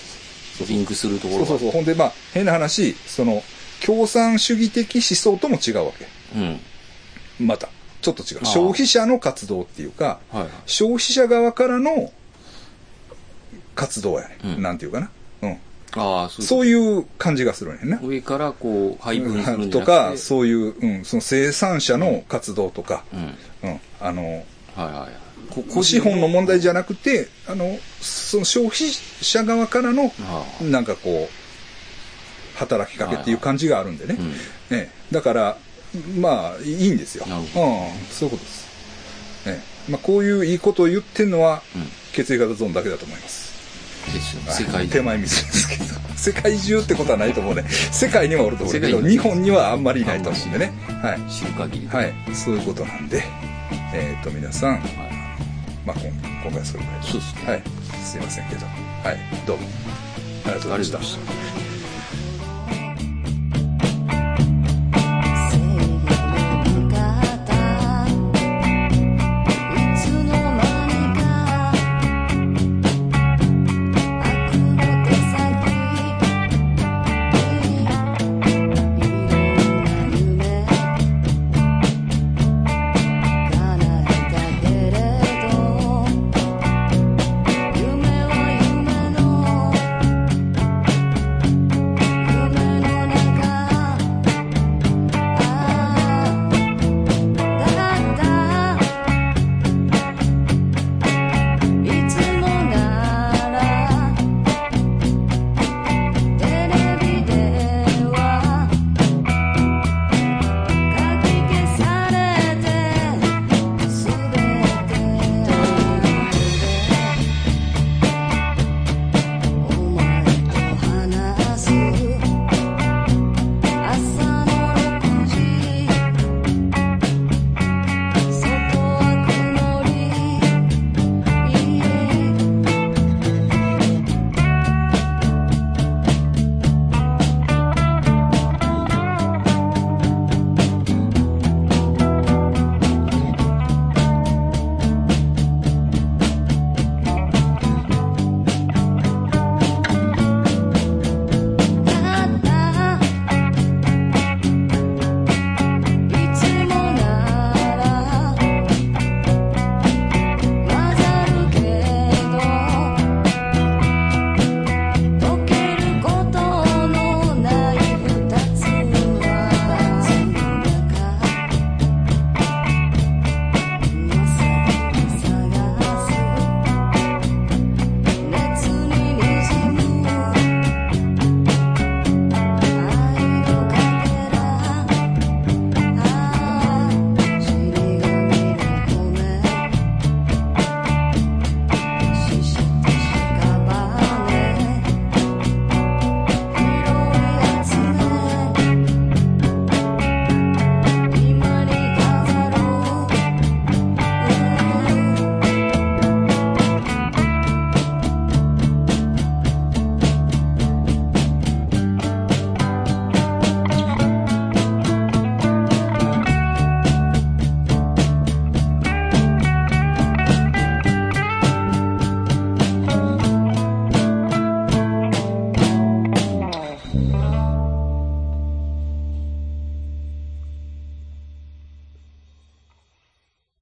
[SPEAKER 1] う。
[SPEAKER 2] リンクするとこ
[SPEAKER 1] そう
[SPEAKER 2] ろ
[SPEAKER 1] そうそう。ほんで、まあ、変な話、その、共産主義的思想とも違うわけ。
[SPEAKER 2] う。うん。
[SPEAKER 1] また。ちょっと違う。
[SPEAKER 2] ああ
[SPEAKER 1] 消費者の活動っていうか、
[SPEAKER 2] はいはい。
[SPEAKER 1] 消費者側からの活動やね、
[SPEAKER 2] うん
[SPEAKER 1] なんていうかな。うん。
[SPEAKER 2] ああ、そう
[SPEAKER 1] そういう感じがするんやな。
[SPEAKER 2] 上からこう、配分するんじゃなくて。
[SPEAKER 1] とか、そういう、うん、その生産者の活動とか、
[SPEAKER 2] うん。はい
[SPEAKER 1] うん、あの、
[SPEAKER 2] はいはい。こ
[SPEAKER 1] 資本の問題じゃなくて、あの、その消費者側からの、
[SPEAKER 2] ああ
[SPEAKER 1] なんかこう、働きかけっていう感じがあるんでね。
[SPEAKER 2] うん。
[SPEAKER 1] ええ、だから、まあ、いいんですよ。
[SPEAKER 2] なるほ
[SPEAKER 1] うん、そういうことです。ええ、まあ、こういういいことを言ってるのは、
[SPEAKER 2] うん
[SPEAKER 1] 血液型ゾーンだけだと思います。
[SPEAKER 2] ですよね。世界
[SPEAKER 1] 手
[SPEAKER 2] で。
[SPEAKER 1] 前味噌ですけど。世界中ってことはないと思うね。世界にはおると思うけ
[SPEAKER 2] 世
[SPEAKER 1] ど、
[SPEAKER 2] 界に
[SPEAKER 1] 日本にはあんまりいないと思うんでね。はい。
[SPEAKER 2] 知る限り。い。
[SPEAKER 1] はい。そういうことなんで、えっ、と、皆さん、まあ、今今回はそれぐらいで。
[SPEAKER 2] そうですね。
[SPEAKER 1] はい。すいませんけど。はい。どうも。ありがとうございました。